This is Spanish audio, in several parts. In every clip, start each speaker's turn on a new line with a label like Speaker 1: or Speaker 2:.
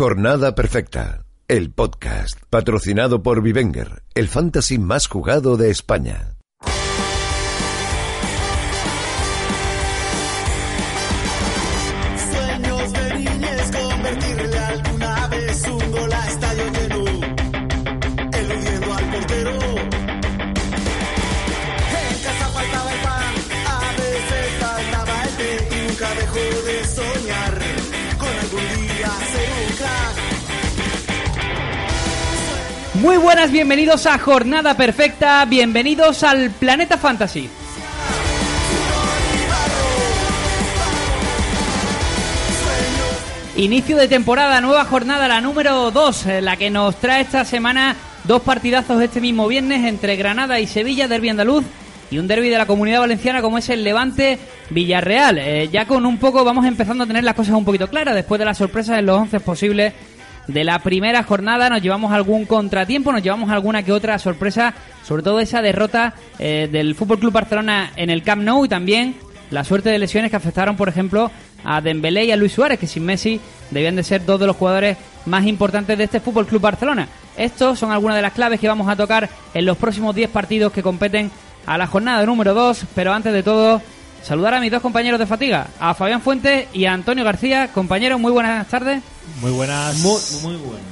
Speaker 1: Jornada Perfecta, el podcast patrocinado por Vivenger, el fantasy más jugado de España.
Speaker 2: Sueños de niñez, convertirle alguna vez un gol a estadio lleno, eludiendo al portero. En casa faltaba el pan, a veces faltaba el té y nunca dejó de soñar con algún día ser un crack.
Speaker 3: Muy buenas, bienvenidos a Jornada Perfecta, bienvenidos al Planeta Fantasy. Inicio de temporada, nueva jornada, la número 2, eh, la que nos trae esta semana dos partidazos este mismo viernes entre Granada y Sevilla, derbi andaluz y un derbi de la comunidad valenciana como es el Levante Villarreal. Eh, ya con un poco vamos empezando a tener las cosas un poquito claras después de las sorpresas en los 11 posibles de la primera jornada nos llevamos algún contratiempo, nos llevamos alguna que otra sorpresa, sobre todo esa derrota eh, del Fútbol Club Barcelona en el Camp Nou y también la suerte de lesiones que afectaron, por ejemplo, a Dembélé y a Luis Suárez, que sin Messi debían de ser dos de los jugadores más importantes de este Fútbol Club Barcelona. Estos son algunas de las claves que vamos a tocar en los próximos 10 partidos que competen a la jornada número 2, pero antes de todo, saludar a mis dos compañeros de fatiga, a Fabián Fuentes y a Antonio García. Compañeros, muy buenas tardes.
Speaker 4: Muy buenas. Muy, muy buenas.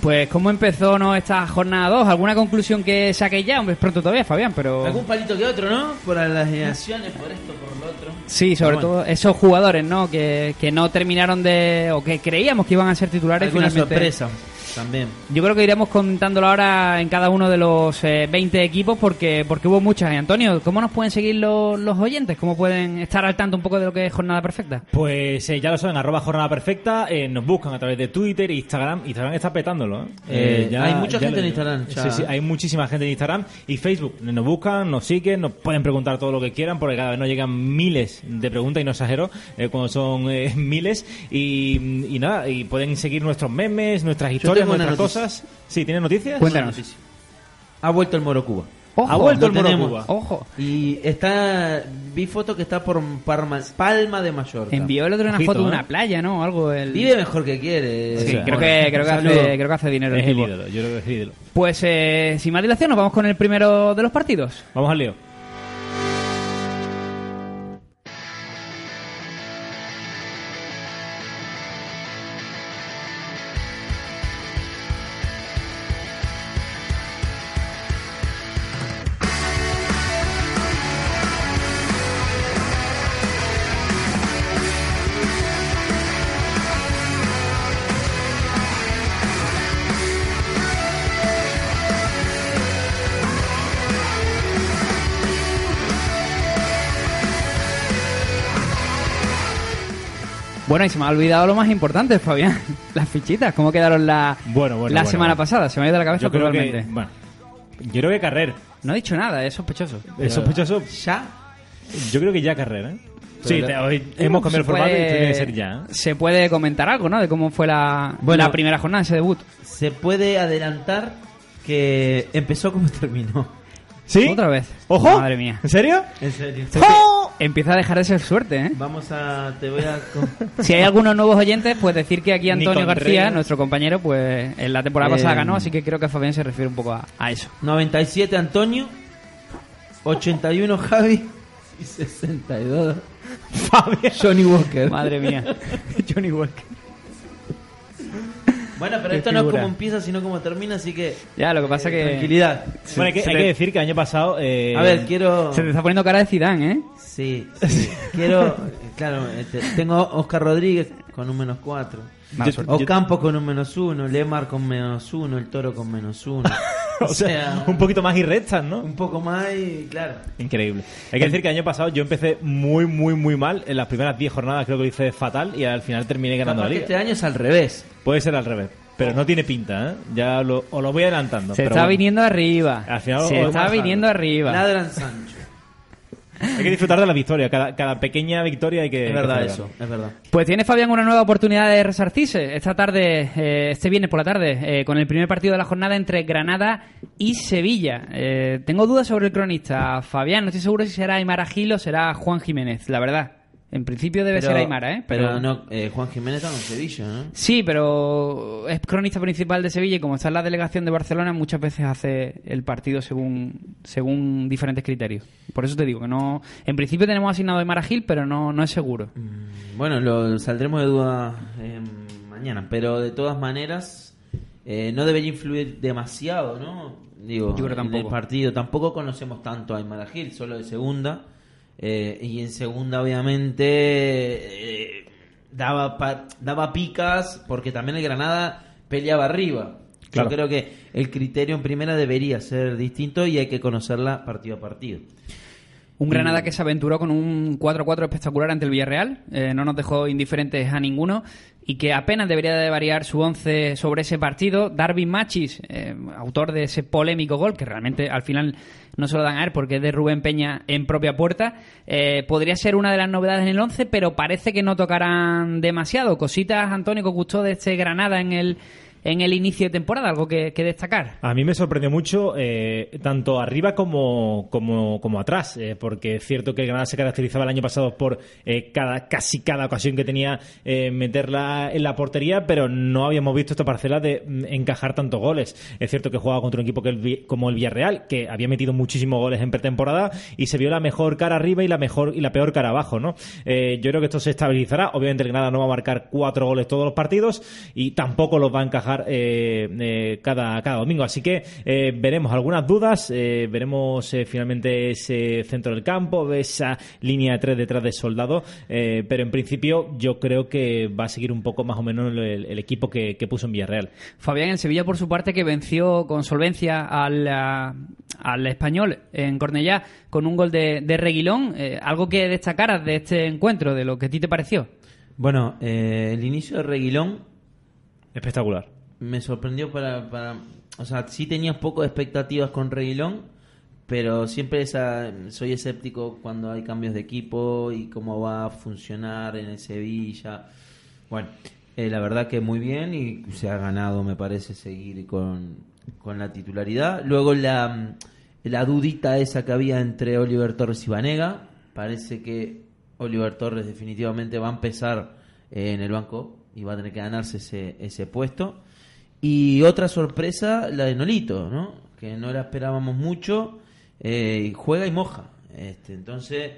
Speaker 3: Pues, ¿cómo empezó no, esta jornada 2? ¿Alguna conclusión que saquéis ya? Hombre, es pronto todavía, Fabián, pero...
Speaker 5: Algún palito que otro, ¿no? Por las naciones, por esto, por lo otro.
Speaker 3: Sí, sobre
Speaker 5: Bueno.
Speaker 3: todo esos jugadores, ¿no? Que, que no terminaron de... o que creíamos que iban a ser titulares
Speaker 5: Alguna
Speaker 3: finalmente.
Speaker 5: sorpresa también.
Speaker 3: Yo creo que iremos contándolo ahora en cada uno de los eh, 20 equipos porque porque hubo muchas. Y, Antonio, ¿cómo nos pueden seguir los, los oyentes? ¿Cómo pueden estar al tanto un poco de lo que es Jornada Perfecta?
Speaker 4: Pues eh, ya lo saben, arroba jornada perfecta, eh, nos buscan a través de Twitter, Instagram, Instagram está petándolo. ¿eh?
Speaker 5: Eh, hay mucha gente en Instagram,
Speaker 4: Sí,
Speaker 5: ya.
Speaker 4: sí, hay muchísima gente en Instagram y Facebook. Nos buscan, nos siguen, nos pueden preguntar todo lo que quieran porque cada vez nos llegan miles de preguntas y no exagero eh, cuando son eh, miles y, y nada, y pueden seguir nuestros memes, nuestras historias,
Speaker 5: tengo una
Speaker 4: nuestras
Speaker 5: noticia.
Speaker 4: cosas. Sí, ¿tienen noticias?
Speaker 3: Cuéntanos.
Speaker 5: Ha vuelto el Moro Cuba.
Speaker 3: Ojo,
Speaker 4: ha vuelto el
Speaker 5: lo
Speaker 4: Moro
Speaker 5: tenemos.
Speaker 4: Cuba.
Speaker 3: Ojo,
Speaker 5: Y está. Vi foto que está por Parma- Palma de Mallorca.
Speaker 3: envió el otro una
Speaker 4: Ojito,
Speaker 3: foto de una
Speaker 4: ¿eh?
Speaker 3: algo, ¿no? Algo el...
Speaker 5: Vive mejor que quiere.
Speaker 3: Sí,
Speaker 4: Sí,
Speaker 3: creo,
Speaker 4: bueno.
Speaker 3: que, creo, que
Speaker 5: Un
Speaker 3: hace,
Speaker 5: saludo.
Speaker 3: creo que hace dinero el
Speaker 4: Es el
Speaker 3: tipo.
Speaker 4: ídolo, yo creo que es el ídolo.
Speaker 3: Pues eh, sin más dilación, nos vamos con el primero de los partidos.
Speaker 4: Vamos al lío.
Speaker 3: Bueno, y se me ha olvidado lo más importante, Fabián. Las fichitas, ¿cómo quedaron la,
Speaker 4: Bueno, bueno,
Speaker 3: la
Speaker 4: bueno,
Speaker 3: semana
Speaker 4: bueno.
Speaker 3: pasada? Se me ha ido la cabeza
Speaker 4: Yo creo
Speaker 3: totalmente.
Speaker 4: que, bueno, yo creo que Carrer.
Speaker 3: No he dicho nada, es sospechoso.
Speaker 4: El sospechoso
Speaker 5: Ya.
Speaker 4: Yo creo que ya carrera, ¿eh? Sí,
Speaker 5: Pero-
Speaker 4: te- hoy hemos cambiado
Speaker 3: Mm, Se puede-
Speaker 4: el formato y tiene que ser ya. ¿eh?
Speaker 3: Se puede comentar algo, ¿no? De cómo fue la,
Speaker 5: Bueno.
Speaker 3: la primera jornada, ese debut.
Speaker 5: Se puede adelantar que empezó como terminó.
Speaker 4: ¿Sí?
Speaker 3: Otra vez.
Speaker 4: ¡Ojo!
Speaker 3: Madre mía.
Speaker 4: ¿En serio?
Speaker 5: En serio.
Speaker 3: Empieza a dejar de ser suerte, ¿eh?
Speaker 5: Vamos a. Te voy a.
Speaker 3: Si hay algunos nuevos oyentes, pues decir que aquí Antonio
Speaker 4: Ni con
Speaker 3: García,
Speaker 4: reglas.
Speaker 3: nuestro compañero, pues en la temporada
Speaker 5: Eh,
Speaker 3: pasada ganó, así que creo que Fabián se refiere un poco a, a eso.
Speaker 5: 97 Antonio, 81 Javi y 62
Speaker 4: Fabián.
Speaker 5: Johnny Walker.
Speaker 3: Madre mía. Johnny Walker.
Speaker 5: Bueno, pero
Speaker 3: Qué
Speaker 5: esto no es
Speaker 3: figura.
Speaker 5: como empieza, sino como termina, así que
Speaker 3: Ya, lo que pasa que...
Speaker 5: Eh, tranquilidad.
Speaker 4: bueno, hay que,
Speaker 3: se
Speaker 4: hay
Speaker 3: te-
Speaker 4: que decir que el año pasado. eh,
Speaker 5: A ver, quiero
Speaker 3: Se te está poniendo cara de Zidane, ¿eh?
Speaker 5: sí, sí. quiero claro, este, tengo a Oscar Rodríguez con un menos 4.
Speaker 3: Mala suerte.
Speaker 5: Ocampo con un menos uno, Lemar con menos uno, el Toro con menos uno.
Speaker 4: o sea, un poquito más irrectas, ¿no?
Speaker 5: un poco más y claro.
Speaker 4: Increíble. Hay que decir que el año pasado yo empecé muy, muy, muy mal. En las primeras 10 jornadas creo que lo hice fatal y al final terminé ganando
Speaker 5: Capaz
Speaker 4: la
Speaker 5: que
Speaker 4: liga.
Speaker 5: este año es al revés.
Speaker 4: Puede ser al revés. Pero no tiene pinta, ¿eh? Ya lo, os lo voy adelantando.
Speaker 3: Se
Speaker 4: pero
Speaker 3: está
Speaker 4: bueno.
Speaker 3: viniendo arriba.
Speaker 4: Al final
Speaker 3: se
Speaker 4: lo-
Speaker 3: está
Speaker 4: lo-
Speaker 3: viniendo arriba.
Speaker 5: Ladran Sancho.
Speaker 4: Hay que disfrutar de la victoria. Cada, cada pequeña victoria hay que.
Speaker 5: Es verdad
Speaker 4: que celebrar.
Speaker 5: eso, es verdad.
Speaker 3: Pues tiene Fabián una nueva oportunidad de resarcirse esta tarde, eh, este viernes por la tarde, eh, con el primer partido de la jornada entre Granada y Sevilla. Eh, tengo dudas sobre el cronista, Fabián. No estoy seguro si será Aymar Agil o será Juan Jiménez, la verdad. En principio debe ser Aymara, ¿eh?
Speaker 5: Pero, no, eh, Juan Jiménez está en Sevilla, ¿no?
Speaker 3: Sí, pero es cronista principal de Sevilla y como está en la delegación de Barcelona, muchas veces hace el partido según, según diferentes criterios. Por eso te digo que no. En principio tenemos asignado a Aymara Gil, pero no, no es seguro.
Speaker 5: Mm, Bueno, lo saldremos de duda eh, mañana, pero de todas maneras eh, no debería influir demasiado, ¿no? Digo,
Speaker 3: Yo creo
Speaker 5: en
Speaker 3: tampoco.
Speaker 5: el partido tampoco conocemos tanto a Aymara Gil, solo de segunda. eh, y en segunda, obviamente, eh, daba, pa- daba picas porque también el Granada peleaba arriba.
Speaker 4: Claro.
Speaker 5: Yo creo que el criterio en primera debería ser distinto y hay que conocerla partido a partido.
Speaker 3: Un Granada que se aventuró con un 4-4 espectacular ante el Villarreal, eh, no nos dejó indiferentes a ninguno y que apenas debería de variar su once sobre ese partido. Darwin Machis, eh, autor de ese polémico gol, que realmente al final no se lo dan a él porque es de Rubén Peña en propia puerta, eh, podría ser una de las novedades en el once, pero parece que no tocarán demasiado. Cositas, Antonio, que gustó de este Granada en el, en el inicio de temporada, algo que, que destacar.
Speaker 4: A mí me sorprendió mucho, eh, tanto arriba como, como, como atrás, eh, porque es cierto que el Granada se caracterizaba el año pasado por eh, cada, casi cada ocasión que tenía eh, meterla en la portería, pero no habíamos visto esta parcela de mm, encajar tantos goles. Es cierto que jugaba contra un equipo que el Vi- como el Villarreal, que había metido muchísimos goles en pretemporada y se vio la mejor cara arriba y la mejor y la peor cara abajo, ¿no? Eh, yo creo que esto se estabilizará. Obviamente el Granada no va a marcar cuatro goles todos los partidos y tampoco los va a encajar eh, eh, cada, cada domingo. Así que eh, veremos algunas dudas, eh, veremos eh, finalmente ese centro del campo, esa línea de tres detrás de soldado, eh, pero en principio yo creo que va a seguir un poco más o menos el, el equipo que, que puso en Villarreal.
Speaker 3: Fabián, el Sevilla por su parte que venció con solvencia al, ah, al español en Cornellá con un gol de, de Reguilón. Eh, algo que destacaras de este encuentro, de lo que a ti te pareció.
Speaker 5: Bueno, eh, el inicio de Reguilón
Speaker 4: Espectacular.
Speaker 5: me sorprendió para, para- O sea, sí tenía pocas expectativas con Reguilón, pero siempre esa, soy escéptico cuando hay cambios de equipo y cómo va a funcionar en el Sevilla. Bueno, eh, la verdad que muy bien y se ha ganado, me parece, seguir con, con la titularidad. Luego la, mm, la dudita esa que había entre Oliver Torres y Vanega. Parece que Oliver Torres definitivamente va a empezar eh, en el banco y va a tener que ganarse ese, ese puesto. Y otra sorpresa, la de Nolito, ¿no? Que no la esperábamos mucho. eh, y juega y moja. Este, entonces,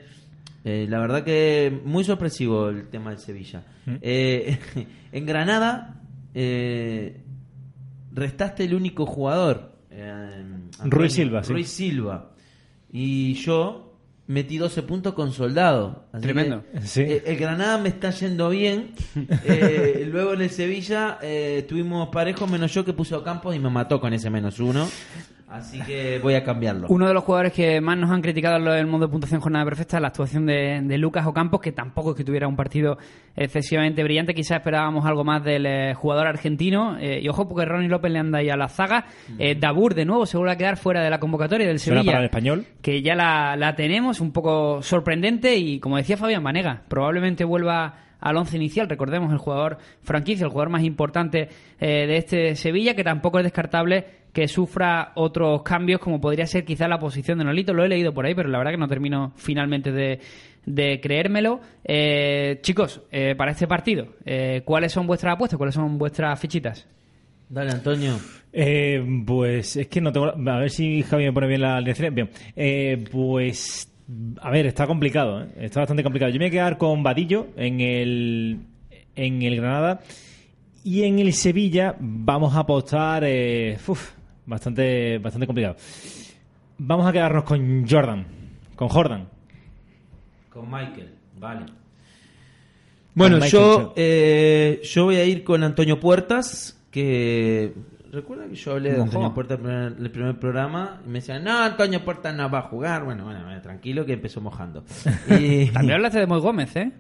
Speaker 5: eh, la verdad que muy sorpresivo el tema del Sevilla.
Speaker 4: ¿Mm?
Speaker 5: Eh, en Granada, eh, restaste el único jugador. eh,
Speaker 4: Ruiz Silva, sí.
Speaker 5: Ruiz Silva. Y yo metí 12 puntos con soldado. Así
Speaker 3: Tremendo.
Speaker 5: que,
Speaker 4: Sí.
Speaker 5: eh, el Granada me está yendo bien. Eh, luego en el Sevilla eh, estuvimos parejos, menos yo que puse a Campos y me mató con ese menos uno. Así que voy a cambiarlo.
Speaker 3: Uno de los jugadores que más nos han criticado en lo del mundo de puntuación jornada perfecta es la actuación de, de Lucas Ocampos, que tampoco es que tuviera un partido excesivamente brillante. Quizás esperábamos algo más del eh, jugador argentino. Eh, y ojo, porque Ronnie López le anda ahí a la zaga. Eh, Dabur, de nuevo, se vuelve a quedar fuera de la convocatoria del
Speaker 4: Es una
Speaker 3: Sevilla.
Speaker 4: parada de español.
Speaker 3: que ya la, la tenemos, un poco sorprendente y como decía Fabián Vanega, probablemente vuelva al once inicial, recordemos el jugador franquicia, el jugador más importante eh, de este Sevilla, que tampoco es descartable que sufra otros cambios como podría ser quizá la posición de Nolito, lo he leído por ahí, pero la verdad que no termino finalmente de, de creérmelo. Eh, chicos, eh, para este partido, eh, ¿cuáles son vuestras apuestas? ¿Cuáles son vuestras fichitas?
Speaker 5: Dale, Antonio.
Speaker 4: Eh, pues es que no tengo. A ver si Javi me pone bien la lección. Bien. Eh, pues. A ver, está complicado, ¿eh? Está bastante complicado. Yo me voy a quedar con Vadillo en el. En el Granada. Y en el Sevilla vamos a apostar. eh, uf, bastante, bastante complicado. Vamos a quedarnos con Jordan. Con Jordan.
Speaker 5: Con Michael, vale.
Speaker 4: Con
Speaker 5: Bueno,
Speaker 4: Michael
Speaker 5: yo,
Speaker 4: Cho.
Speaker 5: eh, yo voy a ir con Antonio Puertas, que... Recuerda que yo hablé de
Speaker 4: Ojo.
Speaker 5: Antonio Puertas en el primer- el primer programa y me decían, no, Antonio Puertas no va a jugar. Bueno, bueno, bueno, tranquilo que empezó mojando. Y-
Speaker 3: También hablaste de Moy Gómez, ¿eh?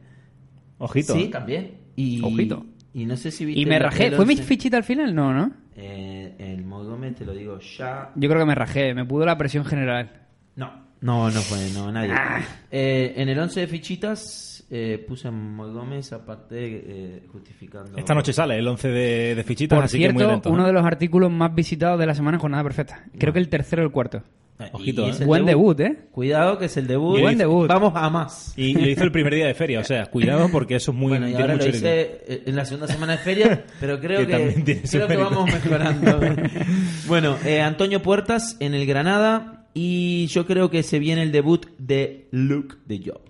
Speaker 4: Ojito. ¿eh?
Speaker 5: Sí, también. Y,
Speaker 3: Ojito.
Speaker 5: Y no sé si viste...
Speaker 3: Y me
Speaker 5: el-
Speaker 3: rajé.
Speaker 5: el
Speaker 3: ¿Fue mi
Speaker 5: once.
Speaker 3: fichita al final? No, ¿no?
Speaker 5: Eh, el Mogome, te lo digo ya.
Speaker 3: Yo creo que me rajé, me pudo la presión general.
Speaker 5: No. No, no fue, no, nadie. Eh, en el 11 de fichitas eh, puse a Mogome aparte eh, justificando.
Speaker 4: Esta noche sale el 11 de, de fichitas,
Speaker 3: Por
Speaker 4: así
Speaker 3: cierto,
Speaker 4: que muy atento,
Speaker 3: uno
Speaker 4: ¿no? Ah.
Speaker 3: de los artículos más visitados de la semana es Jornada Perfecta. Creo que el tercero o el cuarto.
Speaker 5: Ah, y-
Speaker 4: Ojito,
Speaker 5: y
Speaker 4: ¿eh?
Speaker 5: es el
Speaker 3: Buen debut, ¿eh?
Speaker 5: Cuidado que es el debut.
Speaker 4: Buen
Speaker 3: debut.
Speaker 5: Vamos a más.
Speaker 4: Y lo hizo el primer día de feria, o sea, cuidado porque eso es muy...
Speaker 5: bueno, y
Speaker 4: tiene
Speaker 5: ahora lo
Speaker 4: mucho
Speaker 5: hice
Speaker 4: mérito.
Speaker 5: eh, en la segunda semana de feria, pero creo
Speaker 4: Que
Speaker 5: que,
Speaker 4: también tiene su
Speaker 5: creo que
Speaker 4: mérito.
Speaker 5: vamos mejorando. bueno, eh, Antonio Puertas en el Granada y yo creo que se viene el debut de Luke de Job.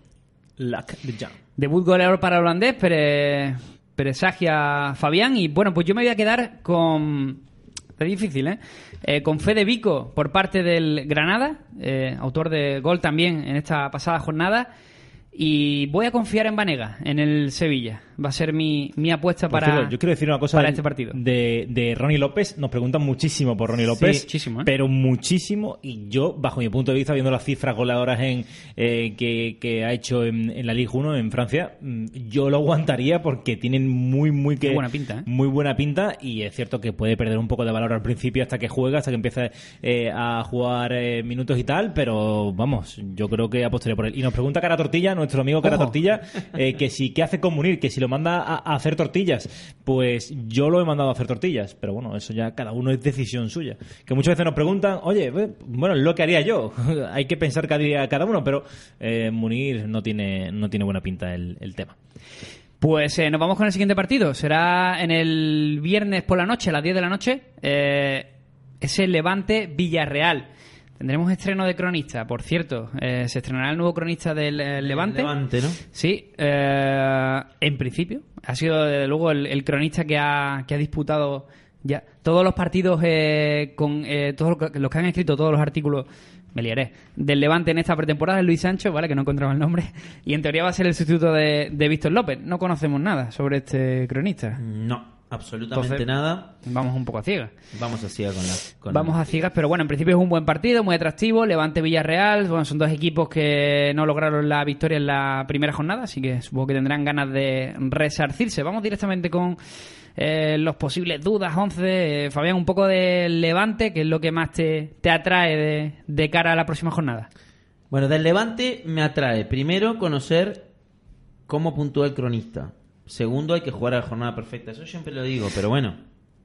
Speaker 4: Luck de Jam.
Speaker 3: Debut goleador para el holandés, pre- presagia Fabián. Y bueno, pues yo me voy a quedar con. Es difícil, ¿eh? Eh, con Fede Vico por parte del Granada, eh, autor de gol también en esta pasada jornada. Y voy a confiar en Vanega, en el Sevilla. Va a ser mi, mi apuesta
Speaker 4: Por
Speaker 3: para,
Speaker 4: cierto, yo quiero decir una cosa
Speaker 3: para
Speaker 4: del-
Speaker 3: este partido.
Speaker 4: De, de Ronnie López. Nos preguntan muchísimo por Ronnie López.
Speaker 3: muchísimo, ¿eh?
Speaker 4: Pero muchísimo. Y yo, bajo mi punto de vista, viendo las cifras goleadoras en, eh, que, que ha hecho en, en la Ligue 1 en Francia, mm, yo lo aguantaría porque tienen muy, muy que.
Speaker 3: Muy buena pinta, ¿eh?
Speaker 4: Muy buena pinta. Y es cierto que puede perder un poco de valor al principio hasta que juega, hasta que empieza eh, a jugar eh, minutos y tal. Pero vamos, yo creo que apostaría por él. Y nos pregunta Cara Tortilla, nuestro amigo Cara
Speaker 3: Ojo.
Speaker 4: Tortilla. Tortilla, eh, que si qué hace con Munir, que si lo manda a, a hacer tortillas, pues yo lo he mandado a hacer tortillas, pero bueno, eso ya cada uno es decisión suya. Que muchas veces nos preguntan, oye, pues, bueno, lo que haría yo, hay que pensar cada día cada uno, pero eh, Munir no tiene no tiene buena pinta el, el tema.
Speaker 3: Pues eh, nos vamos con el siguiente partido. Será en el viernes por la noche, a las 10 de la noche. eh, ese Levante Villarreal. Tendremos estreno de cronista, por cierto. eh, se estrenará el nuevo cronista del eh, Levante.
Speaker 5: Levante, ¿no?
Speaker 3: Sí, eh, en principio. Ha sido, desde luego, el, el cronista que ha, que ha disputado ya todos los partidos, eh, con eh, todos los que- los que han escrito todos los artículos, me liaré, del Levante en esta pretemporada es Luis Sancho, ¿vale? Que no encontraba el nombre. Y en teoría va a ser el sustituto de, de Víctor López. No conocemos nada sobre este cronista.
Speaker 5: Mm. No, absolutamente
Speaker 3: Entonces-
Speaker 5: nada.
Speaker 3: Vamos un poco a ciegas.
Speaker 5: Vamos así con la. con-
Speaker 3: Vamos a ciegas, pero bueno, en principio es un buen partido, muy atractivo. Levante Villarreal, bueno, son dos equipos que no lograron la victoria en la primera jornada, así que supongo que tendrán ganas de resarcirse. Vamos directamente con eh, los posibles dudas, 11. Eh, Fabián, un poco de Levante, que es lo que más te, te atrae de, de cara a la próxima jornada.
Speaker 5: Bueno, del Levante me atrae. Primero, conocer cómo puntúa el cronista. Segundo, hay que jugar a la jornada perfecta. Eso siempre lo digo, pero bueno,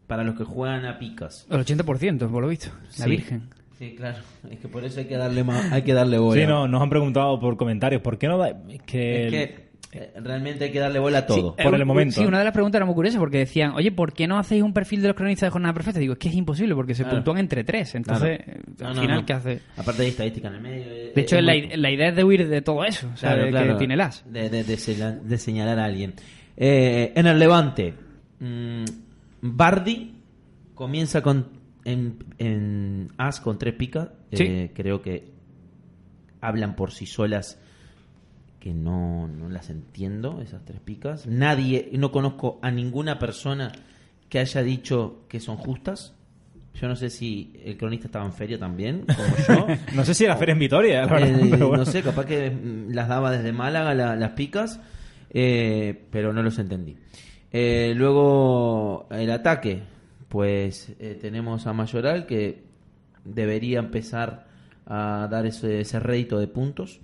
Speaker 5: para los que juegan a picas.
Speaker 3: El 80%, por lo visto, la
Speaker 5: Sí.
Speaker 3: Virgen.
Speaker 5: Sí, claro. Es que por eso hay que darle más, hay que darle bola.
Speaker 4: Sí, no, nos han preguntado por comentarios, ¿por qué no da? Es que,
Speaker 5: Es que eh, realmente hay que darle bola a todo.
Speaker 4: Sí. Por
Speaker 3: Eh,
Speaker 4: el
Speaker 3: u-
Speaker 4: momento.
Speaker 3: Sí, una de las preguntas era muy curiosa porque decían, oye, ¿por qué no hacéis un perfil de los cronistas de jornada perfecta? Digo, es que es imposible porque se
Speaker 5: Claro.
Speaker 3: puntúan entre tres. Entonces,
Speaker 5: Claro.
Speaker 3: eh,
Speaker 5: No,
Speaker 3: al
Speaker 5: no,
Speaker 3: final,
Speaker 5: no.
Speaker 3: ¿qué hace?
Speaker 5: Aparte hay estadística en el medio. eh,
Speaker 3: De hecho,
Speaker 5: es
Speaker 3: la,
Speaker 5: muy-
Speaker 3: id- la idea es de huir de todo eso, o sea,
Speaker 5: Claro,
Speaker 3: de
Speaker 5: claro.
Speaker 3: que tiene el as.
Speaker 5: De, de- de sela- de señalar a alguien. Eh, en el Levante, mm, Bardi comienza con en, en as con tres picas. Eh, creo que hablan por sí solas que no, no las entiendo, esas tres picas. Nadie, no conozco a ninguna persona que haya dicho que son justas. Yo no sé si el cronista estaba en feria también, como yo.
Speaker 4: No sé si era Feria en Vitoria, la verdad,
Speaker 5: Eh,
Speaker 4: pero bueno.
Speaker 5: No sé, capaz que mm, las daba desde Málaga la- las picas, eh, pero no los entendí. Eh, luego, el ataque. Pues eh, tenemos a Mayoral que debería empezar a dar ese, ese rédito de puntos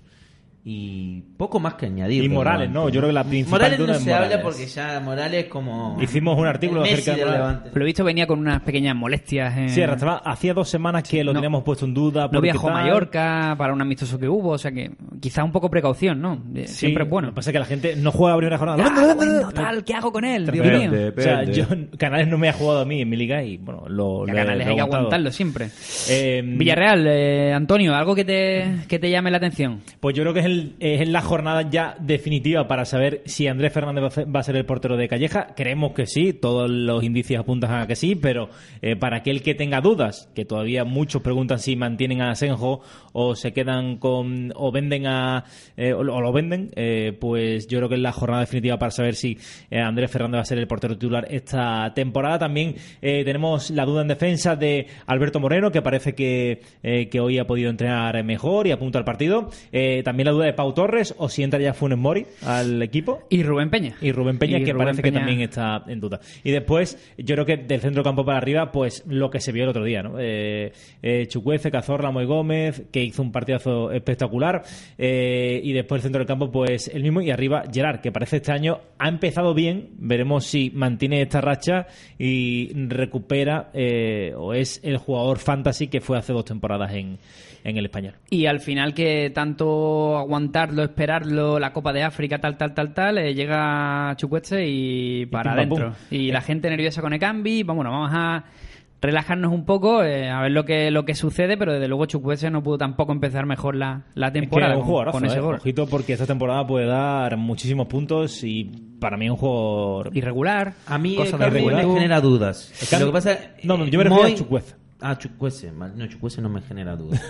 Speaker 5: y poco más que añadir.
Speaker 4: Y
Speaker 5: de
Speaker 4: Morales,
Speaker 5: Levante,
Speaker 4: ¿no? Yo creo que la principal
Speaker 5: Morales
Speaker 4: duda
Speaker 5: no
Speaker 4: es
Speaker 5: se habla
Speaker 4: Morales.
Speaker 5: porque ya Morales como...
Speaker 4: Hicimos un artículo
Speaker 5: el Messi
Speaker 4: acerca de
Speaker 5: del
Speaker 4: Morales.
Speaker 5: Levante.
Speaker 3: Por lo visto, venía con unas pequeñas molestias. En...
Speaker 4: Sí, arrastraba- hacía dos semanas que lo
Speaker 3: Eh, No.
Speaker 4: teníamos puesto en duda.
Speaker 3: no
Speaker 4: porque
Speaker 3: viajó a
Speaker 4: tal.
Speaker 3: Mallorca para un amistoso que hubo, o sea que quizá un poco precaución, ¿no? Eh,
Speaker 4: Sí,
Speaker 3: Siempre es bueno.
Speaker 4: Lo que pasa es que la gente no juega la primera jornada.
Speaker 3: Ah, bueno, tal, ¿Qué hago con él? Dios
Speaker 4: Depende,
Speaker 3: mío.
Speaker 4: O sea, yo, Canales no me ha jugado a mí en mi liga y bueno, lo.
Speaker 3: Y a
Speaker 4: lo he-
Speaker 3: Canales
Speaker 4: lo he
Speaker 3: hay que
Speaker 4: aguantado.
Speaker 3: aguantarlo siempre.
Speaker 4: Eh,
Speaker 3: Villarreal, eh, Antonio, algo que te, que te llame la atención.
Speaker 4: Pues yo creo que es, el- es la jornada ya definitiva para saber si Andrés Fernández va a ser- va a ser el portero de Calleja. Creemos que sí, todos los indicios apuntan a que sí, pero eh, para aquel que tenga dudas, que todavía muchos preguntan si mantienen a Asenjo o se quedan con o venden a eh, o, lo- o lo venden, eh, pues yo creo que es la jornada definitiva para saber si eh, Andrés Fernández va a ser el portero titular esta temporada. También eh, tenemos la duda en defensa de Alberto Moreno, que parece que, eh, que hoy ha podido entrenar mejor y apunta al partido. Eh, también la duda duda de Pau Torres o si entra ya Funes Mori al equipo.
Speaker 3: Y Rubén Peña.
Speaker 4: Y Rubén Peña,
Speaker 3: Y
Speaker 4: que
Speaker 3: Rubén
Speaker 4: parece que
Speaker 3: Peña.
Speaker 4: también está en duda. Y después, yo creo que del centro campo para arriba, pues lo que se vio el otro día, ¿no? Eh, eh, Chucuece, Cazorla, Moy Gómez, que hizo un partidazo espectacular. Eh, y después el centro del campo, pues el mismo. Y arriba, Gerard, que parece este año ha empezado bien. Veremos si mantiene esta racha y recupera eh, o es el jugador fantasy que fue hace dos temporadas en, en el español.
Speaker 3: Y al final que tanto aguantarlo, esperarlo, la Copa de África, tal, tal, tal, tal, eh, llega Chucueste y para
Speaker 4: pim, pam, pum. Eh.
Speaker 3: adentro. Y la gente nerviosa con Ekambi, vamos, bueno, vamos a relajarnos un poco, eh, a ver lo que lo que sucede, pero desde luego Chucueste no pudo tampoco empezar mejor la, la
Speaker 4: Es que es
Speaker 3: temporada
Speaker 4: un
Speaker 3: con-
Speaker 4: jugadorazo,
Speaker 3: con, ese
Speaker 4: eh.
Speaker 3: gol.
Speaker 4: Ojito, porque esta temporada puede dar muchísimos puntos y para mí es un juego.
Speaker 3: Irregular,
Speaker 5: A mí
Speaker 3: cosa
Speaker 5: el
Speaker 3: de
Speaker 5: cambio
Speaker 4: irregular.
Speaker 5: me genera dudas.
Speaker 4: cambio-
Speaker 5: Lo que pasa
Speaker 4: No, no,
Speaker 5: eh,
Speaker 4: yo me refiero
Speaker 5: Moy-
Speaker 4: a Chukwueze.
Speaker 5: Ah, Chucuese. No, Chucuese no me genera dudas.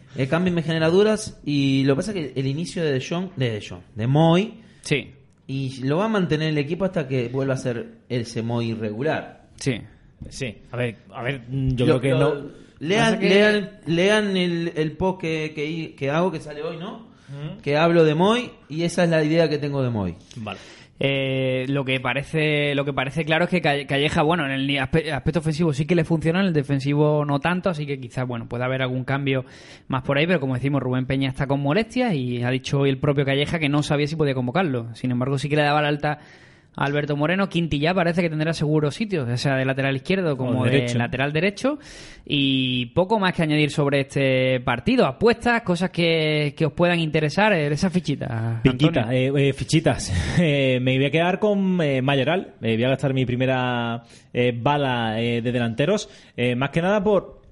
Speaker 5: el cambio me genera dudas y lo que pasa es que el inicio de De Jong, de De Jong, de Moy,
Speaker 3: Sí,
Speaker 5: y lo va a mantener el equipo hasta que vuelva a ser ese Moy irregular.
Speaker 3: sí.
Speaker 4: Sí, a ver, a ver, mm, yo
Speaker 5: Lo-
Speaker 4: creo que
Speaker 5: lo-
Speaker 4: no.
Speaker 5: Lean,
Speaker 3: Pasa que-
Speaker 5: lean, lean el, el post que, que, que hago, que sale hoy, ¿no? Que hablo de Moy y esa es la idea que tengo de Moy.
Speaker 4: Vale.
Speaker 3: Eh, lo que parece lo que parece claro es que Calle- Calleja bueno en el ni- aspe- aspecto ofensivo sí que le funciona en el defensivo no tanto así que quizás bueno pueda haber algún cambio más por ahí pero como decimos Rubén Peña está con molestias y ha dicho hoy el propio Calleja que no sabía si podía convocarlo sin embargo sí que le daba la alta a Alberto Moreno Quintilla parece que tendrá seguro sitio ya sea de lateral izquierdo como
Speaker 4: O
Speaker 3: de
Speaker 4: derecho.
Speaker 3: lateral derecho y poco más que añadir sobre este partido apuestas cosas que, que os puedan interesar eh, esas fichitas
Speaker 4: Piquitas,
Speaker 3: Antonio.
Speaker 4: eh, eh, fichitas. Eh, me voy a quedar con eh, Mayoral. Eh, voy a gastar mi primera eh, bala eh, de delanteros. Eh, más que nada por.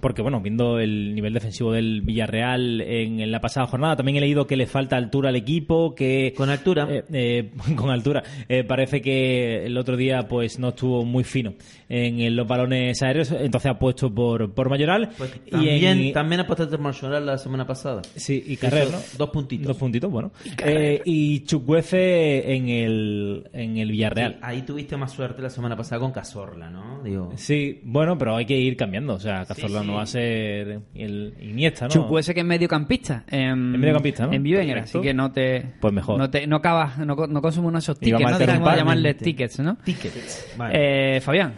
Speaker 4: Porque, bueno, viendo el nivel defensivo del Villarreal en, en la pasada jornada, también he leído que le falta altura al equipo, que...
Speaker 5: Con altura.
Speaker 4: Eh, eh, con altura. Eh, parece que el otro día pues no estuvo muy fino en, en los balones aéreos, entonces ha puesto por, por Mayoral.
Speaker 5: Pues
Speaker 4: Y
Speaker 5: también,
Speaker 4: en-
Speaker 5: también apostaste por Mayoral la semana pasada.
Speaker 4: Sí, y Carrer, ¿no?
Speaker 5: Dos puntitos.
Speaker 4: Dos puntitos, bueno. Eh, y Chukwueze en el, en el Villarreal.
Speaker 5: Ahí tuviste más suerte la semana pasada con Cazorla, ¿no? Digo,
Speaker 4: Sí, bueno, pero hay que ir cambiando. O sea, Cazorla
Speaker 5: sí.
Speaker 4: no va a ser el Iniesta, ¿no?
Speaker 3: Chukwueze que es mediocampista. En,
Speaker 4: Es mediocampista, ¿no?
Speaker 3: En Bieber,
Speaker 4: Perfecto.
Speaker 3: así que no te.
Speaker 4: Pues mejor.
Speaker 3: No, te, no acabas, no, co- no consumes uno de esos
Speaker 4: Y va a
Speaker 3: tickets. No
Speaker 4: marcar un
Speaker 3: tenemos que
Speaker 4: par,
Speaker 3: llamarle
Speaker 5: ¿no?
Speaker 3: tickets, ¿no?
Speaker 5: tickets. Vale.
Speaker 3: Eh, Fabián.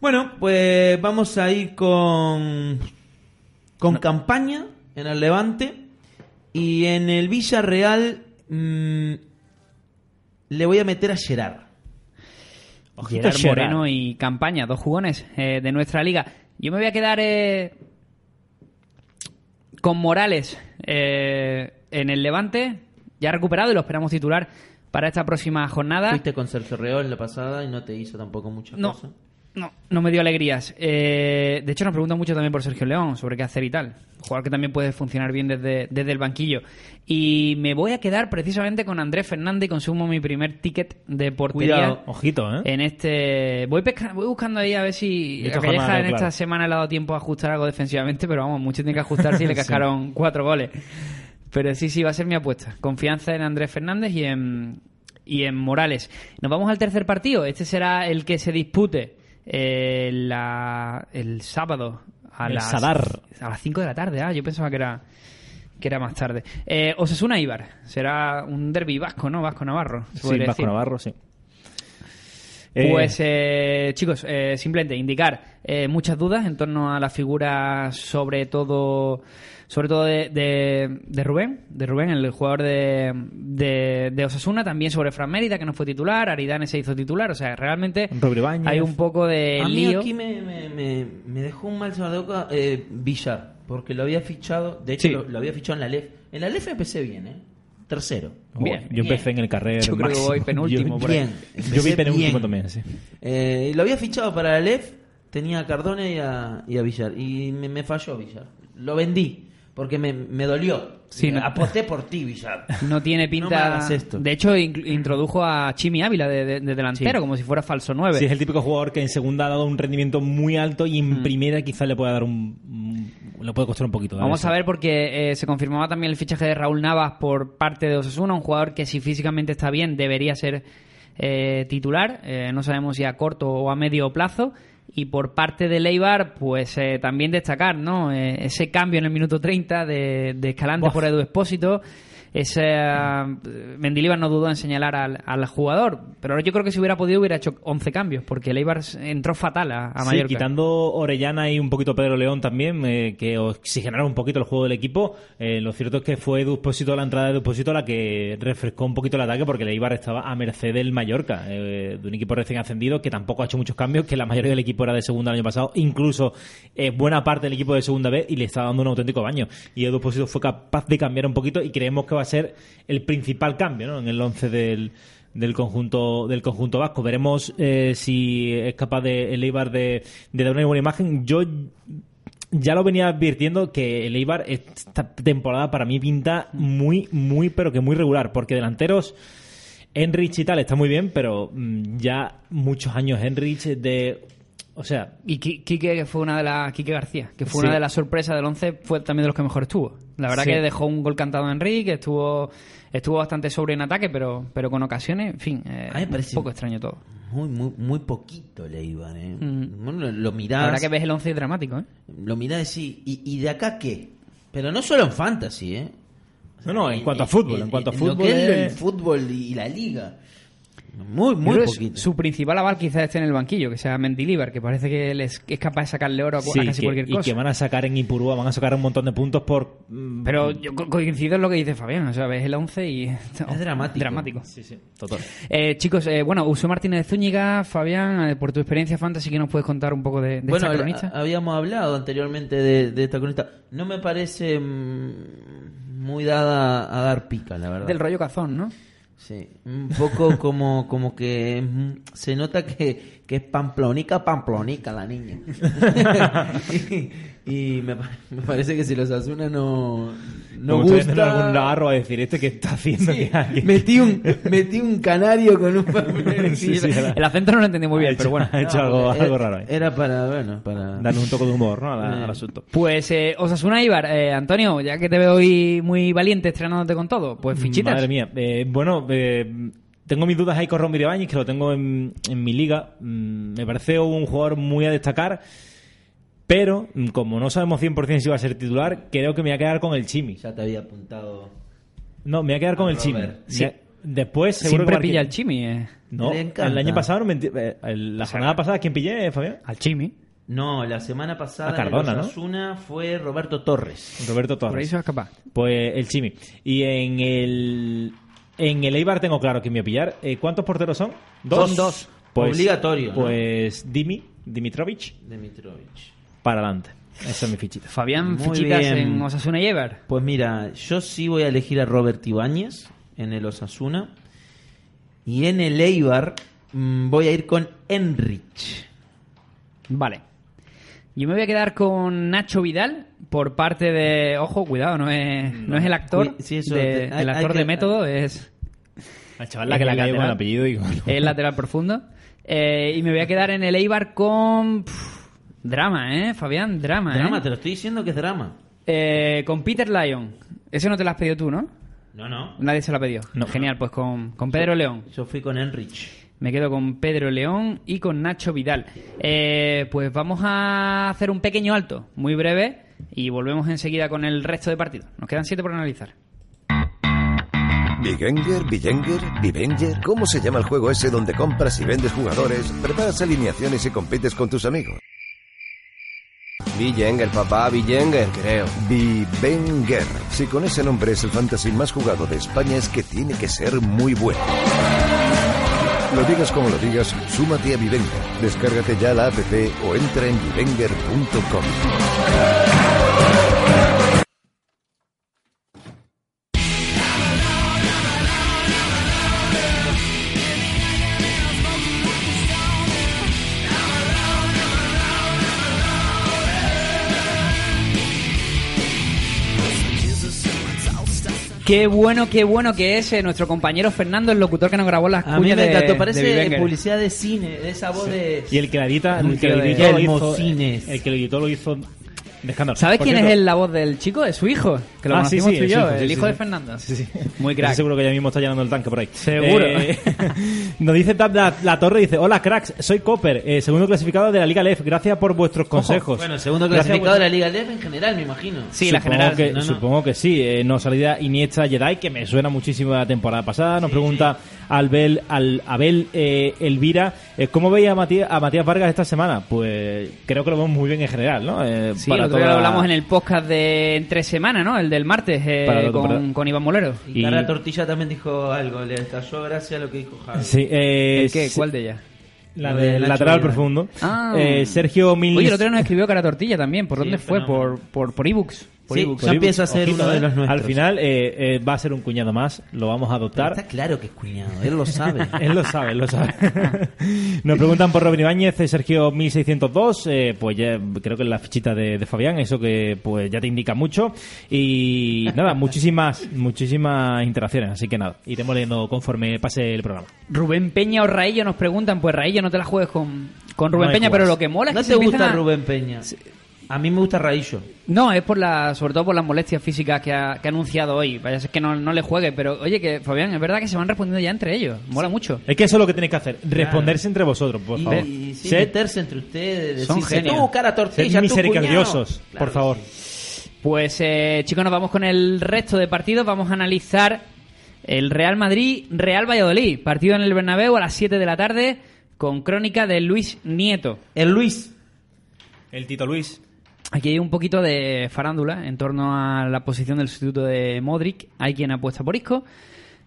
Speaker 5: Bueno, pues vamos a ir con, con campaña en el Levante y en el Villarreal mm, le voy a meter a Gerard.
Speaker 4: Ojito
Speaker 3: Gerard
Speaker 4: Gerard.
Speaker 3: Moreno y Campaña, dos jugones eh, de nuestra liga. Yo me voy a quedar eh, con Morales eh, en el Levante, ya recuperado y lo esperamos titular para esta próxima jornada.
Speaker 5: Fuiste con Sergio Reol la pasada y no te hizo tampoco mucha
Speaker 3: Ah. No,
Speaker 5: cosa.
Speaker 3: no, no me dio alegrías. Eh, de hecho, nos preguntan mucho también por Sergio León, sobre qué hacer y tal. Jugador que también puede funcionar bien desde, desde el banquillo. Y me voy a quedar precisamente con Andrés Fernández y consumo mi primer ticket de portería.
Speaker 5: Cuidado.
Speaker 4: Ojito, ¿eh?
Speaker 3: En este. Voy, pesca- voy buscando ahí a ver si.
Speaker 4: De
Speaker 3: a
Speaker 4: esta
Speaker 3: Calleja
Speaker 4: jornada,
Speaker 3: en
Speaker 4: claro.
Speaker 3: esta semana le ha dado tiempo a ajustar algo defensivamente, pero vamos, mucho tiene que ajustar si le cascaron cuatro goles. Pero sí, sí, va a ser mi apuesta. Confianza en Andrés Fernández y en, y en Morales. Nos vamos al tercer partido. Este será el que se dispute eh, la- el sábado a
Speaker 4: El
Speaker 3: las,
Speaker 4: Sadar.
Speaker 3: A las 5 de la tarde. Ah, yo pensaba que era que era más tarde. Eh, Osasuna Ibar. Será un derby vasco, ¿no? Vasco Navarro. se
Speaker 4: Sí,
Speaker 3: podría
Speaker 4: Vasco
Speaker 3: decir.
Speaker 4: Navarro, sí. Eh,
Speaker 3: Pues eh, chicos, eh, simplemente indicar eh, muchas dudas en torno a la figura, sobre todo, sobre todo de, de- de Rubén, de Rubén, el jugador de, de, de Osasuna, también sobre Fran Mérida que no fue titular, Aridane se hizo titular, o sea, realmente
Speaker 4: Rodri Báñez.
Speaker 3: hay un poco de
Speaker 5: a mí
Speaker 3: lío.
Speaker 5: aquí me, me- me- me dejó un mal sabor de boca eh, Villar, porque lo había fichado, de hecho
Speaker 3: Sí.
Speaker 5: lo, lo había fichado en la LEF. En la LEF empecé bien, ¿eh? Tercero.
Speaker 4: Ojo,
Speaker 3: bien,
Speaker 4: yo empecé en el carrer.
Speaker 3: Yo creo que
Speaker 4: máximo.
Speaker 3: voy penúltimo
Speaker 4: Yo-
Speaker 3: por ahí.
Speaker 5: Bien,
Speaker 4: Yo vi
Speaker 5: empecé
Speaker 4: penúltimo
Speaker 5: bien.
Speaker 4: también, sí.
Speaker 5: Eh, lo había fichado para el EF, tenía a Cardone y a, y a Villar. Y me, me falló Villar. Lo vendí, porque me, me dolió.
Speaker 3: Sí, no-
Speaker 5: Aposté por ti, Villar.
Speaker 3: No tiene
Speaker 5: No me
Speaker 3: pinta.
Speaker 5: hagas esto.
Speaker 3: De hecho, in- introdujo a Chimi Ávila de, de- de delantero,
Speaker 5: Sí.
Speaker 3: como si fuera falso 9.
Speaker 4: Sí, es el típico jugador que en segunda ha dado un rendimiento muy alto y
Speaker 3: Mm.
Speaker 4: en primera quizás le pueda dar un... un- le puede costar un poquito. ¿vale?
Speaker 3: Vamos a ver porque eh, se confirmaba también el fichaje de Raúl Navas por parte de Osasuna, un jugador que si físicamente está bien debería ser eh, titular, eh, no sabemos si a corto o a medio plazo. Y por parte de Leibar, pues eh, también destacar, ¿no? Eh, ese cambio en el minuto 30 de, de Escalante
Speaker 4: Buah.
Speaker 3: por Edu Espósito. Ese, eh, Mendilibar no dudó en señalar al, al jugador, pero yo creo que si hubiera podido hubiera hecho 11 cambios, porque Leibar entró fatal a, a
Speaker 4: Sí,
Speaker 3: Mallorca.
Speaker 4: quitando Orellana y un poquito Pedro León también, eh, que oxigenaron un poquito el juego del equipo, eh, lo cierto es que fue Dupósito la entrada de Dupósito la que refrescó un poquito el ataque porque el Eibar estaba a merced del Mallorca, eh, de un equipo recién ascendido que tampoco ha hecho muchos cambios, que la mayoría del equipo era de segunda el año pasado, incluso eh, buena parte del equipo de segunda B y le estaba dando un auténtico baño. Y Edu Espósito fue capaz de cambiar un poquito y creemos que va a ser el principal cambio ¿no? en el once del del conjunto del conjunto vasco. Veremos eh, si es capaz de el Eibar de, de dar una buena imagen. Yo ya lo venía advirtiendo que el Eibar esta temporada para mí pinta muy, muy, pero que muy regular, porque delanteros Enrich y tal está muy bien, pero mm, ya muchos años Enrich de... O sea,
Speaker 3: Y Qui- Quique, que fue una de las. Quique García, que fue
Speaker 4: Sí.
Speaker 3: una de las sorpresas del 11, fue también de los que mejor estuvo. La verdad
Speaker 4: Sí.
Speaker 3: que dejó un gol cantado a Enrique, estuvo estuvo bastante sobre en ataque, pero pero con ocasiones, en fin, eh,
Speaker 5: A mí me
Speaker 3: un
Speaker 5: parece-
Speaker 3: poco extraño todo.
Speaker 5: Muy, muy, muy poquito le iban, ¿eh?
Speaker 3: Mm.
Speaker 5: Bueno, lo, lo
Speaker 3: La verdad
Speaker 5: mirás,
Speaker 3: que ves el 11 y es dramático, ¿eh?
Speaker 5: lo mirás y sí, ¿y, y de acá qué? Pero no solo en fantasy, ¿eh?
Speaker 4: no, no, en cuanto a fútbol, en cuanto a
Speaker 5: Lo
Speaker 4: fútbol...
Speaker 5: que
Speaker 4: eh,
Speaker 5: es el
Speaker 4: es-
Speaker 5: fútbol y la liga. Muy,
Speaker 3: Yo
Speaker 5: muy
Speaker 3: creo que
Speaker 5: poquito.
Speaker 3: Su principal aval quizás esté en el banquillo, que sea Mendilibar, que parece que les es capaz de sacarle oro a, cu-
Speaker 4: sí,
Speaker 3: a casi
Speaker 4: que-
Speaker 3: cualquier
Speaker 4: y
Speaker 3: cosa.
Speaker 4: que van a sacar en Ipurúa, van a sacar un montón de puntos por... mm,
Speaker 3: Pero yo co- coincido en lo que dice Fabián, o sea, ves el 11 y...
Speaker 5: Es dramático.
Speaker 3: Dramático.
Speaker 4: Sí, sí, total.
Speaker 3: Eh, chicos, eh, bueno, Uso Martínez de Zúñiga, Fabián, eh, por tu experiencia fantasy, que nos puedes contar un poco de, de
Speaker 5: bueno,
Speaker 3: esta
Speaker 5: ha-
Speaker 3: cronista?
Speaker 5: habíamos hablado anteriormente de, de esta cronista. No me parece mm, muy dada a dar pica, la verdad.
Speaker 3: Del rollo cazón, ¿no?
Speaker 5: Sí, un poco como, como que mm, se nota que, que es pamplonica, pamplonica la niña. y y me, pa- me parece que si los Asuna no, no
Speaker 4: Me gustaría tener algún
Speaker 5: gusta...
Speaker 4: narro a decir, ¿este que está haciendo?
Speaker 5: Sí,
Speaker 4: que alguien-
Speaker 5: metí, un, metí un canario con un papel.
Speaker 4: Sí, sí, ahora-
Speaker 3: El acento no lo entendí muy
Speaker 4: Ha
Speaker 3: bien,
Speaker 4: hecho-
Speaker 3: pero bueno. Eh,
Speaker 4: Ha hecho algo,
Speaker 5: Porque
Speaker 4: algo
Speaker 5: era-
Speaker 4: raro ahí.
Speaker 5: Era para, bueno, para...
Speaker 4: Darle un toque de humor ¿no? al,
Speaker 5: Eh.
Speaker 4: al asunto.
Speaker 3: Pues eh, Osasuna Ibar, eh, Antonio, ya que te veo hoy muy valiente estrenándote con todo, pues fichitas.
Speaker 4: Madre mía. Eh, bueno, eh, tengo mis dudas ahí con Ron Miribáñez, que lo tengo en, en mi liga. Mm, me parece un jugador muy a destacar. Pero, mm, como no sabemos 100% si va a ser titular, creo que me voy a quedar con el Chimi.
Speaker 5: Ya te había apuntado...
Speaker 4: No, me voy a quedar con el Chimi.
Speaker 5: Robert.
Speaker 3: Sí.
Speaker 4: Me- Después, seguro
Speaker 3: Siempre
Speaker 4: que marque-
Speaker 3: pilla al Chimi, eh.
Speaker 4: No,
Speaker 5: Le encanta.
Speaker 4: el año pasado, no me enti- eh, el- la jornada pasada, ¿quién pillé, eh, Fabián?
Speaker 3: Al Chimi.
Speaker 5: No, la semana pasada
Speaker 4: A Ah, Cardona,
Speaker 5: en
Speaker 4: ¿no?
Speaker 5: el Osasuna fue Roberto Torres.
Speaker 4: Roberto Torres.
Speaker 3: Por ahí se va capaz.
Speaker 4: Pues el Chimi. Y en el. En el Eibar tengo claro que me voy a pillar. Eh, ¿Cuántos porteros son?
Speaker 5: Dos. Dos. Obligatorio, ¿no?
Speaker 4: Pues Dimi, Dimitrovich,
Speaker 5: Dimitrovich.
Speaker 4: para adelante. Esa es mi fichita.
Speaker 3: Fabián,
Speaker 5: Muy
Speaker 3: fichitas
Speaker 5: bien.
Speaker 3: en Osasuna y Ibar.
Speaker 5: Pues mira, yo sí voy a elegir a Robert Ibáñez en el Osasuna. Y en el Eibar mm, voy a ir con Enrich.
Speaker 3: Vale. Yo me voy a quedar con Nacho Vidal por parte de. Ojo, cuidado, no es, no es el actor.
Speaker 5: Cui- sí, eso
Speaker 3: de-
Speaker 5: te- hay-
Speaker 3: el actor
Speaker 5: hay que-
Speaker 3: de método es.
Speaker 4: La chaval
Speaker 3: la que la cayó con el
Speaker 4: apellido y con...
Speaker 3: Es lateral profundo. Eh, y me voy a quedar en el Eibar con. pf, drama, ¿eh? Fabián, drama, ¿eh?
Speaker 5: Drama, te lo estoy diciendo que es drama.
Speaker 3: Eh, con Peter Lyon. Ese no te lo has pedido tú, ¿no?
Speaker 5: No, no.
Speaker 3: Nadie se lo ha pedido. Genial, pues con, con Pedro León.
Speaker 5: Yo fui con Enrich.
Speaker 3: Me quedo con Pedro León y con Nacho Vidal. Eh, pues vamos a hacer un pequeño alto, muy breve, y volvemos enseguida con el resto de partidos. Nos quedan siete por analizar.
Speaker 1: Vigenger, Vigenger, Vivenger, ¿cómo se llama el juego ese donde compras y vendes jugadores, preparas alineaciones y compites con tus amigos?
Speaker 6: Villenguer, papá, Villenguer, creo.
Speaker 1: Vivenger. Si con ese nombre es el fantasy más jugado de España es que tiene que ser muy bueno. Lo digas como lo digas, súmate a Vivenger. Descárgate ya la app o entra en vivenger.com.
Speaker 3: Qué bueno, qué bueno que es eh, nuestro compañero Fernando, el locutor que nos grabó las
Speaker 5: A mí
Speaker 3: cuñas
Speaker 5: me
Speaker 3: de,
Speaker 5: encantó.
Speaker 3: de
Speaker 5: Parece
Speaker 3: Bivenger.
Speaker 5: publicidad de cine, de esa voz de...
Speaker 4: Y el que la edita, el que lo
Speaker 3: Tío de
Speaker 4: editó lo hizo-
Speaker 5: Hermosines.
Speaker 4: el que lo editó lo hizo de escándalo.
Speaker 3: ¿Sabes
Speaker 4: Por
Speaker 3: quién
Speaker 4: cierto-
Speaker 3: es el, la voz del chico? Es su hijo, que lo
Speaker 4: Ah, sí,
Speaker 3: conocimos
Speaker 4: sí,
Speaker 3: tú y
Speaker 4: es
Speaker 3: yo,
Speaker 4: hijo, sí,
Speaker 3: el
Speaker 4: sí,
Speaker 3: hijo
Speaker 4: sí.
Speaker 3: de Fernando.
Speaker 4: Sí, sí.
Speaker 3: Muy crack.
Speaker 4: Estoy seguro que ya mismo está llenando el tanque por ahí.
Speaker 3: Seguro.
Speaker 4: Eh, nos dice Tab la, la Torre, dice, hola cracks, soy Copper, eh, segundo clasificado de la Liga LEF, gracias por vuestros consejos.
Speaker 5: Bueno, segundo
Speaker 4: Gracias a
Speaker 5: clasificado de la Liga LEF en general, me imagino.
Speaker 3: Sí, la
Speaker 4: supongo
Speaker 3: general,
Speaker 4: Que,
Speaker 5: no, no.
Speaker 4: Supongo que sí. Eh, nos salida Iniesta Jedi, que me suena muchísimo a la temporada pasada. Nos pregunta Albel, al, Abel eh, Elvira, eh, ¿cómo veis a Matías, a Matías Vargas esta semana? Pues creo que lo vemos muy bien en general, ¿no? Eh,
Speaker 3: Sí, el otro día
Speaker 4: toda-
Speaker 3: lo hablamos en el podcast de entre semana, ¿no? El del martes eh,
Speaker 4: Para todo,
Speaker 3: con,
Speaker 4: para-
Speaker 3: con Iván Molero.
Speaker 5: Y,
Speaker 4: Y-
Speaker 5: Carla Tortilla también dijo algo, le estalló gracias a lo que dijo Javi.
Speaker 4: Sí, eh,
Speaker 3: ¿El qué?
Speaker 4: se-
Speaker 3: ¿Cuál de ellas?
Speaker 4: La
Speaker 5: Lo
Speaker 4: del
Speaker 5: de Nacho
Speaker 4: lateral
Speaker 5: Vidal.
Speaker 4: profundo.
Speaker 3: Ah.
Speaker 4: Eh, Sergio Mil.
Speaker 3: Oye, el otro día nos escribió Cara Tortilla también. ¿Por
Speaker 5: Sí,
Speaker 3: dónde fue?
Speaker 5: fenómeno.
Speaker 3: Por, por, por ebooks. Por
Speaker 5: Sí,
Speaker 3: ebooks.
Speaker 5: ya empieza a ser
Speaker 4: Ojito,
Speaker 5: uno de
Speaker 4: eh.
Speaker 5: los nuestros.
Speaker 4: Al final eh, eh, va a ser un cuñado más, lo vamos a
Speaker 5: Pero
Speaker 4: adoptar.
Speaker 5: está claro que es cuñado, él lo sabe.
Speaker 4: Él lo sabe, él lo sabe. Nos preguntan por Robin Ibáñez, eh, Sergio 1602. eh, pues ya creo que es la fichita de, de Fabián, eso que pues ya te indica mucho. Y nada, muchísimas, muchísimas interacciones. Así que nada, iremos leyendo conforme pase el programa.
Speaker 3: Rubén Peña o Raillo nos preguntan. Pues Raillo no te la juegues con, con Rubén
Speaker 4: No hay
Speaker 3: Peña,
Speaker 4: jugas.
Speaker 3: pero lo que mola es
Speaker 5: ¿No
Speaker 3: que
Speaker 5: te
Speaker 3: se
Speaker 5: gusta
Speaker 3: empiezan a-
Speaker 5: Rubén Peña? A mí me gusta Raillo.
Speaker 3: No, es por la, sobre todo por las molestias físicas que ha, que ha anunciado hoy. Vaya, es que no, no le juegue, pero oye, que Fabián, es verdad que se van respondiendo ya entre ellos. Mola mucho.
Speaker 4: Es que eso es lo que tenéis que hacer, responderse entre vosotros, por
Speaker 5: Y,
Speaker 4: favor.
Speaker 5: y sí,
Speaker 4: Sed-
Speaker 5: meterse entre ustedes,
Speaker 3: Son
Speaker 5: decirse,
Speaker 3: genios.
Speaker 5: tú, cara tortilla,
Speaker 4: sed
Speaker 5: tú,
Speaker 4: misericordiosos,
Speaker 5: cuñado.
Speaker 4: por favor.
Speaker 3: Pues eh, chicos, nos vamos con el resto de partidos. Vamos a analizar el Real Madrid, Real Valladolid. Partido en el Bernabéu a las 7 de la tarde con crónica de Luis Nieto.
Speaker 5: El Luis.
Speaker 4: El Tito Luis.
Speaker 3: Aquí hay un poquito de farándula en torno a la posición del sustituto de Modric. Hay quien apuesta por Isco.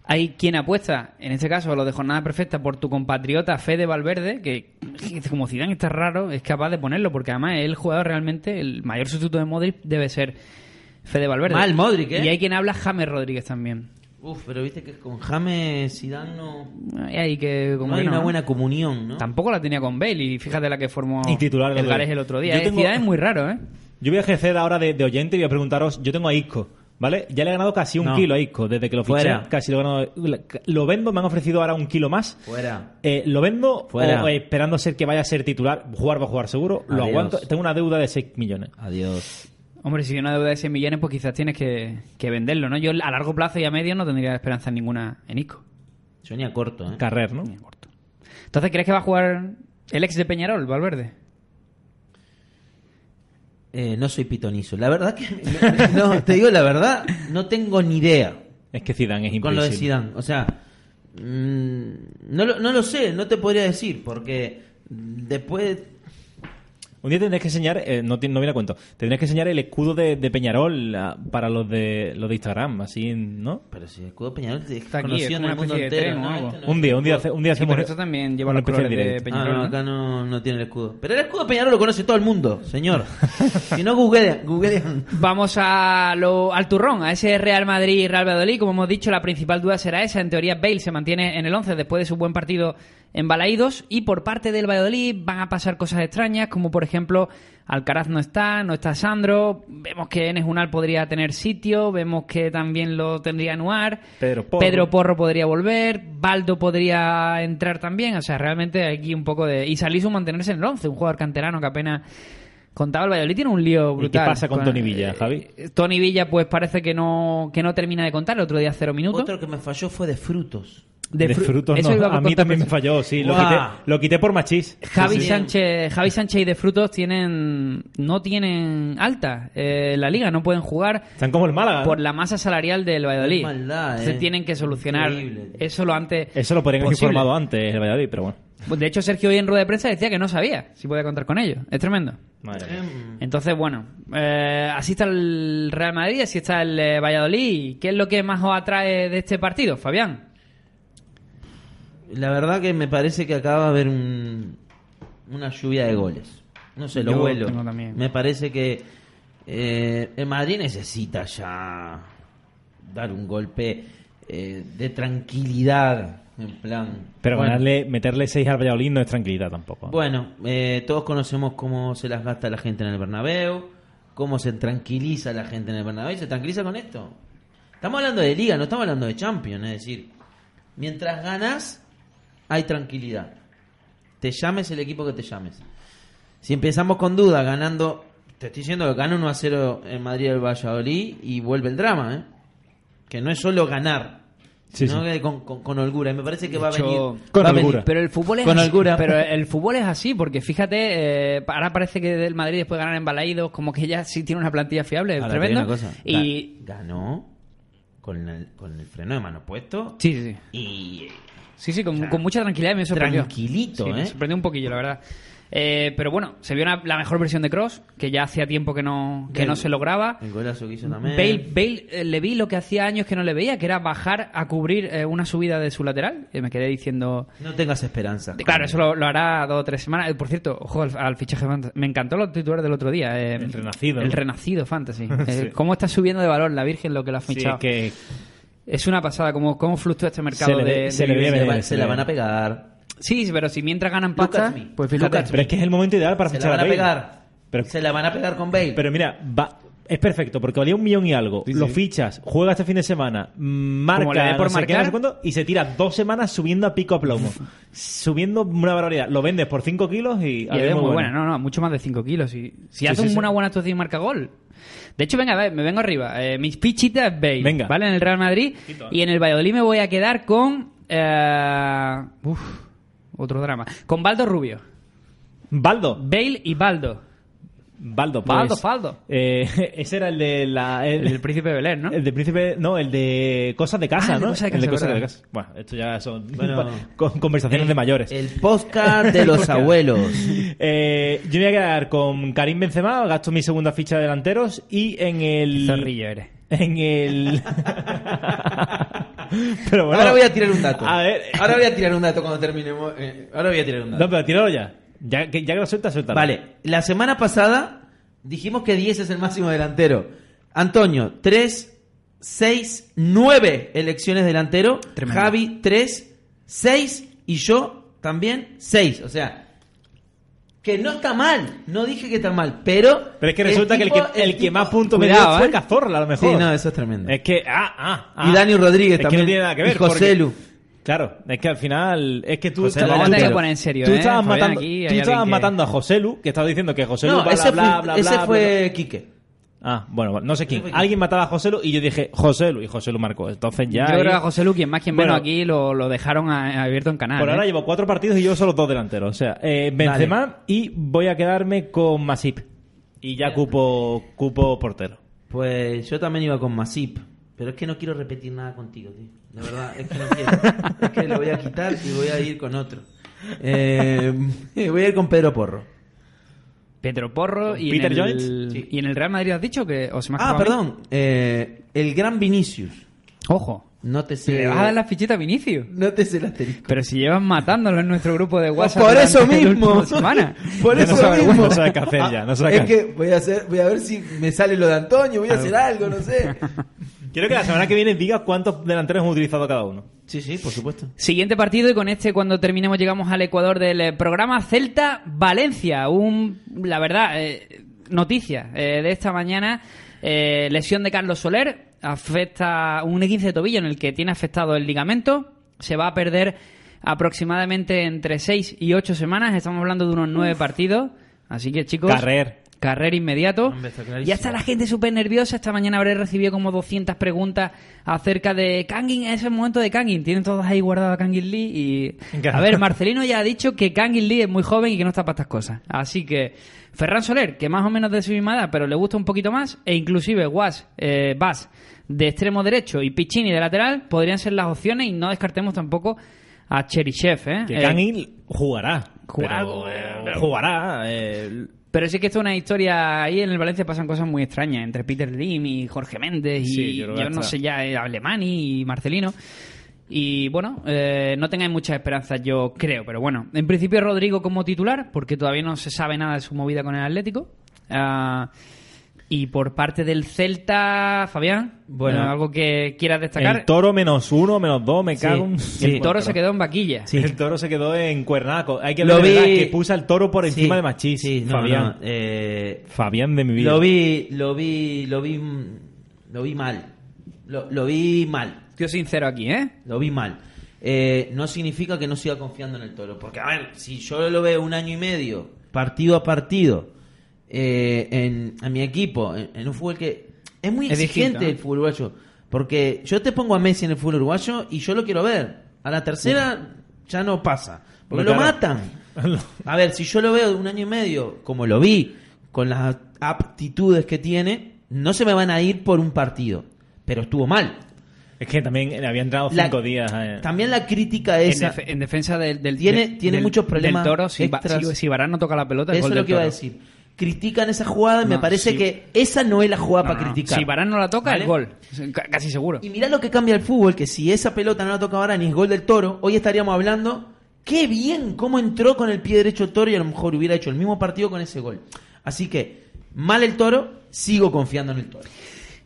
Speaker 3: Hay quien apuesta, en este caso, lo de jornada perfecta por tu compatriota Fede Valverde, que como Zidane está raro, es capaz de ponerlo, porque además el jugador realmente, el mayor sustituto de Modric debe ser Fede Valverde.
Speaker 5: Mal Modric, ¿eh?
Speaker 3: Y hay quien habla James Rodríguez también.
Speaker 5: Uf, pero viste que con James Zidane no,
Speaker 3: Y hay que, como
Speaker 5: no
Speaker 3: que
Speaker 5: hay
Speaker 3: no,
Speaker 5: una
Speaker 3: ¿no?
Speaker 5: buena comunión, ¿no?
Speaker 3: Tampoco la tenía con Bale y fíjate la que formó
Speaker 4: Y titular de
Speaker 3: el
Speaker 4: Bale.
Speaker 3: Gales el otro día.
Speaker 4: Yo
Speaker 3: Eh,
Speaker 4: tengo-
Speaker 3: Zidane es muy raro, ¿eh?
Speaker 4: Yo voy a ejercer ahora de, de oyente y voy a preguntaros, yo tengo a Isco, ¿vale? Ya le he ganado casi un
Speaker 5: No.
Speaker 4: kilo a Isco, desde que lo fiché,
Speaker 5: Fuera.
Speaker 4: casi lo he ganado. Lo vendo, me han ofrecido ahora un kilo más.
Speaker 5: Fuera.
Speaker 4: Eh, lo vendo
Speaker 5: Fuera.
Speaker 4: o, eh, esperando ser que vaya a ser titular, jugar va a jugar seguro, lo
Speaker 5: Adiós.
Speaker 4: aguanto, tengo una deuda de 6 millones.
Speaker 5: Adiós.
Speaker 3: Hombre, si tiene una deuda de 6 millones, pues quizás tienes que, que venderlo, ¿no? Yo a largo plazo y a medio no tendría esperanza ninguna en Isco.
Speaker 5: Yo ni a corto, ¿eh?
Speaker 4: Carrer, ¿no?
Speaker 3: Entonces, ¿crees que va a jugar el ex de Peñarol, Valverde?
Speaker 5: Eh, no soy pitonizo. La verdad que... no, te digo la verdad, no tengo ni idea.
Speaker 4: Es que Zidane es
Speaker 5: con lo de
Speaker 4: imprevisible.
Speaker 5: Zidane. O sea, mm, no, lo, no lo sé, no te podría decir, porque después...
Speaker 4: Un día tendréis que enseñar, eh, no, ti- no viene a cuento, tendréis que enseñar el escudo de, de Peñarol ah, para los de, los de Instagram, así, ¿no?
Speaker 5: Pero si el escudo Peñarol es
Speaker 3: Está aquí, es
Speaker 5: conocido en
Speaker 3: como
Speaker 5: el
Speaker 3: una
Speaker 5: mundo
Speaker 3: especie de
Speaker 5: entero.
Speaker 3: tren o
Speaker 5: ¿no?
Speaker 3: algo.
Speaker 5: Este no
Speaker 4: Un
Speaker 5: es
Speaker 4: día,
Speaker 5: el
Speaker 4: un día,
Speaker 5: escudo.
Speaker 4: hace- un día
Speaker 3: Sí,
Speaker 4: hacemos
Speaker 3: pero esto también lleva
Speaker 4: una
Speaker 3: los
Speaker 4: especial
Speaker 3: colores de
Speaker 4: directo.
Speaker 3: Peñarol.
Speaker 5: Ah, no,
Speaker 3: ¿no?
Speaker 5: acá no, no tiene el escudo. Pero el escudo de Peñarol lo conoce todo el mundo, señor. Si no, googlean. googlean.
Speaker 3: Vamos a lo- al turrón, a ese Real Madrid y Real Valladolid. Como hemos dicho, la principal duda será esa. En teoría, Bale se mantiene en el 11 después de su buen partido en Balaídos. Y por parte del Valladolid van a pasar cosas extrañas, como por ejemplo, Alcaraz no está, no está Sandro. Vemos que Enes Unal podría tener sitio, vemos que también lo tendría Anuar.
Speaker 4: Pedro Porro.
Speaker 3: podría volver, Baldo podría entrar también. O sea, realmente aquí un poco de. Y Salisu mantenerse en el 11, un jugador canterano que apenas. Contaba el Valladolid, tiene un lío
Speaker 4: ¿Y
Speaker 3: brutal. eh,
Speaker 4: qué pasa con Tony Villa, Javi?
Speaker 3: Tony Villa, pues parece que no, que no termina de contar. El otro día cero minutos.
Speaker 5: Otro que me falló fue de frutos.
Speaker 4: De,
Speaker 3: fru-
Speaker 4: frutos
Speaker 3: Eso
Speaker 4: no.
Speaker 3: iba
Speaker 4: A mí
Speaker 3: contar
Speaker 4: también me
Speaker 3: precisamente.
Speaker 4: falló, sí. Lo
Speaker 5: Guau.
Speaker 4: quité, lo quité por machis.
Speaker 3: Javi
Speaker 5: Sí, sí.
Speaker 3: Sánchez, Javi Sánchez y De Frutos tienen, no tienen alta eh, la liga, no pueden jugar
Speaker 4: Están como el Málaga. ¿no?
Speaker 3: por la masa salarial del Valladolid.
Speaker 5: Ah. Qué maldad,
Speaker 3: Entonces
Speaker 5: eh.
Speaker 3: tienen que solucionar
Speaker 5: Increíble.
Speaker 3: eso lo antes.
Speaker 4: Eso lo podrían haber
Speaker 3: posible.
Speaker 4: informado antes el Valladolid, pero bueno.
Speaker 3: Pues, De hecho, Sergio hoy en rueda de prensa decía que no sabía si podía contar con ellos. Es tremendo.
Speaker 4: Madre mía.
Speaker 5: Em,
Speaker 3: Entonces, bueno, eh, así está el Real Madrid, así está el eh, Valladolid. ¿Qué es lo que más os atrae de este partido, Fabián?
Speaker 5: La verdad que me parece que acaba de haber un- una lluvia de goles. No sé, lo
Speaker 3: Yo
Speaker 5: vuelo.
Speaker 3: tengo también.
Speaker 5: Me parece que eh, el Madrid necesita ya dar un golpe eh, de tranquilidad. En plan.
Speaker 4: Pero
Speaker 5: bueno,
Speaker 4: ganarle, meterle 6 al Valladolid no es tranquilidad tampoco.
Speaker 5: Bueno, eh, todos conocemos cómo se las gasta la gente en el Bernabéu, cómo se tranquiliza la gente en el Bernabéu, se tranquiliza con esto. Estamos hablando de liga, no estamos hablando de Champions, es decir, mientras ganas hay tranquilidad. Te llames el equipo que te llames. Si empezamos con duda ganando Te estoy diciendo que gana 1 a 0 en Madrid el Valladolid y vuelve el drama, ¿eh? Que no es solo ganar,
Speaker 4: Sí,
Speaker 5: sino
Speaker 4: sí.
Speaker 5: que con, con- con holgura. Y me parece que
Speaker 3: De
Speaker 5: va
Speaker 3: hecho,
Speaker 5: a venir.
Speaker 4: con
Speaker 5: va a
Speaker 4: holgura.
Speaker 5: venir.
Speaker 3: Pero el fútbol es
Speaker 5: Con
Speaker 3: así,
Speaker 5: holgura.
Speaker 3: pero el fútbol es así, porque fíjate, eh, ahora parece que del Madrid después de ganar en Balaídos, como que ya sí tiene una plantilla fiable,
Speaker 5: Ahora, te digo
Speaker 3: tremendo.
Speaker 5: una cosa.
Speaker 3: Y
Speaker 5: Ga- ganó con el, con el freno de mano puesto
Speaker 3: sí, sí,
Speaker 5: y eh,
Speaker 3: sí, sí, con, con mucha tranquilidad me sorprendió.
Speaker 5: Tranquilito,
Speaker 3: Sí, me
Speaker 5: ¿eh?
Speaker 3: sorprendió un poquillo, la verdad. Eh, pero bueno, se vio una- la mejor versión de Cross, que ya hacía tiempo que no que
Speaker 5: Del-
Speaker 3: no se lograba.
Speaker 5: el golazo que hizo también.
Speaker 3: Bale, Bale, eh, le vi lo que hacía años que no le veía, que era bajar a cubrir eh, una subida de su lateral. Y me quedé diciendo,
Speaker 5: No tengas esperanzas.
Speaker 3: Claro,
Speaker 5: con-
Speaker 3: eso lo, lo hará dos o tres semanas. Eh, Por cierto, ojo al, al fichaje fantasy. Me encantó los titulares del otro día. eh,
Speaker 4: El renacido.
Speaker 3: El renacido fantasy. Eh,
Speaker 4: Sí.
Speaker 3: ¿Cómo está subiendo de valor la Virgen lo que lo ha
Speaker 4: Sí,
Speaker 3: fichado?
Speaker 4: que
Speaker 3: Es una pasada cómo, cómo fluctúa este mercado
Speaker 4: Se le ve-
Speaker 3: de...
Speaker 4: se
Speaker 3: de
Speaker 4: le ve
Speaker 5: Se,
Speaker 3: libres.
Speaker 5: la
Speaker 4: venir,
Speaker 5: van-
Speaker 4: se
Speaker 5: se
Speaker 4: le
Speaker 5: la
Speaker 4: ve.
Speaker 5: van a pegar.
Speaker 3: Sí, pero si mientras ganan
Speaker 5: Look
Speaker 3: pasta...
Speaker 5: at me.
Speaker 3: Pues fíjate.
Speaker 5: Look at
Speaker 4: Pero es que es el momento ideal para
Speaker 5: Se la
Speaker 4: fichar
Speaker 5: van a
Speaker 4: Bale.
Speaker 5: pegar.
Speaker 4: Pero,
Speaker 5: Se la van a pegar con Bale.
Speaker 4: pero mira, va, es perfecto porque valía un millón y algo. lo fichas, juega este fin de semana, marca,
Speaker 3: Como le dé por
Speaker 4: no sé qué,
Speaker 3: marcar.
Speaker 4: no sé cuánto, y se tira dos semanas subiendo a pico a plomo. subiendo una barbaridad. Lo vendes por 5 kilos y...
Speaker 3: Y
Speaker 4: a
Speaker 3: es
Speaker 4: ver,
Speaker 3: muy buena,
Speaker 4: bueno.
Speaker 3: no, no, mucho más de 5 kilos. Y, si hace
Speaker 4: sí, sí.
Speaker 3: una buena actuación y marca gol. De hecho, venga, a ver, me vengo arriba. Eh, mis pichitas es Bale,
Speaker 4: Venga.
Speaker 3: ¿vale? En el Real Madrid. Y en el Valladolid me voy a quedar con... eh, uf, otro drama. Con Baldo Rubio.
Speaker 4: Baldo.
Speaker 3: Bale y Baldo.
Speaker 4: Baldo, pues,
Speaker 3: Baldo, Faldo.
Speaker 4: eh, ese era el de la...
Speaker 3: El, del príncipe de Belén, ¿no?
Speaker 4: El de príncipe, no, el de cosas de casa,
Speaker 3: Ah, el de
Speaker 4: ¿no?
Speaker 3: cosas de
Speaker 4: el de
Speaker 3: casa,
Speaker 4: cosas de
Speaker 3: ¿verdad?
Speaker 4: casa. Bueno, esto ya son
Speaker 5: Bueno.
Speaker 4: con- conversaciones de mayores.
Speaker 5: El podcast de los abuelos.
Speaker 4: Eh, yo me voy a quedar con Karim Benzema, gasto mi segunda ficha de delanteros y en el
Speaker 3: Zorrillo eres.
Speaker 4: en el Pero bueno,
Speaker 5: ahora voy a tirar un dato.
Speaker 4: A ver,
Speaker 5: Ahora voy a tirar un dato cuando terminemos. eh, ahora voy a tirar un dato.
Speaker 4: no, pero tíralo ya. Ya que, ya que lo sueltas, suéltalo.
Speaker 5: Vale, la semana pasada dijimos que 10 es el máximo delantero. Antonio, 3, 6, 9 elecciones delantero.
Speaker 3: Tremendo.
Speaker 5: Javi, 3, 6 y yo también 6. O sea, que no está mal. No dije que está mal, pero...
Speaker 4: Pero es que resulta que el
Speaker 5: tipo-
Speaker 4: que, el que
Speaker 5: tipo-
Speaker 4: más puntos me
Speaker 3: Cuidado,
Speaker 4: dio fue
Speaker 3: ¿eh?
Speaker 4: Cazorla, a lo mejor.
Speaker 5: Sí, no, eso es tremendo.
Speaker 4: Es que, ah, ah, ah.
Speaker 5: Y Dani Rodríguez
Speaker 4: Es que
Speaker 5: también.
Speaker 4: no tiene nada que ver.
Speaker 5: Y Joselu.
Speaker 4: Claro, es que al final. Es que tú.
Speaker 5: Joselu
Speaker 4: estabas-
Speaker 5: Vamos a tener que
Speaker 4: tú-
Speaker 3: poner en serio,
Speaker 4: tú
Speaker 3: ¿eh?
Speaker 4: estabas
Speaker 3: Fabián,
Speaker 4: matando,
Speaker 3: aquí
Speaker 4: tú
Speaker 3: hay
Speaker 4: estabas
Speaker 3: alguien que-
Speaker 4: matando a Joselu, que estaba diciendo que Joselu.
Speaker 5: No,
Speaker 4: bla,
Speaker 5: ese,
Speaker 4: bla,
Speaker 5: fue,
Speaker 4: bla, bla,
Speaker 5: ese
Speaker 4: bla,
Speaker 5: fue Quique.
Speaker 4: bla. Ah, bueno, bueno, no sé quién.
Speaker 5: fue Quique.
Speaker 4: Alguien mataba a Joselu y yo dije Joselu. Y Joselu marcó. Entonces ya.
Speaker 3: Yo
Speaker 4: ahí-
Speaker 3: creo que a José Lu, quien más, quien menos
Speaker 4: Bueno.
Speaker 3: aquí, lo, lo dejaron a- abierto en canal.
Speaker 4: Por
Speaker 3: ¿eh?
Speaker 4: ahora llevo cuatro partidos y yo solo dos delanteros. O sea, eh, Benzema y voy a quedarme con Masip. Y ya cupo, cupo portero.
Speaker 5: Pues yo también iba con Masip. Pero es que no quiero repetir nada contigo, tío. De verdad, es que no quiero. es que lo voy a quitar y voy a ir con otro. Eh, voy a ir con Pedro Porro.
Speaker 3: Pedro Porro y,
Speaker 4: Peter
Speaker 3: en el,
Speaker 4: Jones.
Speaker 5: Sí.
Speaker 3: y en el Real Madrid has dicho que... o se me ha
Speaker 5: Ah,
Speaker 3: escapado a mí.
Speaker 5: perdón. eh, el gran Vinicius.
Speaker 3: Ojo.
Speaker 5: No te sé.
Speaker 3: Le vas a dar la fichita a Vinicius.
Speaker 5: No te sé el asterisco.
Speaker 3: Pero si llevan matándolo en nuestro grupo de WhatsApp
Speaker 5: por
Speaker 3: durante
Speaker 5: eso
Speaker 3: la
Speaker 5: mismo. Pues
Speaker 3: última semana.
Speaker 5: Por
Speaker 4: Ya
Speaker 5: eso
Speaker 4: no sabe,
Speaker 5: mismo.
Speaker 4: no sabe qué hacer ya, no sabe qué
Speaker 5: es que voy a, hacer, voy a ver si me sale lo de Antonio, voy a hacer algo, no sé.
Speaker 4: Quiero que la semana que viene digas cuántos delanteros hemos utilizado cada uno.
Speaker 5: Sí, sí, por supuesto.
Speaker 3: Siguiente partido y con este cuando terminemos llegamos al Ecuador del eh, programa Celta Valencia. Un, la verdad, eh, noticia eh, de esta mañana, eh, lesión de Carlos Soler, afecta un E15 de tobillo en el que tiene afectado el ligamento, se va a perder aproximadamente entre 6 y 8 semanas, estamos hablando de unos 9 partidos, así que chicos...
Speaker 4: Carrer.
Speaker 3: Carrer inmediato.
Speaker 5: Hombre, está clarísimo.
Speaker 3: ya está la gente súper nerviosa. Esta mañana habré recibido como 200 preguntas acerca de Kangin. Es el momento de Kangin. Tienen todas ahí guardado a Kangin Lee. Y...
Speaker 4: Claro.
Speaker 3: A ver, Marcelino ya ha dicho que Kangin Lee es muy joven y que no está para estas cosas. Así que Ferran Soler, que más o menos de su misma edad, pero le gusta un poquito más. E inclusive Guas, eh, Bas de extremo derecho y Pichini de lateral podrían ser las opciones. Y no descartemos tampoco a Cherichev. ¿eh?
Speaker 4: Que
Speaker 3: Eh,
Speaker 4: Kangin jugará.
Speaker 5: Ah,
Speaker 3: jugará,
Speaker 4: pero,
Speaker 3: eh,
Speaker 4: pero jugará. eh,
Speaker 3: Pero sí que esto es una historia. Ahí en el Valencia pasan cosas muy extrañas entre Peter Lim y Jorge Méndez y
Speaker 4: Sí, yo
Speaker 3: yo,
Speaker 4: creo que
Speaker 3: no
Speaker 4: está-
Speaker 3: sé ya, eh, Alemani y Marcelino. Y bueno, eh, no tengáis muchas esperanzas, yo creo. Pero bueno, en principio Rodrigo como titular, porque todavía no se sabe nada de su movida con el Atlético. Ah, y por parte del Celta, Fabián,
Speaker 5: Bueno.
Speaker 3: bueno, algo que quieras destacar.
Speaker 4: el toro menos uno, menos dos, me
Speaker 3: Sí,
Speaker 4: cago en-
Speaker 3: el toro se quedó en vaquilla.
Speaker 4: Sí. El toro se quedó en Cuernaco. Hay que
Speaker 5: Lo
Speaker 4: ver de
Speaker 5: vi-
Speaker 4: verdad, que puso al toro por
Speaker 5: Sí,
Speaker 4: encima de Machís.
Speaker 5: Sí, no,
Speaker 4: Fabián.
Speaker 5: no, eh,
Speaker 4: Fabián de mi vida.
Speaker 5: Lo vi, lo vi, lo vi, mm, lo vi mal. Lo, lo vi mal,
Speaker 3: Yo sincero aquí, ¿eh?
Speaker 5: lo vi mal. Eh, no significa que no siga confiando en el toro, porque a ver, si yo lo veo un año y medio, partido a partido, eh, en, a mi equipo, en, en un fútbol que es muy
Speaker 3: Es
Speaker 5: exigente
Speaker 3: distinto, ¿eh?
Speaker 5: el fútbol uruguayo. Porque yo te pongo a Messi en el fútbol uruguayo y yo lo quiero ver. A la tercera ya no pasa. Porque
Speaker 4: Claro.
Speaker 5: lo matan. A ver, si yo lo veo de un año y medio, como lo vi, con las aptitudes que tiene, no se me van a ir por un partido. Pero estuvo mal.
Speaker 4: Es que también le había entrado
Speaker 5: La-
Speaker 4: cinco días. eh.
Speaker 5: También la crítica
Speaker 3: En,
Speaker 5: esa.
Speaker 3: def- en defensa del, del
Speaker 5: Tiene-
Speaker 3: del-
Speaker 5: tiene
Speaker 3: del-
Speaker 5: muchos problemas
Speaker 3: del toro si, Ba-
Speaker 5: extras.
Speaker 3: si, si Varane no toca la pelota el
Speaker 5: Eso
Speaker 3: gol
Speaker 5: es lo
Speaker 3: del
Speaker 5: que iba a
Speaker 3: Toro.
Speaker 5: decir. Critican esa jugada y me
Speaker 3: No,
Speaker 5: parece
Speaker 3: sí.
Speaker 5: que esa no es la jugada
Speaker 3: No,
Speaker 5: para
Speaker 3: no, no.
Speaker 5: criticar.
Speaker 3: Si Varane no la toca
Speaker 5: ¿Vale?
Speaker 3: el gol C- casi seguro
Speaker 5: Y mirá lo que cambia el fútbol, que si esa pelota no la toca ahora ni es gol del Toro, hoy estaríamos hablando, qué bien, cómo entró con el pie derecho el Toro y a lo mejor hubiera hecho el mismo partido con ese gol. Así que, mal el Toro, sigo confiando en el Toro.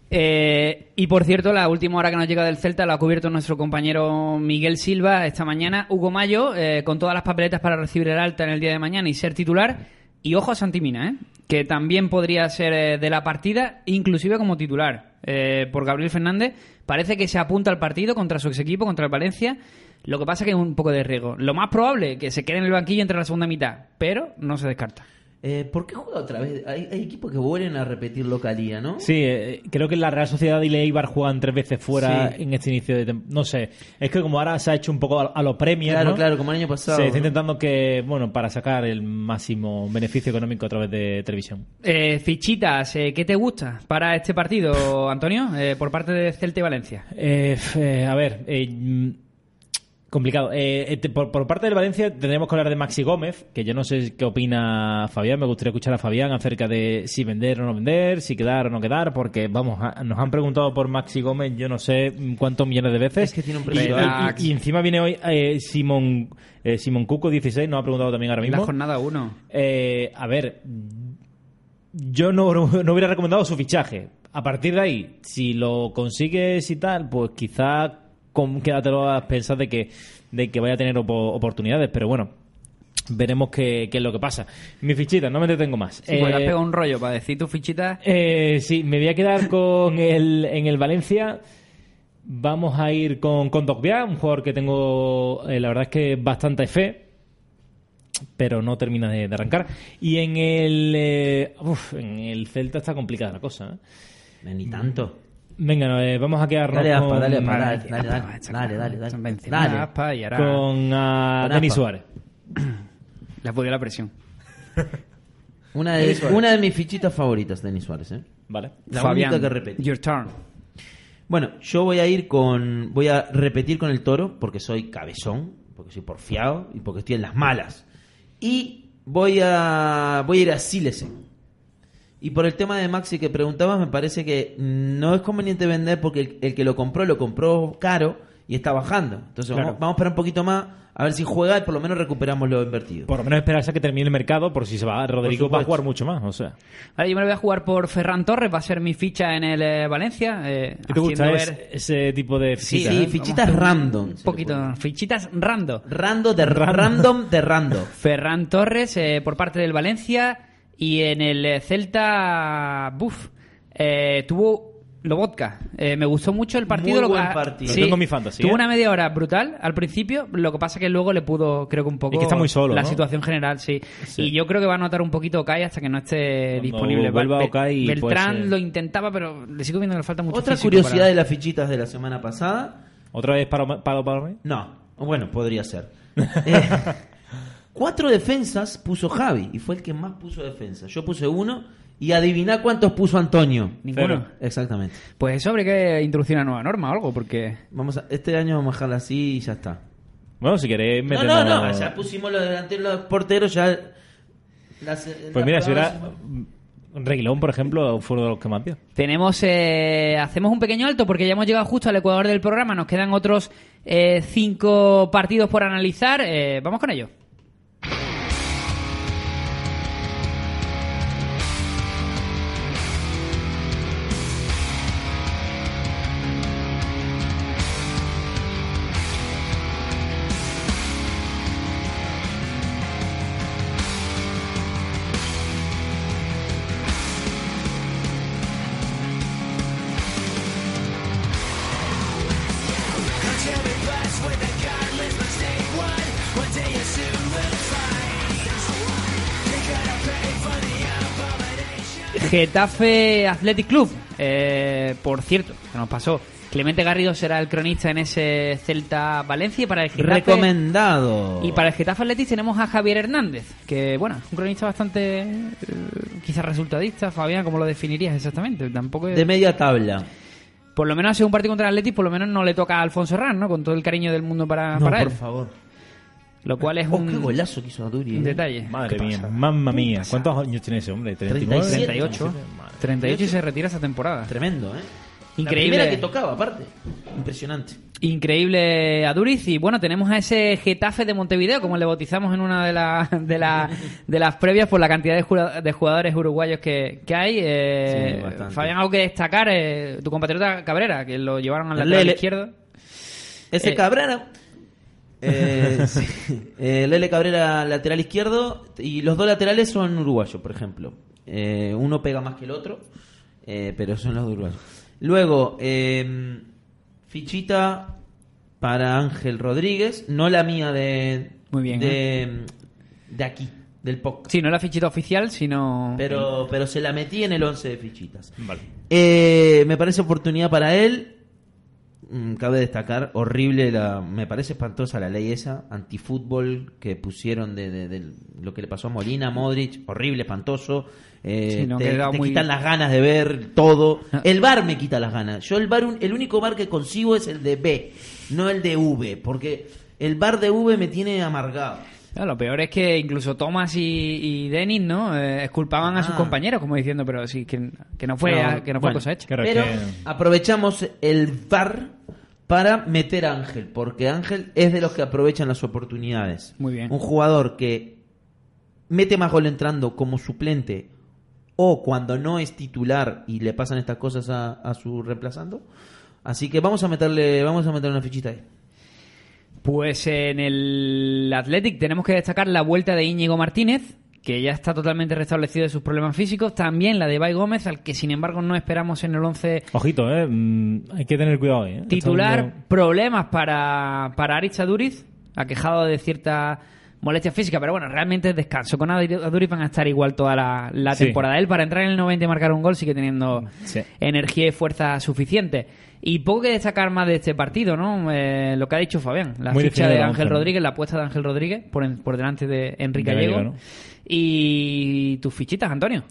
Speaker 3: Eh, y por cierto, la última hora que nos llega del Celta la ha cubierto nuestro compañero Miguel Silva esta mañana. Hugo Mayo, eh, con todas las papeletas para recibir el alta en el día de mañana y ser titular. Y ojo a Santimina, ¿eh? que también podría ser eh, de la partida, inclusive como titular. Eh, por Gabriel Fernández, parece que se apunta al partido contra su ex equipo, contra el Valencia. Lo que pasa que es un poco de riesgo. Lo más probable que se quede en el banquillo entre la segunda mitad, pero no se descarta.
Speaker 5: Eh, ¿Por qué juega otra vez? Hay, hay equipos que vuelven a repetir localía, ¿no?
Speaker 4: Sí, eh, creo que la Real Sociedad y el Eibar juegan tres veces fuera
Speaker 5: Sí.
Speaker 4: en este inicio de temporada. No sé, es que como ahora se ha hecho un poco a, a los premios.
Speaker 5: Claro,
Speaker 4: ¿no?
Speaker 5: claro, como el año pasado.
Speaker 4: Se está
Speaker 5: ¿no?
Speaker 4: intentando que, bueno, para sacar el máximo beneficio económico a través de televisión.
Speaker 3: Eh, fichitas, eh, ¿qué te gusta para este partido, Antonio? Eh, por parte de Celta y Valencia.
Speaker 4: Eh, f- eh, a ver, eh, mm, complicado. Eh, eh, te- por, por parte del Valencia tendremos que hablar de Maxi Gómez, que yo no sé qué opina Fabián. Me gustaría escuchar a Fabián acerca de si vender o no vender, si quedar o no quedar, porque vamos, a- nos han preguntado por Maxi Gómez yo no sé mm, cuántos millones de veces.
Speaker 5: Es que tiene un
Speaker 4: Y-
Speaker 5: precio
Speaker 4: y-
Speaker 3: alto.
Speaker 4: y, y encima viene hoy eh, Simón, eh, Simón Cuco, 16, nos ha preguntado también ahora
Speaker 3: La
Speaker 4: mismo.
Speaker 3: jornada 1.
Speaker 4: Eh, a ver, yo no, no hubiera recomendado su fichaje. A partir de ahí, si lo consigues y tal, pues quizá con, quédatelo a pensar de que, de que vaya a tener opo- oportunidades, pero bueno. Veremos qué, qué es lo que pasa. Mi fichita, no me detengo más.
Speaker 3: Sí, porque
Speaker 4: Eh,
Speaker 3: te has pegado un rollo para decir tus fichitas.
Speaker 4: eh, sí, me voy a quedar con el, en el Valencia. Vamos a ir con, con Dogbia, un jugador que tengo, eh, la verdad es que bastante fe, pero no termina de, de arrancar. Y en el, eh, uf, en el Celta está complicada la cosa. ¿eh?
Speaker 5: Ni tanto.
Speaker 4: Venga, no, eh, vamos a quedarnos
Speaker 5: Dale, Aspa,
Speaker 4: con,
Speaker 5: dale, Aspa,
Speaker 4: con
Speaker 5: dale, dale, dale, dale, dale, dale.
Speaker 3: Vence
Speaker 5: Dale.
Speaker 3: una aspa y ahora
Speaker 4: ah,
Speaker 5: Con
Speaker 4: Denis
Speaker 5: Aspa.
Speaker 4: Suárez.
Speaker 3: le ha podido la presión.
Speaker 5: Una de, una de mis fichitas favoritas, Denis Suárez, ¿eh?
Speaker 4: Vale.
Speaker 5: La
Speaker 3: Fabián,
Speaker 5: única que repetí.
Speaker 3: Your turn.
Speaker 5: Bueno, yo voy a ir con. Voy a repetir con el toro porque soy cabezón, porque soy porfiado y porque estoy en las malas. Y voy a. Voy a ir a Silesen. Y por el tema de Maxi que preguntabas, me parece que no es conveniente vender porque el, el que lo compró, lo compró caro y está bajando. Entonces
Speaker 4: Claro.
Speaker 5: vamos, vamos a esperar un poquito más a ver si juega y por lo menos recuperamos lo invertido.
Speaker 4: Por lo menos esperarse a que termine el mercado, por si se va, Rodrigo va a
Speaker 5: supuesto.
Speaker 4: jugar mucho más, o sea.
Speaker 3: Vale, yo me lo voy a jugar por Ferran Torres, va a ser mi ficha en el eh, Valencia. eh,
Speaker 4: ¿Qué te gusta
Speaker 3: haciendo
Speaker 4: es-
Speaker 3: ver- Ah,
Speaker 4: ese tipo de
Speaker 5: Sí,
Speaker 4: fichita?
Speaker 5: sí,
Speaker 4: eh?
Speaker 5: fichitas
Speaker 3: vamos,
Speaker 5: random.
Speaker 3: Un
Speaker 5: se le
Speaker 3: poquito,
Speaker 5: pone.
Speaker 3: fichitas rando.
Speaker 5: Rando de random, de rando.
Speaker 3: Ferran Torres eh, por parte del Valencia y en el eh, Celta buf, eh, tuvo Lobotka. Eh, me gustó mucho el partido.
Speaker 5: Muy
Speaker 3: lo que-
Speaker 5: buen partido.
Speaker 4: Lo tengo en mi fantasy,
Speaker 3: Tuvo
Speaker 4: ¿eh?
Speaker 3: una media hora brutal al principio, lo que pasa que luego le pudo, creo que un poco...
Speaker 4: Es que está muy solo,
Speaker 3: La
Speaker 4: ¿no?
Speaker 3: situación general, sí.
Speaker 4: Sí.
Speaker 3: Y yo creo que va a notar un poquito Okai hasta que no esté
Speaker 4: Cuando
Speaker 3: disponible.
Speaker 4: vuelva
Speaker 3: Be-
Speaker 4: Okai, puede
Speaker 3: Beltrán
Speaker 4: ser.
Speaker 3: lo intentaba, pero le sigo viendo que le falta mucho
Speaker 5: Otra
Speaker 3: físico
Speaker 5: curiosidad
Speaker 3: para-
Speaker 5: de las fichitas de la semana pasada.
Speaker 4: ¿Otra vez palo, palo, palo?
Speaker 5: No, bueno, podría ser. Eh, cuatro defensas puso Javi y fue el que más puso defensa. Yo puse uno y adiviná cuántos puso Antonio.
Speaker 3: Ninguno.
Speaker 4: Cero.
Speaker 5: Exactamente.
Speaker 3: Pues eso habría que introducir una nueva norma o algo, porque...
Speaker 5: Vamos a, este año vamos a dejarla así y ya está.
Speaker 4: Bueno, si queréis
Speaker 5: No,
Speaker 4: metemos...
Speaker 5: no, no, ya pusimos los delanteros, los porteros, ya... las- eh,
Speaker 4: Pues mira,
Speaker 5: las-
Speaker 4: si hubiera... Un Reguilón, por ejemplo, fue uno de los que más dio.
Speaker 3: Tenemos, eh, hacemos un pequeño alto porque ya hemos llegado justo al ecuador del programa. Nos quedan otros eh, cinco partidos por analizar. Eh, vamos con ello.
Speaker 2: Cause every class with a godless mistake one One day you sue
Speaker 3: Getafe Athletic Club. Eh, por cierto, que nos pasó. Clemente Garrido será el cronista en ese Celta Valencia y para el Getafe.
Speaker 5: Recomendado.
Speaker 3: Y para el Getafe Athletic tenemos a Javier Hernández, que bueno, es un cronista bastante eh, quizás resultadista, Fabián, ¿cómo lo definirías exactamente? Tampoco es-
Speaker 5: De media tabla.
Speaker 3: por lo menos hace un partido contra el Athletic, por lo menos no le toca a Alfonso Herrán, ¿no? Con todo el cariño del mundo para,
Speaker 5: No,
Speaker 3: para él.
Speaker 5: por favor.
Speaker 3: Lo cual es
Speaker 5: Oh, qué
Speaker 3: un,
Speaker 5: golazo que hizo Aduri.
Speaker 3: un
Speaker 5: eh.
Speaker 3: detalle.
Speaker 4: Madre
Speaker 3: ¿Qué
Speaker 4: mía,
Speaker 3: pasa?
Speaker 4: mamma mía.
Speaker 3: pasada.
Speaker 4: ¿Cuántos años tiene ese hombre? 39.
Speaker 5: 37.
Speaker 3: 38. 38 y se retira esa temporada.
Speaker 5: Tremendo, ¿eh?
Speaker 3: Increíble.
Speaker 5: La primera que tocaba, aparte. Impresionante.
Speaker 3: Increíble a Duriz y bueno, tenemos a ese Getafe de Montevideo, como le bautizamos en una de, la- de, la- de las previas por la cantidad de jura- de jugadores uruguayos que, que hay. Eh,
Speaker 5: Sí, bastante.
Speaker 3: Fabián, algo que destacar, eh, tu compatriota Cabrera, que lo llevaron al
Speaker 5: El
Speaker 3: lateral
Speaker 5: Lele.
Speaker 3: izquierdo.
Speaker 5: Ese
Speaker 3: Eh.
Speaker 5: Cabrera. Eh, sí. Eh, Lele Cabrera, lateral izquierdo. Y los dos laterales son uruguayos, por ejemplo. Eh, uno pega más que el otro, eh, pero son los dos uruguayos. Luego, eh, fichita para Ángel Rodríguez. No la mía de.
Speaker 3: Muy bien, ¿eh?
Speaker 5: De, de aquí, del podcast.
Speaker 3: Sí, no la fichita oficial, sino...
Speaker 5: Pero, pero se la metí en el 11 de fichitas.
Speaker 4: Vale.
Speaker 5: Eh, me parece oportunidad para él. Mm, Cabe destacar, horrible, la, me parece espantosa la ley esa, antifútbol que pusieron de, de- de lo que le pasó a Molina, Modric, horrible, espantoso. Eh,
Speaker 3: Sí, no,
Speaker 5: te
Speaker 3: queda
Speaker 5: te
Speaker 3: muy- Ah.
Speaker 5: quitan las ganas de ver todo. El bar me quita las ganas. Yo el bar, un- el único bar que consigo es el de B, no el de V, porque el bar de V me tiene amargado.
Speaker 3: No, lo peor es que incluso Thomas y, y Denis, ¿no? Eh, exculpaban a sus
Speaker 5: Ah.
Speaker 3: compañeros, como diciendo, pero sí, que, que no fue,
Speaker 5: No,
Speaker 3: que no fue
Speaker 5: bueno,
Speaker 3: cosa hecha.
Speaker 4: Claro,
Speaker 5: Pero
Speaker 4: es que- mm,
Speaker 5: aprovechamos el VAR para meter a Ángel, porque Ángel es de los que aprovechan las oportunidades.
Speaker 3: Muy bien.
Speaker 5: Un jugador que mete más gol entrando como suplente o cuando no es titular y le pasan estas cosas a, a su reemplazando. Así que vamos a meterle, vamos a meter una fichita ahí.
Speaker 3: Pues en el Athletic tenemos que destacar la vuelta de Íñigo Martínez, que ya está totalmente restablecido de sus problemas físicos. También la de Bay Gómez, al que sin embargo no esperamos en el 11
Speaker 4: Ojito, ¿eh? Mm, hay que tener cuidado ahí. ¿eh?
Speaker 3: titular.
Speaker 4: Está dando-
Speaker 3: Problemas para, para Aritz Aduriz, aquejado de cierta molestia física, pero bueno, realmente descanso. Con Adri- Aduriz van a estar igual toda la, la
Speaker 4: Sí.
Speaker 3: temporada. Él para entrar en el 90 y marcar un gol sigue teniendo
Speaker 4: Sí.
Speaker 3: energía y fuerza suficiente. Y poco que destacar más de este partido, ¿no? Eh, lo que ha dicho Fabián, la
Speaker 4: Muy
Speaker 3: ficha
Speaker 4: definido,
Speaker 3: de
Speaker 4: vamos,
Speaker 3: Ángel
Speaker 4: Fernando.
Speaker 3: Rodríguez, la apuesta de Ángel Rodríguez por, en- por delante de Enrique
Speaker 4: De Gallego,
Speaker 3: Gallego.
Speaker 4: ¿no?
Speaker 3: Y tus fichitas, Antonio.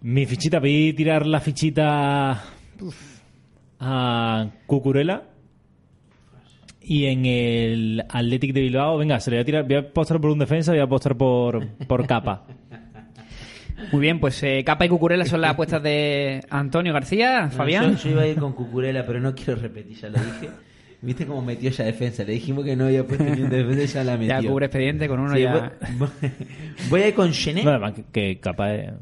Speaker 4: Mi fichita, pedí tirar la fichita uf, a Cucurella. Y en el Athletic de Bilbao, venga, se le voy a tirar, voy a apostar por un defensa, voy a apostar por, por capa.
Speaker 3: Muy bien, pues eh, Capa y Cucurella son las apuestas de Antonio García, Fabián.
Speaker 5: Yo, yo iba a ir con Cucurela, pero no quiero repetir, ya lo dije. ¿Viste cómo metió ya defensa? Le dijimos que no había puesto ni un defensa, ya la metió.
Speaker 3: Ya cubre expediente con uno
Speaker 5: Sí,
Speaker 3: ya.
Speaker 4: pues-
Speaker 5: voy, voy a ir con Chené.
Speaker 4: No,
Speaker 3: ¿Eh?
Speaker 4: además que, que capa es.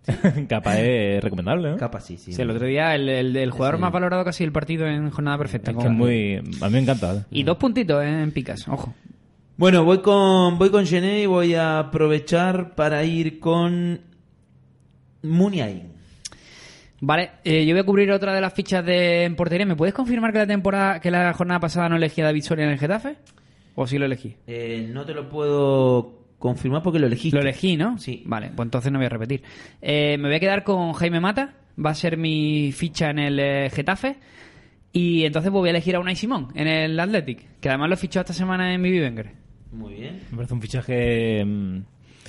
Speaker 4: capa es
Speaker 3: ¿Eh?
Speaker 4: recomendable, ¿no?
Speaker 5: Capaz sí, sí.
Speaker 3: Sí, el otro día el, el- el jugador más valorado casi el partido en jornada perfecta.
Speaker 4: Es que
Speaker 3: con-
Speaker 4: es muy. A mí me encanta.
Speaker 3: Y dos puntitos eh, en picas, ojo.
Speaker 5: Bueno, voy con voy con Gené y voy a aprovechar para ir con Muniain.
Speaker 3: Vale, eh, yo voy a cubrir otra de las fichas de en portería. ¿Me puedes confirmar que la temporada, que la jornada pasada no elegí a David Soria en el Getafe? ¿O sí lo elegí?
Speaker 5: Eh, no te lo puedo confirmar porque lo elegiste.
Speaker 3: Lo elegí, ¿no?
Speaker 5: Sí.
Speaker 3: Vale, pues entonces no voy a repetir. Eh, me voy a quedar con Jaime Mata. Va a ser mi ficha en el eh, Getafe. Y entonces pues, voy a elegir a Unai Simón en el Athletic. Que además lo fichó esta semana en mi Vivenger.
Speaker 5: Muy bien.
Speaker 4: Me parece un fichaje. mm,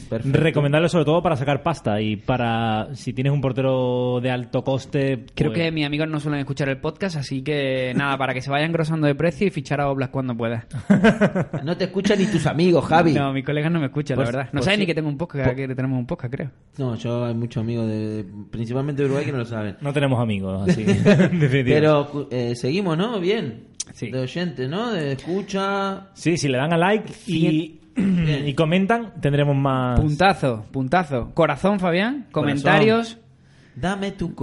Speaker 5: Perfecto.
Speaker 4: Recomendable sobre todo para sacar pasta y para si tienes un portero de alto coste.
Speaker 3: Creo
Speaker 4: pues,
Speaker 3: que mis amigos no suelen escuchar el podcast, así que nada, para que se vayan engrosando de precio y fichar a Oblas cuando pueda.
Speaker 5: No te escuchan ni tus amigos, Javi.
Speaker 3: No, mis colegas no me escuchan,
Speaker 5: Pues-
Speaker 3: la verdad. No
Speaker 5: pues
Speaker 3: saben
Speaker 5: sí.
Speaker 3: ni que tengo un podcast,
Speaker 5: Pues-
Speaker 3: que tenemos un podcast, creo.
Speaker 5: No, yo hay muchos amigos de, principalmente de Uruguay que no lo saben.
Speaker 4: No tenemos amigos, así. que, en definitiva.
Speaker 5: Pero cu- eh, seguimos, ¿no? Bien.
Speaker 3: Sí.
Speaker 5: De oyente, ¿no? De escucha.
Speaker 4: Sí, si le dan a like y,
Speaker 5: Bien.
Speaker 4: y comentan, tendremos
Speaker 5: Ah,
Speaker 4: más.
Speaker 3: Puntazo, puntazo. Corazón, Fabián, comentarios.
Speaker 5: Dame tu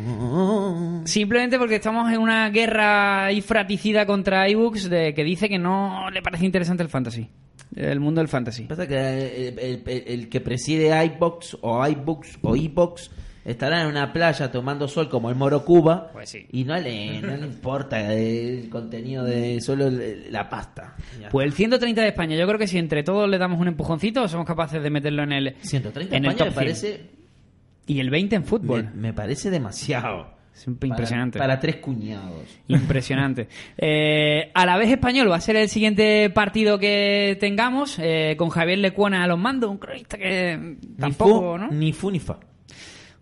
Speaker 5: corazón.
Speaker 3: Simplemente porque estamos en una guerra infraticida contra iBooks de que dice que no le parece interesante el fantasy. El mundo del fantasy.
Speaker 5: Pasa que eh, el, el- el que preside iBox o iBooks o iBox estará en una playa tomando sol como el Moro Cuba
Speaker 3: Pues sí.
Speaker 5: y no le, no le importa el contenido de solo el- la pasta. Ya.
Speaker 3: Pues el 130 de España, yo creo que si entre todos le damos un empujoncito, somos capaces de meterlo en el
Speaker 5: 130
Speaker 3: en
Speaker 5: España
Speaker 3: el top
Speaker 5: me
Speaker 3: 100.
Speaker 5: parece
Speaker 3: Y el 20 en
Speaker 5: Me,
Speaker 3: fútbol.
Speaker 5: me parece demasiado.
Speaker 3: Es impresionante.
Speaker 5: Para, para tres cuñados.
Speaker 3: Impresionante. Eh, a la vez español va a ser el siguiente partido que tengamos eh, con Javier Lecuona a los mandos, un cronista que tampoco,
Speaker 5: ni
Speaker 3: ¿no?
Speaker 5: fu, Ni fu ni fa.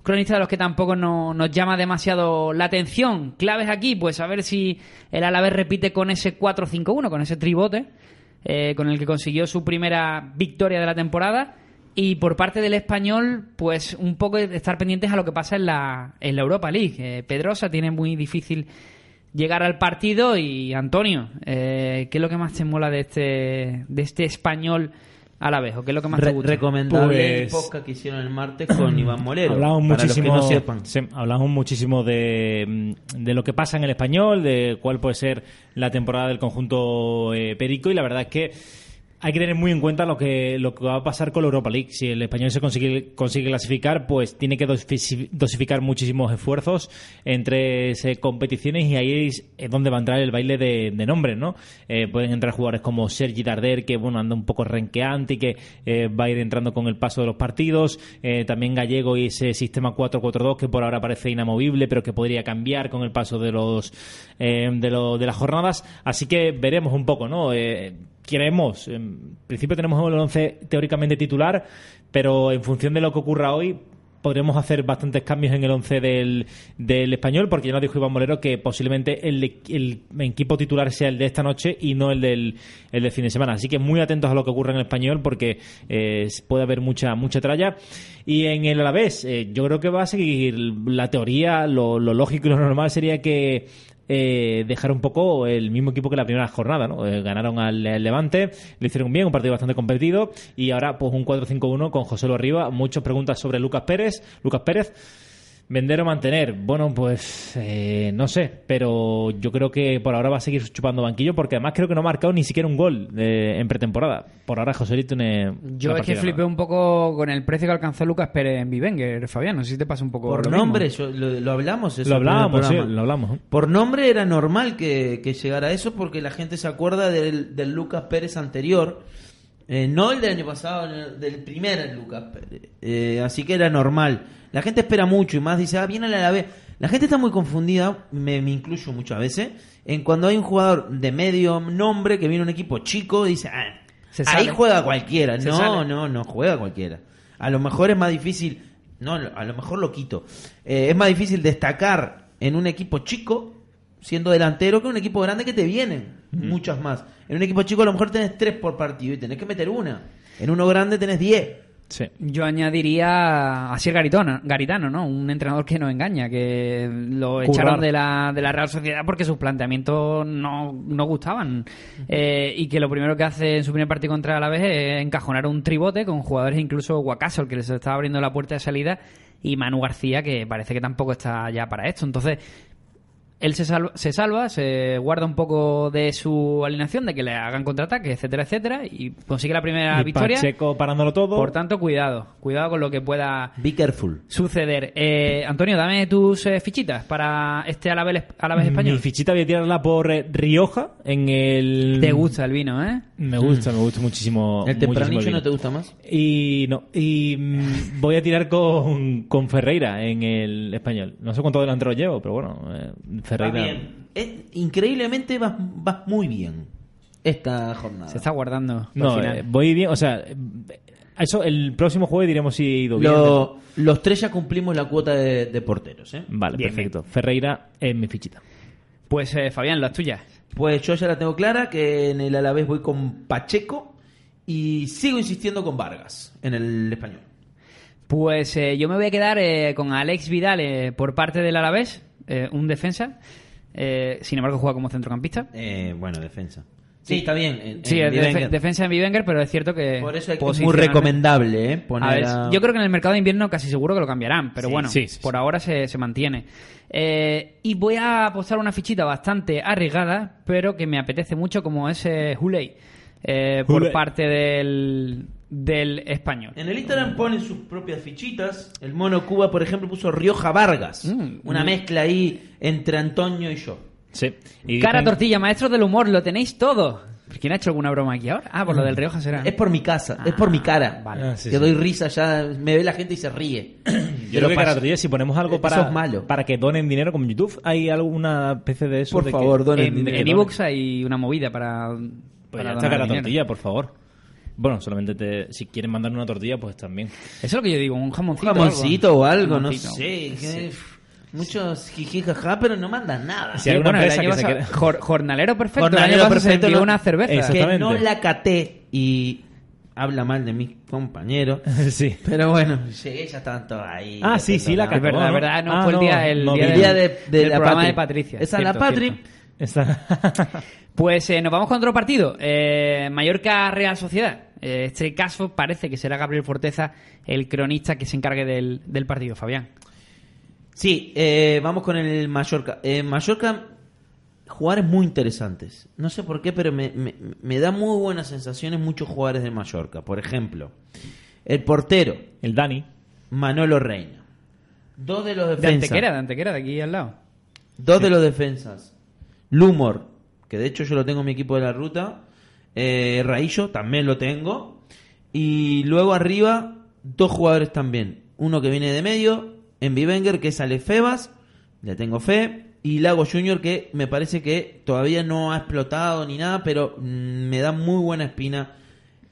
Speaker 3: cronista de los que tampoco no- nos llama demasiado la atención. Claves aquí, pues a ver si el Alavés repite con ese 4-5-1, con ese tribote, eh, con el que consiguió su primera victoria de la temporada. Y por parte del español, pues un poco estar pendientes a lo que pasa en la, en la Europa League. Eh, Pedrosa tiene muy difícil llegar al partido y Antonio, eh, ¿qué es lo que más te mola de este, de este español a la vez? ¿O qué es lo que más te
Speaker 5: Re-
Speaker 3: gusta?
Speaker 5: recomendable
Speaker 4: Pues-
Speaker 5: el podcast que hicieron el martes con Iván Molero.
Speaker 4: Hablamos
Speaker 5: para los que
Speaker 4: muchísimo,
Speaker 5: no sepan.
Speaker 4: sí, hablamos muchísimo de, mm, de lo que pasa en el español, de cuál puede ser la temporada del conjunto eh, Perico y la verdad es que hay que tener muy en cuenta lo que, lo que va a pasar con la Europa League. Si el español se consigue, consigue clasificar, pues tiene que dosifici- dosificar muchísimos esfuerzos entre eh, competiciones y ahí es es donde va a entrar el baile de, de nombres, ¿no? Eh, pueden entrar jugadores como Sergi Darder, que bueno, anda un poco renqueante y que eh, va a ir entrando con el paso de los partidos. Eh, también Gallego y ese sistema 4-4-2 que por ahora parece inamovible, pero que podría cambiar con el paso de los eh, de, lo- de las jornadas. Así que veremos un poco, ¿no? Eh, queremos, en principio tenemos el 11 teóricamente titular, pero en función de lo que ocurra hoy podremos hacer bastantes cambios en el 11 del, del español, porque ya nos dijo Iván Molero que posiblemente el, de- el equipo titular sea el de esta noche y no el del, el del fin de semana. Así que muy atentos a lo que ocurra en el español, porque eh, puede haber mucha mucha tralla. Y en el Alavés, eh, yo creo que va a seguir la teoría, lo, lo lógico y lo normal sería que eh, dejar un poco el mismo equipo que la primera jornada, ¿no? Eh, ganaron al, al Levante, le hicieron bien, un partido bastante competido y ahora pues un 4-5-1 con José Lo Arriba. Muchas preguntas sobre Lucas Pérez. Lucas Pérez, vender o mantener. Bueno, pues eh, no sé, pero yo creo que por ahora va a seguir chupando banquillo porque además creo que no ha marcado ni siquiera un gol eh, en pretemporada. Por ahora José Luis tiene
Speaker 3: Yo
Speaker 4: una
Speaker 3: es que
Speaker 4: partida
Speaker 3: flipé
Speaker 4: ganada.
Speaker 3: un poco con el precio que alcanzó Lucas Pérez en Bivenger, Fabián. No sé si te pasa un poco.
Speaker 5: Por
Speaker 3: lo mismo.
Speaker 5: nombre, yo- lo, lo hablamos. eso
Speaker 4: Lo
Speaker 5: en el
Speaker 4: hablábamos, ¿eh? sí,
Speaker 5: programa.
Speaker 4: lo hablamos.
Speaker 5: Por nombre era normal que, que llegara a eso porque la gente se acuerda del, del Lucas Pérez anterior, eh, no el del año pasado, el del primer Lucas Pérez. Eh, así que era normal. La gente espera mucho y más dice, ah, viene a la vez. La gente está muy confundida, me, me incluyo muchas veces, en cuando hay un jugador de medio nombre que viene a un equipo chico y dice, ah,
Speaker 3: Se
Speaker 5: ahí
Speaker 3: sale.
Speaker 5: juega cualquiera.
Speaker 3: Se
Speaker 5: no,
Speaker 3: sale.
Speaker 5: no, no juega cualquiera. A lo mejor es más difícil, no, a lo mejor lo quito. Eh, es más difícil destacar en un equipo chico siendo delantero que en un equipo grande que te vienen muchas más. En un equipo chico a lo mejor tenés tres por partido y tenés que meter una. En uno grande tenés diez.
Speaker 4: Sí.
Speaker 3: Yo añadiría a Sir Garitano, Garitano, ¿no? Un entrenador que nos engaña, que lo echaron de la, de la Real Sociedad porque sus planteamientos no, no gustaban. Eh, y que lo primero que hace en su primer partido contra la vez es encajonar un tribote con jugadores, incluso Guacaso, el que les estaba abriendo la puerta de salida, y Manu García, que parece que tampoco está ya para esto. Entonces, él se salva, se salva, se guarda un poco de su alineación, de que le hagan contraataque, etcétera, etcétera, y consigue la primera
Speaker 4: Y
Speaker 3: victoria.
Speaker 4: Pacheco parándolo todo.
Speaker 3: Por tanto, cuidado, cuidado con lo que pueda
Speaker 5: Be careful.
Speaker 3: suceder. Eh, Antonio, dame tus eh, fichitas para este Alavés, Alavés
Speaker 4: Mm, Mi
Speaker 3: español.
Speaker 4: fichita voy a tirarla por eh, Rioja en el...
Speaker 3: Te gusta el vino, ¿eh?
Speaker 4: Me gusta, me gusta muchísimo.
Speaker 5: ¿El
Speaker 4: Oh, muchísimo
Speaker 5: tempranillo
Speaker 4: vino.
Speaker 5: no te gusta más?
Speaker 4: Y no, y mm, voy a tirar con, con Ferreira en el español. No sé cuánto delantero llevo, pero bueno, eh, Ferreira.
Speaker 5: Vas bien. Es- increíblemente vas, vas muy bien esta jornada.
Speaker 3: Se está guardando. para
Speaker 4: No,
Speaker 3: el final.
Speaker 4: eh, voy bien, o sea, eh, eso el próximo jueves diremos si he ido bien.
Speaker 5: Lo- los tres ya cumplimos la cuota de, de porteros. ¿eh?
Speaker 4: Vale,
Speaker 3: Bien,
Speaker 4: perfecto. Ferreira en mi fichita.
Speaker 3: Pues eh, Fabián, las tuyas.
Speaker 5: Pues yo ya la tengo clara, que en el Alavés voy con Pacheco y sigo insistiendo con Vargas en el español.
Speaker 3: Pues eh, yo me voy a quedar eh, con Alex Vidal eh, por parte del Alavés, eh, un defensa. Eh, sin embargo, juega como centrocampista.
Speaker 5: Eh, bueno, defensa. Sí, está bien. en-
Speaker 3: Sí,
Speaker 5: en
Speaker 3: es defe-
Speaker 5: Bielenders.
Speaker 3: defensa en Bivenger, pero es cierto que.
Speaker 5: Por eso es que es muy
Speaker 3: posicionalmente-
Speaker 5: recomendable, ¿eh? Poner
Speaker 3: A ver,
Speaker 5: a-
Speaker 3: Yo creo que en el mercado de invierno casi seguro que lo cambiarán, pero
Speaker 4: Sí,
Speaker 3: bueno,
Speaker 4: sí, sí,
Speaker 3: por
Speaker 4: sí.
Speaker 3: ahora se, se mantiene. Eh, y voy a apostar una fichita bastante arriesgada, pero que me apetece mucho, como es eh, Huley, eh, por
Speaker 4: Huley.
Speaker 3: parte del, del español.
Speaker 5: En el Instagram ponen sus propias fichitas. El mono Cuba, por ejemplo, puso Rioja Vargas.
Speaker 3: Mm,
Speaker 5: una
Speaker 3: mm.
Speaker 5: mezcla ahí entre Antonio y yo.
Speaker 4: Sí. Y
Speaker 3: Cara
Speaker 4: dicen-
Speaker 3: tortilla, maestros del humor, lo tenéis todo. ¿Quién ha hecho alguna broma aquí ahora? Ah, por
Speaker 4: Mm.
Speaker 3: lo del Rioja será.
Speaker 5: Es por mi casa,
Speaker 3: Ah,
Speaker 5: es por mi cara.
Speaker 3: vale.
Speaker 4: Ah, sí,
Speaker 5: Te
Speaker 4: sí.
Speaker 5: doy risa ya, me ve la gente y se ríe.
Speaker 4: Yo creo que Cara Tortilla, si ponemos algo
Speaker 5: Eh, Eso
Speaker 4: para,
Speaker 5: es malo.
Speaker 4: para que donen dinero como YouTube, ¿hay alguna especie de eso?
Speaker 5: Por
Speaker 4: de
Speaker 5: favor, donen
Speaker 3: en
Speaker 5: dinero.
Speaker 3: en Evox hay una movida para. para
Speaker 4: Pues ya está
Speaker 3: donar
Speaker 4: Cara
Speaker 3: dinero.
Speaker 4: Tortilla, por favor. Bueno, solamente te- si quieren mandarme una tortilla, pues también.
Speaker 3: Eso es lo que yo digo, un
Speaker 5: Un
Speaker 3: jamoncito.
Speaker 5: jamoncito o algo, no
Speaker 3: Jamoncito.
Speaker 5: sé. que- pff, Muchos jiji jaja, pero no mandan nada.
Speaker 4: Si hay
Speaker 3: bueno,
Speaker 4: alguna
Speaker 3: el
Speaker 4: empresa
Speaker 3: año
Speaker 4: que se
Speaker 3: pasado-
Speaker 4: quiera-
Speaker 3: Jor- jornalero perfecto. el
Speaker 5: Jornalero
Speaker 3: año pasado se
Speaker 5: perfecto,
Speaker 3: envió
Speaker 5: no-
Speaker 3: una cerveza.
Speaker 4: Exacto.
Speaker 5: Que
Speaker 4: Exactamente.
Speaker 5: no la caté y habla mal de mis compañeros.
Speaker 4: sí.
Speaker 5: Pero bueno, llegué, ya estaban todos ahí.
Speaker 4: Ah, sí, sí, la
Speaker 5: caté.
Speaker 4: caté.
Speaker 3: Es verdad, es
Speaker 4: ¿no?
Speaker 3: verdad, no
Speaker 4: Ah,
Speaker 3: fue el
Speaker 4: no,
Speaker 3: día, el
Speaker 4: no
Speaker 3: día
Speaker 4: vi.
Speaker 3: del,
Speaker 5: El día de- de
Speaker 3: del
Speaker 5: la
Speaker 3: programa
Speaker 5: Patri.
Speaker 3: de Patricia.
Speaker 5: Esa es la Patri.
Speaker 4: Esa-
Speaker 3: Pues eh, nos vamos con otro partido. Eh, Mallorca Real Sociedad. Eh, este caso parece que será Gabriel Forteza el cronista que se encargue del, del partido, Fabián.
Speaker 5: Sí, eh, vamos con el Mallorca. Eh, Mallorca, jugadores muy interesantes. No sé por qué, pero me, me- me da muy buenas sensaciones muchos jugadores de Mallorca. Por ejemplo, el portero,
Speaker 4: el Dani.
Speaker 5: Manolo Reina. Dos de los
Speaker 3: De Antequera,
Speaker 5: defensas.
Speaker 3: de Antequera, de aquí al lado.
Speaker 5: Dos de los defensas. Lumor, que de hecho yo lo tengo en mi equipo de la ruta. Eh, Raillo, también lo tengo. Y luego arriba, dos jugadores también. Uno que viene de medio, Envy Wenger, que es Ale Febas, le tengo fe. Y Lago Junior, que me parece que todavía no ha explotado ni nada, pero mm, me da muy buena espina.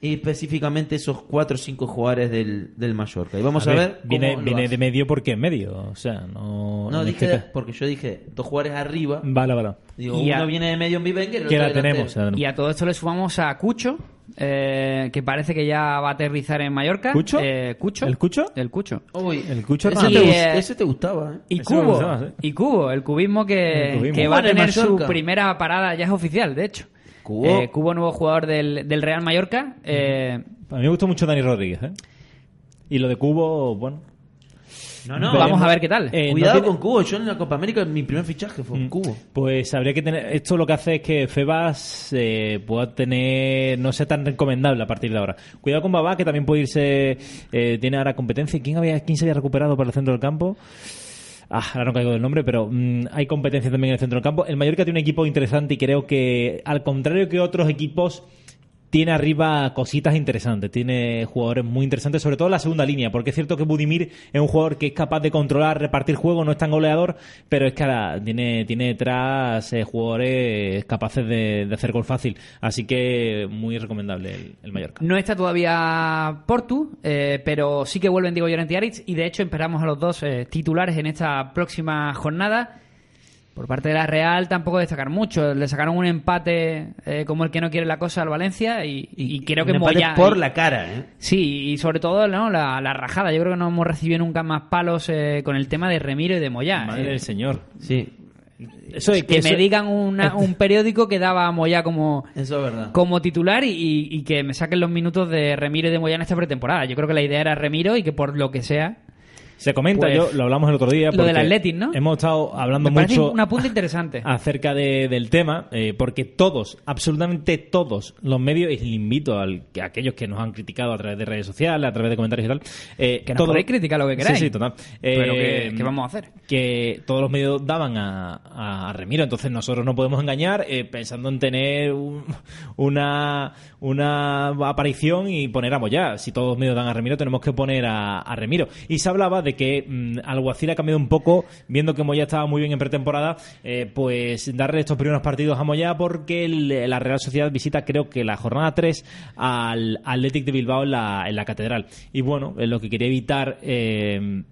Speaker 5: Y específicamente esos cuatro o cinco jugadores del, del Mallorca. Y vamos a, ver. cómo
Speaker 4: Viene,
Speaker 5: lo
Speaker 4: viene
Speaker 5: hace.
Speaker 4: de medio porque en medio. O sea, no.
Speaker 5: No,
Speaker 4: en
Speaker 5: dije,
Speaker 4: este ca-
Speaker 5: porque yo dije dos jugadores arriba.
Speaker 4: Vale, vale.
Speaker 5: Digo,
Speaker 3: Y
Speaker 5: uno
Speaker 3: a-
Speaker 5: viene de medio en Bivenger, el
Speaker 4: Que
Speaker 5: otro
Speaker 4: la
Speaker 5: delantero.
Speaker 4: tenemos. la tenemos.
Speaker 3: Y a todo esto le sumamos a Cucho, eh, que parece que ya va a aterrizar en Mallorca.
Speaker 4: ¿Cucho?
Speaker 3: Eh, Cucho.
Speaker 4: ¿El Cucho?
Speaker 3: El Cucho.
Speaker 5: Uy,
Speaker 4: El Cucho
Speaker 5: ese, te,
Speaker 3: Hernández. Y,
Speaker 5: gust-
Speaker 3: eh,
Speaker 5: ese te gustaba, ¿eh?
Speaker 3: Y
Speaker 4: Eso me
Speaker 3: Cubo,
Speaker 4: gustaba, sí.
Speaker 3: y Cubo, el cubismo que,
Speaker 4: El cubismo.
Speaker 3: que va a
Speaker 5: Juega en
Speaker 3: tener su
Speaker 5: Mallorca.
Speaker 3: primera parada, ya es oficial, de hecho.
Speaker 5: Cubo.
Speaker 3: Eh, Cubo, nuevo jugador del, del Real Mallorca. Eh,
Speaker 4: A mí me gustó mucho Dani Rodríguez, ¿eh? Y lo de Cubo, bueno.
Speaker 5: No,
Speaker 4: no.
Speaker 3: vamos a ver qué tal.
Speaker 4: Eh, no
Speaker 5: Cuidado
Speaker 4: tiene-
Speaker 5: con Cubo. Yo en la Copa América mi primer fichaje
Speaker 3: Mm.
Speaker 5: fue un Cubo.
Speaker 4: Pues habría que tener. Esto lo que hace es que Febas eh, pueda tener. No sea tan recomendable a partir de ahora. Cuidado con Babá, que también puede irse. eh, tiene ahora competencia. ¿Quién, había, ¿Quién se había recuperado para el centro del campo? Ah, ahora no caigo del nombre, pero mm, hay competencia también en el centro del campo. El Mallorca tiene un equipo interesante y creo que, al contrario que otros equipos, tiene arriba cositas interesantes, tiene jugadores muy interesantes, sobre todo en la segunda línea, porque es cierto que Budimir es un jugador que es capaz de controlar, repartir juego, no es tan goleador, pero es que ahora tiene, tiene detrás eh, jugadores capaces de, de hacer gol fácil, así que muy recomendable el, el Mallorca.
Speaker 3: no está todavía Portu, eh, pero sí que vuelven Diego Llorente y Aritz. Y de hecho, esperamos a los dos eh, titulares en esta próxima jornada. Por parte de la Real, tampoco destacar mucho. Le sacaron un empate eh, como el que no quiere la cosa al Valencia. Y, y creo que
Speaker 5: Un empate
Speaker 3: Moyá-
Speaker 5: Por la cara, ¿eh?
Speaker 3: Sí, y sobre todo ¿no? la, la rajada. Yo creo que no hemos recibido nunca más palos eh, con el tema de Remiro y de Moyá.
Speaker 4: Madre
Speaker 3: Eh,
Speaker 4: del señor.
Speaker 5: Sí,
Speaker 4: Eso es
Speaker 3: que
Speaker 4: eso-
Speaker 3: me digan una- un periódico que daba a Moyá como,
Speaker 5: eso es verdad.
Speaker 3: como titular y, y- y que me saquen los minutos de Remiro y de Moyá en esta pretemporada. Yo creo que la idea era Remiro y que por lo que sea.
Speaker 4: Se comenta,
Speaker 3: Pues,
Speaker 4: yo lo hablamos el otro día.
Speaker 3: lo
Speaker 4: porque
Speaker 3: del Athletic, ¿no?
Speaker 4: Hemos estado hablando
Speaker 3: Me parece
Speaker 4: mucho Ah,
Speaker 3: una punta interesante.
Speaker 4: acerca de- del tema, eh, porque todos, absolutamente todos los medios, y le invito al- a aquellos que nos han criticado a través de redes sociales, a través de comentarios y tal, eh,
Speaker 3: Que nos
Speaker 4: todo-
Speaker 3: podéis criticar lo que queráis.
Speaker 4: Sí, sí, total.
Speaker 3: Pero
Speaker 4: Eh,
Speaker 3: que- ¿qué vamos a hacer?
Speaker 4: que todos los medios daban a, a Remiro, entonces nosotros no podemos engañar eh, pensando en tener un- una, una aparición y poner a Moyá. Si todos los medios dan a Remiro, tenemos que poner a, a Remiro. Y se hablaba de que mm, Alguacil ha cambiado un poco, viendo que Moyá estaba muy bien en pretemporada, eh, pues darle estos primeros partidos a Moyá porque el- la Real Sociedad visita creo que la jornada 3 al Athletic de Bilbao en la, en la Catedral. Y bueno, eh, lo que quería evitar... eh,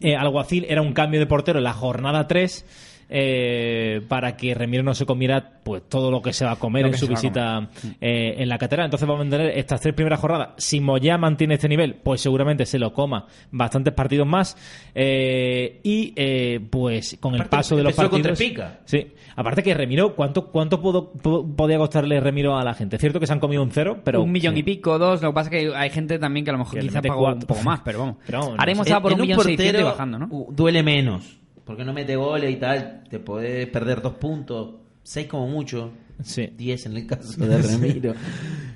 Speaker 4: eh, Alguacil era un cambio de portero en la jornada 3 eh, para que Remiro no se comiera pues todo lo que se va a comer
Speaker 3: Lo
Speaker 4: en
Speaker 3: que
Speaker 4: su
Speaker 3: se va a
Speaker 4: visita eh, en la catedral. Entonces vamos a tener estas tres primeras jornadas. Si Moyá mantiene este nivel, pues seguramente se lo coma bastantes partidos más. Eh, y eh, pues con el
Speaker 5: Aparte,
Speaker 4: paso de los
Speaker 5: empezó contra
Speaker 4: partidos.
Speaker 5: Pica.
Speaker 4: Sí. Aparte que Remiro, ¿cuánto, cuánto pudo- pudo- podía costarle Remiro a la gente? Es cierto que se han comido un cero, pero.
Speaker 3: un millón
Speaker 4: Sí.
Speaker 3: y pico, dos. Lo que pasa es que hay gente también que a lo mejor
Speaker 4: Que le
Speaker 3: quizás
Speaker 4: mete
Speaker 3: pagó un
Speaker 4: cuatro.
Speaker 3: poco más, pero vamos.
Speaker 4: Pero vamos,
Speaker 3: Ahora
Speaker 4: no
Speaker 3: mismo
Speaker 4: sé.
Speaker 3: estaba por
Speaker 5: Eh, En
Speaker 3: un millón seiscientos y
Speaker 5: portero,
Speaker 3: bajando, ¿no?
Speaker 5: u- Duele menos. Porque no mete goles y tal. Te podés perder dos puntos. Seis como mucho.
Speaker 4: Sí.
Speaker 5: 10 en el caso de Ramiro.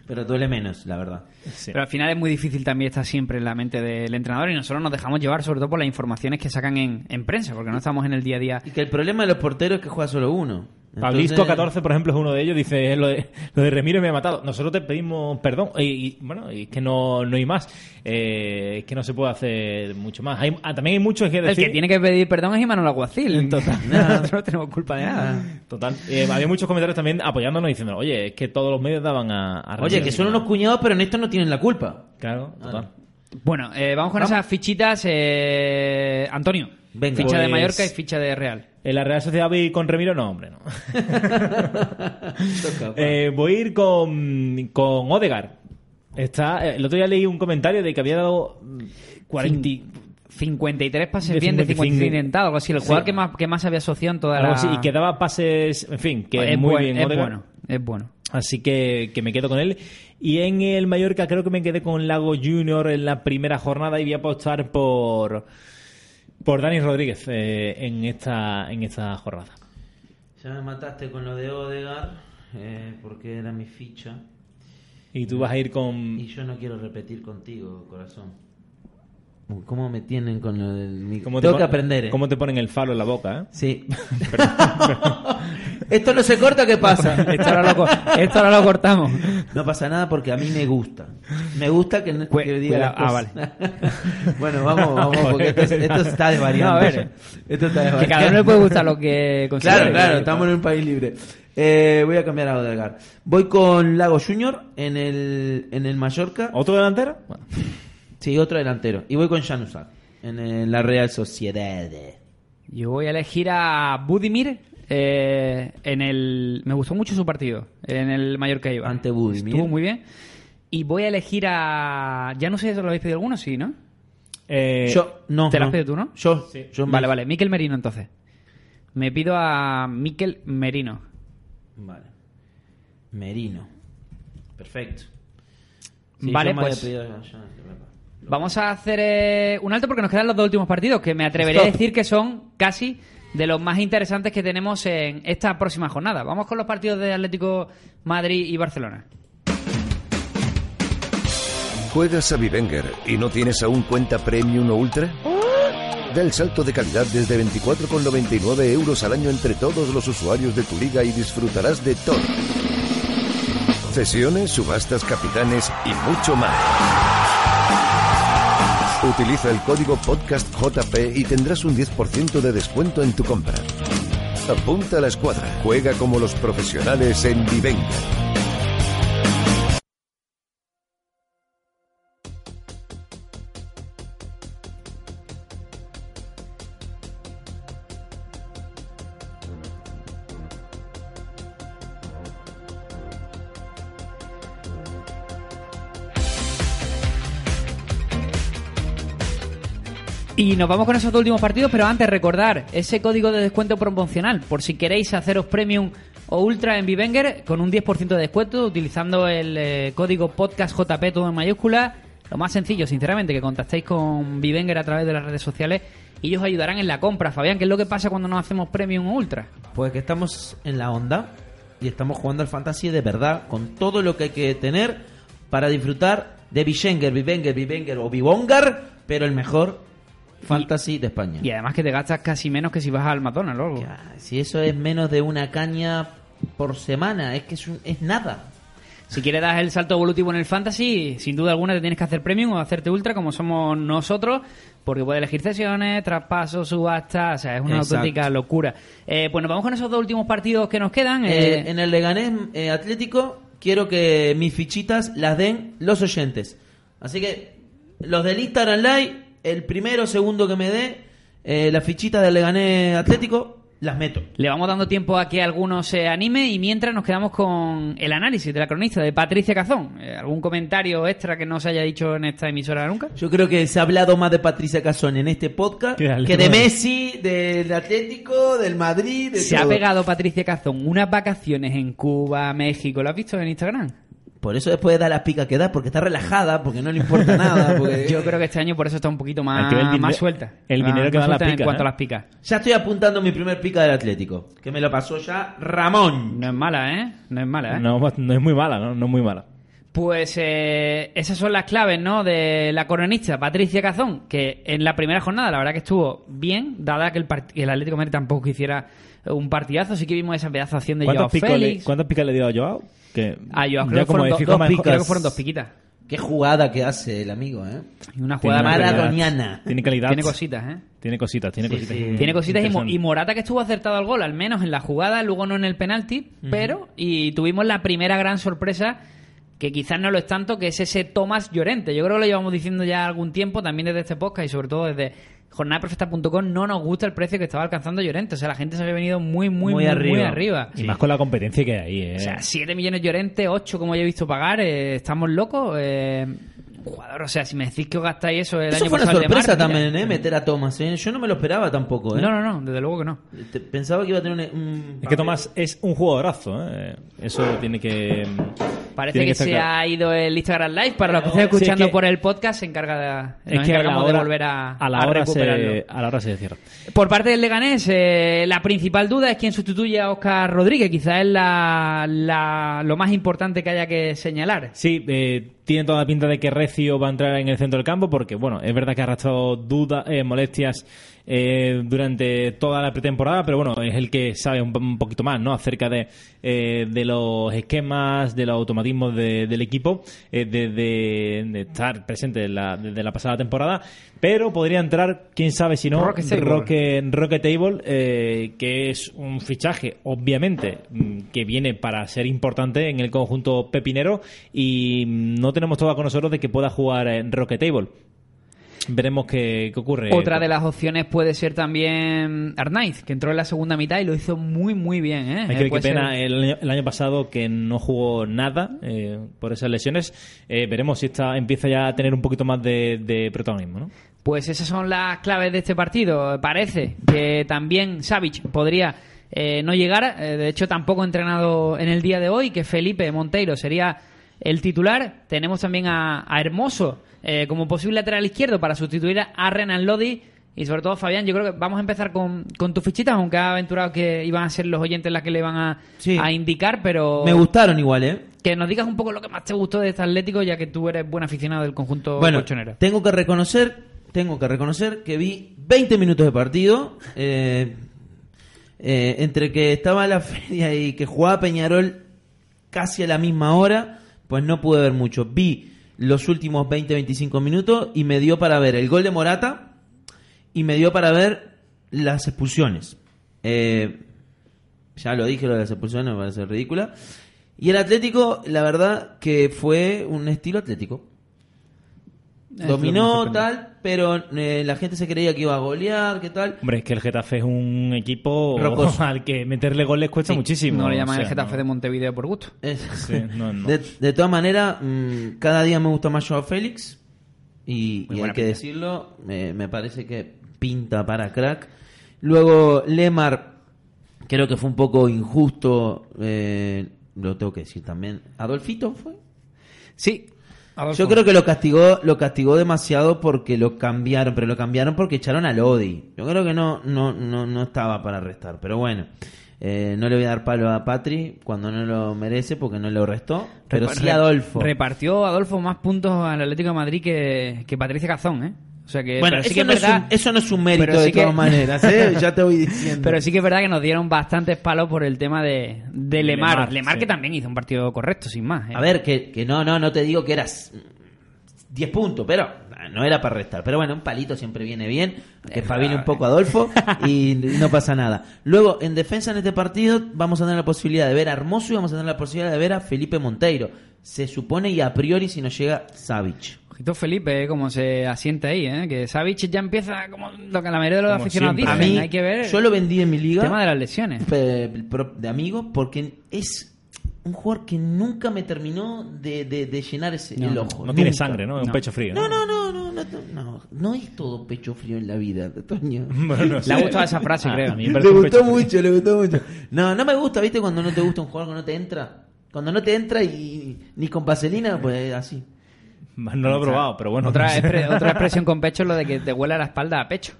Speaker 5: Pero duele menos, la verdad.
Speaker 4: Sí.
Speaker 3: Pero al final es muy difícil también estar siempre en la mente del entrenador y nosotros nos dejamos llevar sobre todo por las informaciones que sacan en, en prensa, porque no estamos en el día a día.
Speaker 5: Y que el problema de los porteros es que juega solo uno. Entonces-
Speaker 4: Pablisco 14, por ejemplo, es uno de ellos. Dice, lo de, lo de Remiro me ha matado. Nosotros te pedimos perdón. Y, y, bueno, y es que no, no hay más. Eh, es que no se puede hacer mucho más. Hay- ah, también hay muchos que
Speaker 3: El
Speaker 4: decir...
Speaker 3: que tiene que pedir perdón es Imanol Alguacil. Entonces, nosotros no tenemos culpa de nada.
Speaker 4: Total. Eh, había muchos comentarios también apoyándonos diciendo, oye, es que todos los medios daban a... a
Speaker 5: Oye,
Speaker 4: Ramiro".
Speaker 5: que son unos cuñados, pero en esto no tienen la culpa.
Speaker 4: Claro,
Speaker 3: Ah,
Speaker 4: total.
Speaker 3: Bueno, eh, vamos con esas fichitas. eh, Antonio,
Speaker 5: Venga.
Speaker 3: ficha de
Speaker 4: Pues-
Speaker 3: Mallorca y ficha de Real.
Speaker 4: ¿En la Real Sociedad voy con Remiro? No, hombre, no.
Speaker 5: Toca, pa.
Speaker 4: Eh, voy a ir con, con Odegar. Está, eh, el otro día leí un comentario de que había dado mm, 40, y-
Speaker 3: 53 pases
Speaker 4: De
Speaker 3: bien, de
Speaker 4: 55.
Speaker 3: 55 intentados, algo así. El jugador que más, que más había asociado en toda la...
Speaker 4: algo así, y que daba pases, en fin, que
Speaker 3: es,
Speaker 4: muy
Speaker 3: buen-
Speaker 4: bien
Speaker 3: es
Speaker 4: Odegaard.
Speaker 3: bueno, es bueno.
Speaker 4: Así que, que me quedo con él. Y en el Mallorca creo que me quedé con Lago Junior en la primera jornada y voy a apostar por por Dani Rodríguez eh, en esta en esta jornada.
Speaker 5: Ya me mataste con lo de Odegar, eh, porque era mi ficha.
Speaker 4: Y tú vas a ir
Speaker 5: Y
Speaker 4: con
Speaker 5: yo no quiero repetir contigo, corazón. Uy, ¿Cómo me tienen con lo del mic?
Speaker 4: ¿cómo te
Speaker 5: Tengo
Speaker 4: pon-
Speaker 5: que aprender. ¿eh?
Speaker 4: cómo te ponen el falo en la boca, ¿eh?
Speaker 5: Sí. ¿Esto no se corta? ¿Qué pasa?
Speaker 3: Esto ahora lo, co- esto ahora lo cortamos.
Speaker 5: No pasa nada porque a mí me gusta. Me gusta que, no-
Speaker 3: Cue-
Speaker 5: que diga las
Speaker 3: cuidado. Ah,
Speaker 5: cosas. bueno, vamos, vamos, porque esto, es- esto está desvariando.
Speaker 3: No, a ver.
Speaker 5: Esto está
Speaker 3: Que
Speaker 5: desvariando.
Speaker 3: cada uno le puede gustar lo que eh, ah. considere.
Speaker 5: Claro, claro, estamos en un país libre. Eh, voy a cambiar a Odegar. Voy con Lago Junior en el, en el Mallorca.
Speaker 3: Oh.
Speaker 4: ¿Otro delantero? Bueno,
Speaker 5: Sí, otro delantero. Y voy con Januzak en eh, la Real Sociedad.
Speaker 3: Eh, Yo voy a elegir a Budimir eh, en el... Me gustó mucho su partido en el Mallorca iba.
Speaker 5: Ante Budimir.
Speaker 3: Estuvo muy bien. Y voy a elegir a... Ya no sé si os lo habéis pedido alguno, sí, ¿no?
Speaker 4: eh,
Speaker 5: yo, no.
Speaker 3: ¿Te la
Speaker 5: no.
Speaker 3: has pedido tú, no?
Speaker 5: Yo, yo me-
Speaker 3: Vale, vale. Miquel Merino, entonces. Me pido a Miquel Merino.
Speaker 5: Vale. Merino. Perfecto.
Speaker 3: vale,
Speaker 5: yo me había
Speaker 3: pues
Speaker 5: pedido a Januzak, verdad.
Speaker 3: vamos a hacer eh, un alto porque nos quedan los dos últimos partidos que me atreveré a
Speaker 5: Stop.
Speaker 3: decir que son casi de los más interesantes que tenemos en esta próxima jornada. Vamos con los partidos de Atlético Madrid y Barcelona.
Speaker 1: ¿Juegas a Vivenger y no tienes aún cuenta Premium o Ultra? Da el salto de calidad desde 24,99 euros al año entre todos los usuarios de tu liga y disfrutarás de todo. Cesiones, subastas, capitanes y mucho más. Utiliza el código PODCASTJP y tendrás un 10% de descuento en tu compra. Apunta a la escuadra. Juega como los profesionales en Vivenger.
Speaker 3: Y nos vamos con esos dos últimos partidos, pero antes recordar ese código de descuento promocional por si queréis haceros premium o ultra en Vivenger con un 10% de descuento utilizando el eh, código podcastjp todo en mayúscula. Lo más sencillo, sinceramente, que contactéis con Vivenger a través de las redes sociales y ellos ayudarán en la compra. Fabián, ¿qué es lo que pasa cuando nos hacemos premium o ultra?
Speaker 5: Pues que estamos en la onda y estamos jugando al fantasy de verdad, con todo lo que hay que tener para disfrutar de Vivenger, Vivenger, Vivenger o Vivongar, pero el mejor fantasy de España.
Speaker 3: Y además que te gastas casi menos que si vas al Matona, luego.
Speaker 5: Ya, si eso es menos de una caña por semana, es que es, un- es nada.
Speaker 3: Si quieres dar el salto evolutivo en el fantasy, sin duda alguna te tienes que hacer premium o hacerte ultra como somos nosotros, porque puedes elegir sesiones, traspasos, subastas, o sea, es una
Speaker 5: Exacto.
Speaker 3: auténtica locura. Eh, pues nos vamos con esos dos últimos partidos que nos quedan. eh,
Speaker 5: Eh, en el Leganés eh, Atlético quiero que mis fichitas las den los oyentes. Así que los del Instagram Live, el primero, segundo que me dé, eh, las fichitas del Leganés Atlético, las meto.
Speaker 3: Le vamos dando tiempo a que alguno se anime y mientras nos quedamos con el análisis de la cronista de Patricia Cazón. Eh, ¿Algún comentario extra que no se haya dicho en esta emisora nunca?
Speaker 5: Yo creo que se ha hablado más de Patricia Cazón en este podcast
Speaker 4: Qué
Speaker 5: que de
Speaker 4: alegría.
Speaker 5: Messi, del Atlético, del Madrid. De
Speaker 3: Se ha
Speaker 5: todo.
Speaker 3: pegado Patricia Cazón unas vacaciones en Cuba, México. ¿Lo has visto en Instagram?
Speaker 5: Por eso después da las picas que da, porque está relajada, porque no le importa nada. porque-
Speaker 3: Yo creo que este año por eso está un poquito
Speaker 4: Aquí el
Speaker 3: más,
Speaker 4: dinero-
Speaker 3: más suelta.
Speaker 4: el dinero
Speaker 3: Más-
Speaker 4: que
Speaker 3: más
Speaker 4: dan las
Speaker 3: suelta En
Speaker 4: picas,
Speaker 3: cuanto
Speaker 4: ¿eh?
Speaker 3: a las picas.
Speaker 5: Ya estoy apuntando mi primer pica del Atlético, que me lo pasó ya Ramón.
Speaker 3: No es mala, ¿eh? No es mala, ¿eh?
Speaker 4: No, no es muy mala, ¿no? No es muy mala.
Speaker 3: Pues eh, esas son las claves, ¿no? De la coronista Patricia Cazón, que en la primera jornada la verdad que estuvo bien, dada que el, part- que el Atlético de Madrid tampoco hiciera un partidazo, sí que vimos esa pedazo acción de Joao
Speaker 4: ¿Cuántos picos, le,
Speaker 3: Félix.
Speaker 4: ¿Cuántos picos le dio a Joao? Que
Speaker 3: A Joao,
Speaker 4: ya
Speaker 3: creo, que
Speaker 4: como
Speaker 3: fueron do-
Speaker 4: decís,
Speaker 3: dos
Speaker 4: como
Speaker 3: picas, creo que
Speaker 4: mejor-
Speaker 3: fueron dos piquitas.
Speaker 5: Qué jugada que hace el amigo, ¿eh?
Speaker 3: Y una jugada
Speaker 4: Tiene calidad.
Speaker 3: maravillosa.
Speaker 5: maradoniana.
Speaker 4: Tiene calidad.
Speaker 3: Tiene cositas, ¿eh?
Speaker 4: Tiene cositas, tiene cositas.
Speaker 5: sí.
Speaker 3: Tiene cositas y, Mo-
Speaker 4: Interesante.
Speaker 3: y Morata que estuvo acertado al gol, al menos en la jugada, luego no en el penalti, pero y tuvimos la primera gran sorpresa que quizás no lo es tanto, que es ese Tomás Llorente. Yo creo que lo llevamos diciendo ya algún tiempo, también desde este podcast y sobre todo desde jornadaperfecta.com, no nos gusta el precio que estaba alcanzando Llorente. O sea, la gente se había venido muy, muy, muy, muy arriba.
Speaker 4: Y más con la competencia que hay, ¿eh?
Speaker 3: O sea, 7 millones Llorente, 8 como yo he visto pagar, eh, estamos locos. eh, jugador, o sea, si me decís que os gastáis eso el
Speaker 5: Eso
Speaker 3: año
Speaker 5: fue una
Speaker 3: pasado el de
Speaker 5: sorpresa
Speaker 3: Marta, mira.
Speaker 5: también, ¿eh? Meter a Thomas, ¿eh? Yo no me lo esperaba tampoco, ¿eh?
Speaker 3: No, no, no, desde luego que no.
Speaker 5: Te- Pensaba que iba a tener un... un
Speaker 4: es que
Speaker 5: papel-
Speaker 4: Tomás es un jugadorazo, ¿eh? Eso tiene que...
Speaker 3: Parece
Speaker 4: tiene
Speaker 3: que,
Speaker 4: estar
Speaker 3: se
Speaker 4: claro.
Speaker 3: ha ido el Instagram Live. Para los que estén
Speaker 4: Sí, es
Speaker 3: escuchando
Speaker 4: que-
Speaker 3: por el podcast, se encarga de, nos
Speaker 4: Es que a la
Speaker 3: encargamos de
Speaker 4: hora-
Speaker 3: volver a,
Speaker 4: a la
Speaker 3: a
Speaker 4: hora
Speaker 3: recuperarlo.
Speaker 4: se, a la hora se cierra.
Speaker 3: Por parte del Leganés, eh, la principal duda es quién sustituye a Oscar Rodríguez. Quizás es la, la- lo más importante que haya que señalar.
Speaker 4: Sí, eh, tiene toda la pinta de que Recio va a entrar en el centro del campo porque, bueno, es verdad que ha arrastrado dudas, eh, molestias eh, durante toda la pretemporada, pero bueno, es el que sabe un, po- un poquito más, ¿no? Acerca de, eh, de los esquemas, de los automatismos de- del equipo, eh, de, de- de estar presente en la- desde la pasada temporada, pero podría entrar, quién sabe si no,
Speaker 3: Roque Stable.
Speaker 4: Roque, Roque Table, eh, que es un fichaje, obviamente, mm, que viene para ser importante en el conjunto pepinero y mm, no tenemos toda con nosotros de que pueda jugar en Roque Table. Veremos qué, qué ocurre.
Speaker 3: Otra de las opciones puede ser también Arnaiz, que entró en la segunda mitad y lo hizo muy, muy bien. ¿eh?
Speaker 4: Hay que ver qué
Speaker 3: Puede ser-
Speaker 4: pena el año, el año pasado que no jugó nada eh, por esas lesiones. Eh, veremos si esta empieza ya a tener un poquito más de, de protagonismo. ¿no?
Speaker 3: Pues esas son las claves de este partido. Parece que también Savic podría eh, no llegar. eh, de hecho, tampoco ha entrenado en el día de hoy, que Felipe Monteiro sería el titular. Tenemos también a, a Hermoso eh, como posible lateral izquierdo para sustituir a Renan Lodi. Y sobre todo, Fabián, yo creo que vamos a empezar con, con tus fichitas, aunque ha aventurado que iban a ser los oyentes las que le van a,
Speaker 5: Sí.
Speaker 3: a indicar, pero
Speaker 5: Me gustaron igual, ¿eh?
Speaker 3: que nos digas un poco lo que más te gustó de este Atlético, ya que tú eres buen aficionado del conjunto
Speaker 5: Bueno,
Speaker 3: colchonero.
Speaker 5: tengo que reconocer, tengo que reconocer que vi 20 minutos de partido. eh, eh, entre que estaba la feria y que jugaba Peñarol casi a la misma hora, pues no pude ver mucho. Vi los últimos 20-25 minutos y me dio para ver el gol de Morata y me dio para ver las expulsiones. Eh, ya lo dije, lo de las expulsiones me parece ridícula. Y el Atlético, la verdad, que fue un estilo atlético.
Speaker 3: Es
Speaker 5: Dominó,
Speaker 3: lo que me sorprende.
Speaker 5: tal, pero eh, la gente se creía que iba a golear, que tal.
Speaker 4: Hombre, es que el Getafe es un equipo
Speaker 5: Rocoso.
Speaker 4: al que meterle goles cuesta
Speaker 5: Sí,
Speaker 4: muchísimo.
Speaker 3: No le
Speaker 4: o
Speaker 3: llaman
Speaker 4: sea,
Speaker 3: el Getafe
Speaker 4: no.
Speaker 3: de Montevideo por gusto.
Speaker 5: Es-
Speaker 4: Sí, no, no.
Speaker 5: Eh, De, de todas maneras, mm, cada día me gusta más Joao Félix. Y,
Speaker 3: Muy
Speaker 5: y hay
Speaker 3: buena
Speaker 5: que
Speaker 3: pinta.
Speaker 5: decirlo, me, me parece que pinta para crack. Luego, Lemar, creo que fue un poco injusto. eh, lo tengo que decir también. ¿Adolfito fue?
Speaker 3: Sí.
Speaker 5: Yo creo que lo castigó, lo castigó demasiado porque lo cambiaron, pero lo cambiaron porque echaron a Lodi. Yo creo que no, no, no, no estaba para restar, pero bueno. Eh, no le voy a dar palo a Patri cuando no lo merece porque no lo restó, pero sí a Adolfo.
Speaker 3: Repartió Adolfo más puntos al Atlético de Madrid que, que Patricia Cazón, ¿eh? O sea que,
Speaker 5: bueno,
Speaker 3: pero sí
Speaker 5: eso,
Speaker 3: que es
Speaker 5: no es
Speaker 3: verdad-
Speaker 5: un, eso no es un mérito
Speaker 3: pero
Speaker 5: de
Speaker 3: sí que-
Speaker 5: todas maneras, ¿eh? ya te voy diciendo.
Speaker 3: Pero sí que es verdad que nos dieron bastantes palos por el tema de, de Lemar. Lemar,
Speaker 4: Lemar, sí.
Speaker 3: que también hizo un partido correcto, sin más. ¿eh?
Speaker 5: A ver, que, que no, no, no te digo que eras mm, 10 puntos, pero ah, no era para restar. Pero bueno, un palito siempre viene bien. Que espabile un poco Adolfo y no pasa nada. Luego, en defensa en este partido, vamos a tener la posibilidad de ver a Hermoso y vamos a tener la posibilidad de ver a Felipe Monteiro. Se supone y a priori si nos llega Savic.
Speaker 3: Ojito Felipe, ¿eh? como se asienta ahí, ¿eh? Que Savic ya empieza como lo que la mayoría de los
Speaker 4: Como
Speaker 3: aficionados
Speaker 4: siempre.
Speaker 5: A
Speaker 3: dicen.
Speaker 5: mí,
Speaker 3: Hay que ver
Speaker 5: yo lo vendí en mi
Speaker 3: el
Speaker 5: liga.
Speaker 3: tema de las lesiones.
Speaker 5: pe- pro- de amigo porque es un jugador que nunca me terminó de, de- de llenar ese,
Speaker 3: No,
Speaker 5: el
Speaker 3: no,
Speaker 5: ojo.
Speaker 4: No tiene
Speaker 5: Nunca.
Speaker 4: sangre, ¿no? Es
Speaker 3: No.
Speaker 4: un pecho frío.
Speaker 5: No, no, no, no, no, no, no es todo pecho frío en la vida, Toño.
Speaker 4: Bueno, no
Speaker 3: Le ha
Speaker 4: sé. Ah,
Speaker 3: gustado esa frase,
Speaker 4: A-
Speaker 3: creo.
Speaker 4: a mí me
Speaker 5: Le
Speaker 4: parece un
Speaker 5: gustó
Speaker 4: pecho frío.
Speaker 5: mucho, le gustó mucho. No, no me gusta, ¿viste? Cuando no te gusta un jugador que no te entra. Cuando no te entra y ni con vaselina, pues así.
Speaker 4: No lo he probado, pero bueno.
Speaker 3: Otra,
Speaker 4: no sé.
Speaker 3: expre- otra expresión con pecho es lo de que te huela la espalda a pecho.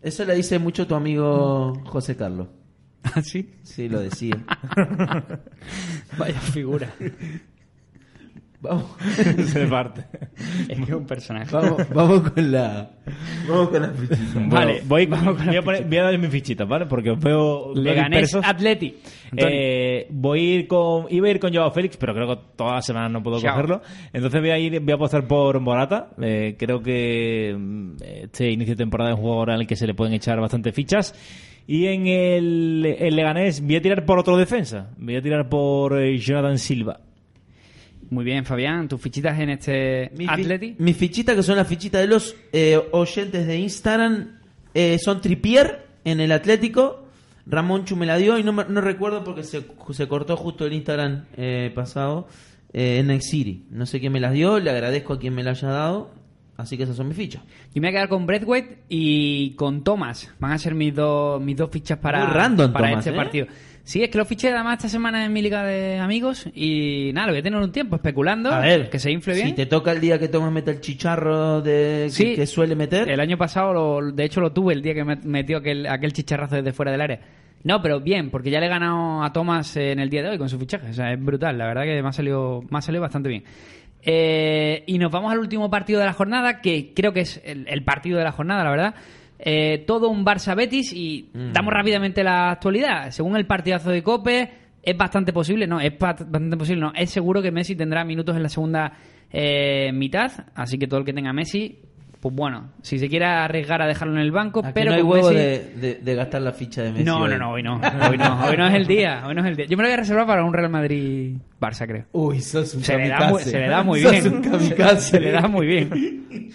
Speaker 5: Eso le dice mucho tu amigo José Carlos.
Speaker 3: ¿Así?
Speaker 5: Sí, lo decía.
Speaker 3: Vaya figura.
Speaker 5: Vamos,
Speaker 4: Se parte.
Speaker 3: Es que es un personaje.
Speaker 5: vamos, vamos con la. Vamos con la fichita.
Speaker 3: Vale,
Speaker 4: Bueno, voy,
Speaker 3: vamos con
Speaker 4: voy,
Speaker 3: la
Speaker 4: a poner- voy a dar mis fichitas, ¿vale? Porque os veo.
Speaker 3: Le gané
Speaker 4: dispersos.
Speaker 3: Atleti. Antonio.
Speaker 4: Eh, voy a ir con, iba a ir con Joao Félix, pero creo que toda la semana no puedo
Speaker 3: Joao.
Speaker 4: cogerlo. Entonces voy a ir, voy a apostar por Morata. Eh, creo que mm, este inicio de temporada es un jugador al que se le pueden echar bastante fichas. Y en el, el Leganés voy a tirar por otro defensa. Voy a tirar por eh, Jonathan Silva.
Speaker 3: Muy bien, Fabián, tus fichitas en este
Speaker 5: Mi fi-
Speaker 3: Atleti.
Speaker 5: Mis fichitas, que son las fichitas de los eh, oyentes de Instagram, eh, son Tripier en el Atlético. Ramón Chu me la dio y no, me- no recuerdo porque se, se cortó justo el Instagram eh, pasado eh, en el City. No sé quién me las dio, le agradezco a quien me la haya dado. Así que esas son mis fichas.
Speaker 3: Yo me voy a quedar con Breathwaite y con Thomas. Van a ser mis dos, mis dos fichas para,
Speaker 5: Muy random,
Speaker 3: para
Speaker 5: Thomas,
Speaker 3: este
Speaker 5: ¿eh?
Speaker 3: partido. Sí, es que lo fiché además esta semana en mi liga de amigos y nada, lo voy a tener un tiempo especulando. que se infle bien.
Speaker 5: Si te toca el día que Tomás mete el chicharro de, que-
Speaker 3: Sí.
Speaker 5: que, suele meter.
Speaker 3: El año pasado, lo- de hecho, lo tuve el día que me- metió aquel, aquel chicharrazo desde fuera del área. No, pero bien, porque ya le he ganado a Thomas eh, en el día de hoy con su fichaje. O sea, es brutal. La verdad que me ha salido, me ha salido bastante bien. Eh, y nos vamos al último partido de la jornada, que creo que es el, el partido de la jornada, la verdad. Eh, todo un Barça Betis y damos rápidamente la actualidad. Según el partidazo de Cope, es bastante posible, no, es ba- bastante posible, no, es seguro que Messi tendrá minutos en la segunda eh, mitad, así que todo el que tenga Messi, pues bueno, si se quiere arriesgar a dejarlo en el banco,
Speaker 5: Aquí
Speaker 3: pero
Speaker 5: no hay
Speaker 3: con
Speaker 5: huevo
Speaker 3: Messi-
Speaker 5: de, de- de gastar la ficha de Messi.
Speaker 3: no, no,
Speaker 5: hoy.
Speaker 3: no, hoy no, hoy no, hoy no es el día, hoy no es el día. Yo me lo voy a reservar para un Real Madrid Barça, creo.
Speaker 5: Uy, sos un
Speaker 3: Se le, da
Speaker 5: kamikaze.
Speaker 3: muy, se le da muy
Speaker 5: Sos
Speaker 3: bien.
Speaker 5: un kamikaze.
Speaker 3: Se le da muy bien.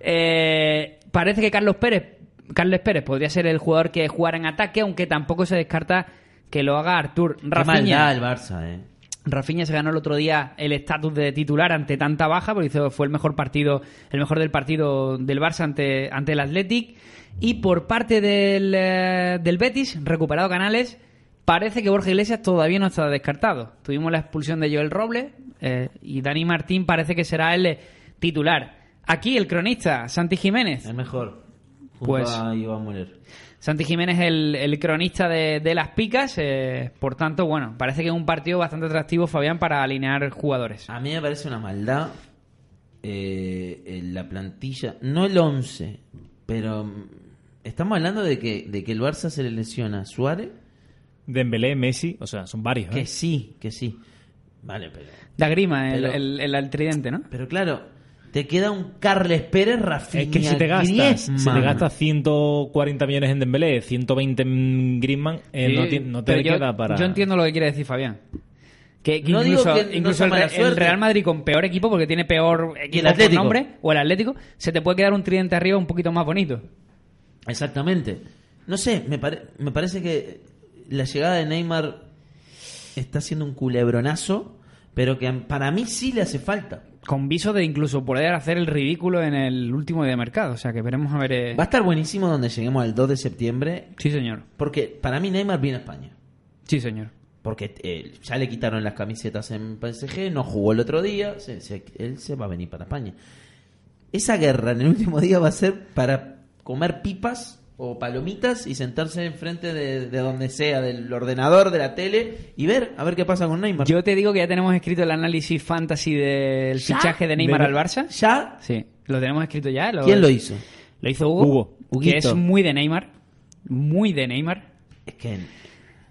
Speaker 3: Eh, parece que Carlos Pérez, Carlos Pérez podría ser el jugador que jugara en ataque, aunque tampoco se descarta que lo haga Artur
Speaker 5: Qué
Speaker 3: Rafinha.
Speaker 5: maldad el Barça, eh.
Speaker 3: Rafinha se ganó el otro día el estatus de titular ante tanta baja, porque hizo- fue el mejor partido, el mejor del partido del Barça ante, ante el Athletic. Y por parte del, eh, del Betis, recuperado Canales, parece que Borja Iglesias todavía no está descartado. Tuvimos la expulsión de Joel Robles eh, y Dani Martín parece que será el eh, titular. Aquí el cronista, Santi Jiménez.
Speaker 5: Es mejor. Junto
Speaker 3: Pues-
Speaker 5: a Iván Moler.
Speaker 3: Santi Jiménez, el, el cronista de, de las picas. eh, por tanto, bueno, parece que es un partido bastante atractivo, Fabián, para alinear jugadores.
Speaker 5: A mí me parece una maldad eh, en la plantilla, no el 11, pero mm, estamos hablando de que, de que el Barça se le lesiona a Suárez,
Speaker 4: ¿Eh? Dembélé, Messi, o sea, son varios. ¿eh?
Speaker 5: que sí, que sí. Vale, pero...
Speaker 3: Da grima el,
Speaker 5: Pero-
Speaker 3: el, el, el tridente, ¿no?
Speaker 5: Pero claro, te queda un Carles Pérez, Rafinha,
Speaker 4: Es que si te gastas,
Speaker 5: Griezmann.
Speaker 4: si te gastas 140 millones en Dembélé, 120 en Griezmann, eh, no,
Speaker 3: Sí,
Speaker 4: ti- no te
Speaker 3: pero yo-
Speaker 4: queda para...
Speaker 3: Yo entiendo lo que quiere decir Fabián. Que, que
Speaker 5: No digo
Speaker 3: incluso,
Speaker 5: que no
Speaker 3: incluso
Speaker 5: sea
Speaker 3: el,
Speaker 5: mala
Speaker 3: Re- el
Speaker 5: suerte.
Speaker 3: Real Madrid con peor equipo, porque tiene peor equipo por
Speaker 5: Atlético.
Speaker 3: nombre, o el Atlético, se te puede quedar un tridente arriba un poquito más bonito.
Speaker 5: Exactamente. No sé, me, pare- me parece que la llegada de Neymar está siendo un culebronazo, pero que para mí sí le hace falta.
Speaker 3: Con viso de incluso poder hacer el ridículo en el último día de mercado. O sea que veremos a ver. eh,
Speaker 5: Va a estar buenísimo donde lleguemos al 2 de septiembre,
Speaker 3: Sí, señor.
Speaker 5: porque para mí Neymar viene a España.
Speaker 3: Sí, señor.
Speaker 5: Porque eh, ya le quitaron las camisetas en PSG, no jugó el otro día, se- se- él se va a venir para España. Esa guerra en el último día va a ser para comer pipas o palomitas y sentarse enfrente de, de donde sea, del ordenador, de la tele, y ver a ver qué pasa con Neymar.
Speaker 3: Yo te digo que ya tenemos escrito el análisis fantasy del fichaje de Neymar
Speaker 4: De-
Speaker 3: al Barça.
Speaker 5: ¿Ya?
Speaker 3: Sí, lo tenemos escrito ya.
Speaker 5: ¿Quién lo hizo?
Speaker 3: Lo hizo Hugo.
Speaker 4: Hugo.
Speaker 3: Que
Speaker 5: Huguito.
Speaker 3: es muy de Neymar. Muy de Neymar.
Speaker 5: Es que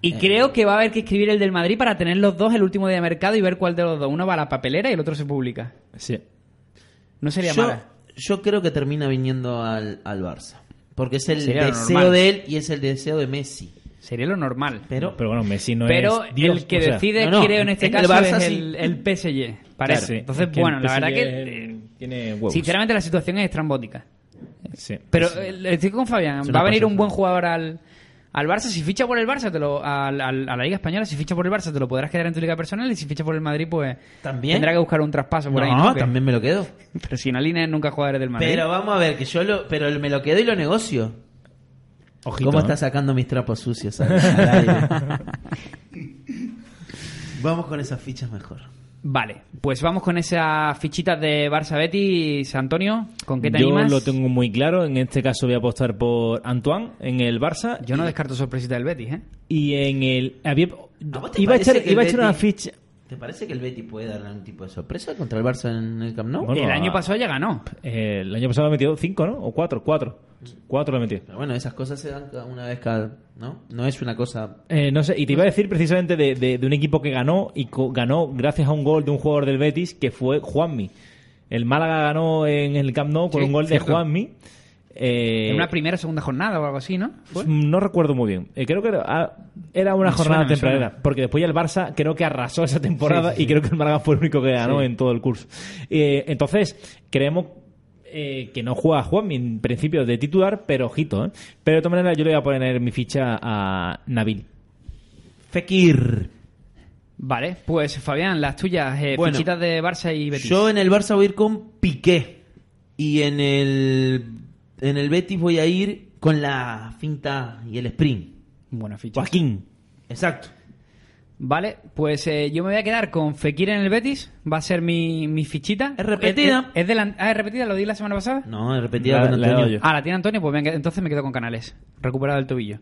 Speaker 3: Y
Speaker 5: Eh.
Speaker 3: creo que va a haber que escribir el del Madrid para tener los dos el último día de mercado y ver cuál de los dos. Uno va a la papelera y el otro se publica.
Speaker 4: Sí.
Speaker 3: No sería
Speaker 5: yo,
Speaker 3: mala.
Speaker 5: yo creo que termina viniendo al, al Barça. Porque es el
Speaker 3: Sería lo
Speaker 5: deseo
Speaker 3: normal.
Speaker 5: de él y es el deseo de Messi.
Speaker 3: Sería lo normal.
Speaker 5: Pero,
Speaker 4: Pero bueno, Messi no
Speaker 3: Pero
Speaker 4: es Dios,
Speaker 3: el que
Speaker 4: o sea,
Speaker 3: decide,
Speaker 5: no, no,
Speaker 3: creo, en este
Speaker 5: el
Speaker 3: caso
Speaker 5: Barça
Speaker 3: es
Speaker 5: sí.
Speaker 3: el, el PSG. Parece.
Speaker 4: claro,
Speaker 3: Entonces,
Speaker 4: que el
Speaker 3: bueno, la
Speaker 4: PSG
Speaker 3: verdad que...
Speaker 4: es
Speaker 3: eh,
Speaker 4: el- Tiene huevos.
Speaker 3: Sinceramente, la situación es estrambótica.
Speaker 4: Sí.
Speaker 3: Pero
Speaker 4: Sí.
Speaker 3: eh, estoy con Fabián.
Speaker 4: Es una
Speaker 3: Va a venir
Speaker 4: cosa,
Speaker 3: un buen
Speaker 4: sí.
Speaker 3: jugador al, al Barça. Si ficha por el Barça, te lo, al- al- a la Liga Española, si ficha por el Barça, te lo podrás quedar en tu liga personal. Y si ficha por el Madrid, pues
Speaker 5: ¿También?
Speaker 3: tendrá que buscar un traspaso por ahí.
Speaker 5: no,
Speaker 3: Que-
Speaker 5: también me lo quedo.
Speaker 3: Pero si en Alina nunca jugadores del Madrid.
Speaker 5: Pero vamos a ver, que yo lo, pero me lo quedo y lo negocio.
Speaker 4: Ojito,
Speaker 5: ¿Cómo
Speaker 4: ¿eh?
Speaker 5: está sacando mis trapos sucios? al- al aire? Vamos con esas fichas mejor.
Speaker 3: Vale, pues vamos con esas fichitas de Barça Betis, Antonio. ¿Con qué te
Speaker 4: Yo
Speaker 3: animas?
Speaker 4: lo tengo muy claro. En este caso voy a apostar por Antoine en el Barça
Speaker 3: Yo no descarto sorpresita del Betis, ¿eh?
Speaker 4: y en el. había-
Speaker 5: vos te
Speaker 4: iba a
Speaker 5: parece
Speaker 4: echar,
Speaker 5: que
Speaker 4: iba a
Speaker 5: el
Speaker 4: echar una
Speaker 5: Betis-
Speaker 4: ficha.
Speaker 5: ¿Te parece que el Betty puede dar algún tipo de sorpresa contra el Barça en el Camp Nou?
Speaker 4: Bueno,
Speaker 3: el año
Speaker 4: ah.
Speaker 3: pasado ya ganó.
Speaker 4: Eh, el año pasado ha metido 5, ¿no? O 4, 4. 4 le metió.
Speaker 5: Pero bueno, esas cosas se dan cada- una vez cada... ¿No? No es una cosa...
Speaker 4: Eh, no sé, y te iba a decir precisamente de, de- de un equipo que ganó y co- ganó gracias a un gol de un jugador del Betis que fue Juanmi. El Málaga ganó en el Camp Nou con
Speaker 3: Sí,
Speaker 4: un gol
Speaker 3: cierto.
Speaker 4: de Juanmi. Eh,
Speaker 3: En una primera o segunda jornada o algo así, ¿no? ¿Fue?
Speaker 4: Pues, No recuerdo muy bien. Eh, creo que era, ah, era
Speaker 3: Me
Speaker 4: una
Speaker 3: suena,
Speaker 4: jornada
Speaker 3: me
Speaker 4: temprana.
Speaker 3: suena.
Speaker 4: Porque después ya el Barça creo que arrasó esa temporada
Speaker 3: Sí, sí,
Speaker 4: y creo que el Málaga fue el único que ganó en todo el curso. Eh, entonces, creemos eh, que no juega Juanmi en principio de titular, pero ojito. ¿eh? Pero de todas maneras yo le voy a poner mi ficha a Nabil.
Speaker 5: Fekir.
Speaker 3: Vale, pues Fabián, las tuyas, eh,
Speaker 5: Bueno,
Speaker 3: fichitas de Barça y Betis.
Speaker 5: Yo en el Barça voy a ir con Piqué. Y en el, en el Betis voy a ir con la finta y el sprint.
Speaker 3: Buena ficha.
Speaker 4: Joaquín.
Speaker 5: Exacto.
Speaker 3: Vale, pues eh, yo me voy a quedar con Fekir en el Betis. Va a ser mi, mi fichita.
Speaker 5: Es repetida.
Speaker 3: Es, es- es delan- ah, es repetida, lo di la semana pasada.
Speaker 5: No, repetida
Speaker 4: La-
Speaker 5: con
Speaker 4: la he
Speaker 5: Antonio.
Speaker 4: dado yo.
Speaker 3: Ah, la tiene Antonio, pues venga, entonces me quedo con Canales. Recuperado el tobillo.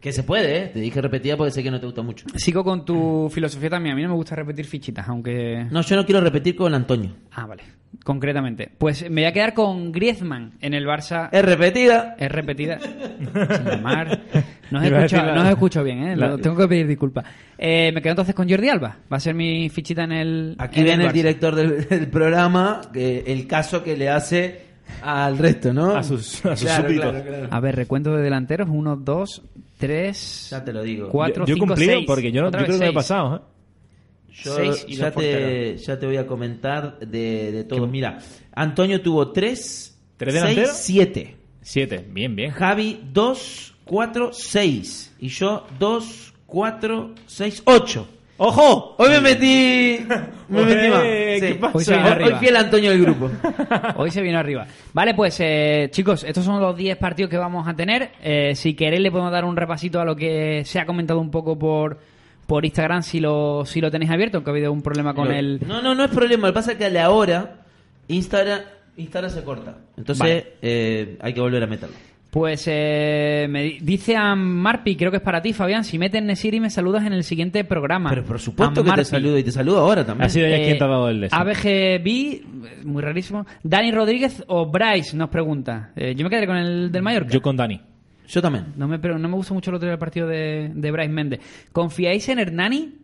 Speaker 5: Que se puede, ¿eh? Te dije repetida porque sé que no te gusta mucho.
Speaker 3: Sigo con tu filosofía también. A mí no me gusta repetir fichitas, aunque.
Speaker 5: No, yo no quiero repetir con Antonio.
Speaker 3: Ah, vale. Concretamente. Pues me voy a quedar con Griezmann en el Barça.
Speaker 5: Es repetida.
Speaker 3: Es repetida. Sin llamar. No os
Speaker 4: Iba a decir
Speaker 3: escucho,
Speaker 4: la-
Speaker 3: no os escucho bien, ¿eh?
Speaker 4: la-
Speaker 3: Lo- tengo que pedir disculpas. Eh, me quedo entonces con Jordi Alba. Va a ser mi fichita en el.
Speaker 5: Aquí
Speaker 3: en
Speaker 5: ven el,
Speaker 3: Barça.
Speaker 5: director del, del programa que- el caso que le hace al resto, ¿no?
Speaker 4: A sus- a sus
Speaker 5: Claro,
Speaker 4: súbditos.
Speaker 5: claro, claro.
Speaker 3: A ver, recuento de delanteros. Uno, dos, tres.
Speaker 5: Ya te lo digo.
Speaker 3: Cuatro,
Speaker 4: yo, yo he
Speaker 3: cinco,
Speaker 4: cumplido
Speaker 3: seis.
Speaker 4: porque yo, no-
Speaker 3: Otra vez
Speaker 4: yo creo que me he
Speaker 3: seis.
Speaker 4: pasado. ¿eh?
Speaker 5: Yo
Speaker 3: Seis y
Speaker 5: ya,
Speaker 3: dos
Speaker 5: te, ya te voy a comentar de, de todos. Mira, Antonio tuvo tres,
Speaker 4: ¿Tres
Speaker 5: seis,
Speaker 4: delanteros?
Speaker 5: siete.
Speaker 4: Siete. Bien, bien.
Speaker 5: Javi, dos, cuatro, seis. Y yo, dos, cuatro, seis, ocho.
Speaker 4: ¡Ojo!
Speaker 5: Hoy me metí. Me metí más.
Speaker 4: Eh, ¿qué
Speaker 5: Sí.
Speaker 4: pasa?
Speaker 3: Hoy se viene
Speaker 5: Hoy, hoy
Speaker 3: arriba.
Speaker 5: fui el Antonio del grupo.
Speaker 3: Hoy se vino arriba. Vale, pues eh, chicos, estos son los 10 partidos que vamos a tener. Eh, si queréis le podemos dar un repasito a lo que se ha comentado un poco por, por Instagram si lo, si lo tenéis abierto, aunque ha habido un problema con
Speaker 5: Lo-
Speaker 3: el...
Speaker 5: No, no, no es problema. Lo que pasa es que a la hora Instagram, Instagram se corta. Entonces
Speaker 3: Vale.
Speaker 5: eh, hay que volver a meterlo.
Speaker 3: Pues eh, me di- dice a Marpi, creo que es para ti, Fabián, si metes Nesiri me saludas en el siguiente programa.
Speaker 5: Pero por supuesto que te
Speaker 3: Ammarpi.
Speaker 5: saludo y te saludo ahora también.
Speaker 4: Ha sido ella
Speaker 3: Eh,
Speaker 4: quien te ha dado el beso.
Speaker 3: ABGB, muy rarísimo. Dani Rodríguez o Bryce nos pregunta. Eh, yo me quedaré con el del Mallorca.
Speaker 4: Yo con Dani.
Speaker 5: Yo también.
Speaker 3: No me, pero no me gusta mucho el otro día el partido de, de Bryce Méndez. ¿Confiáis en Hernani?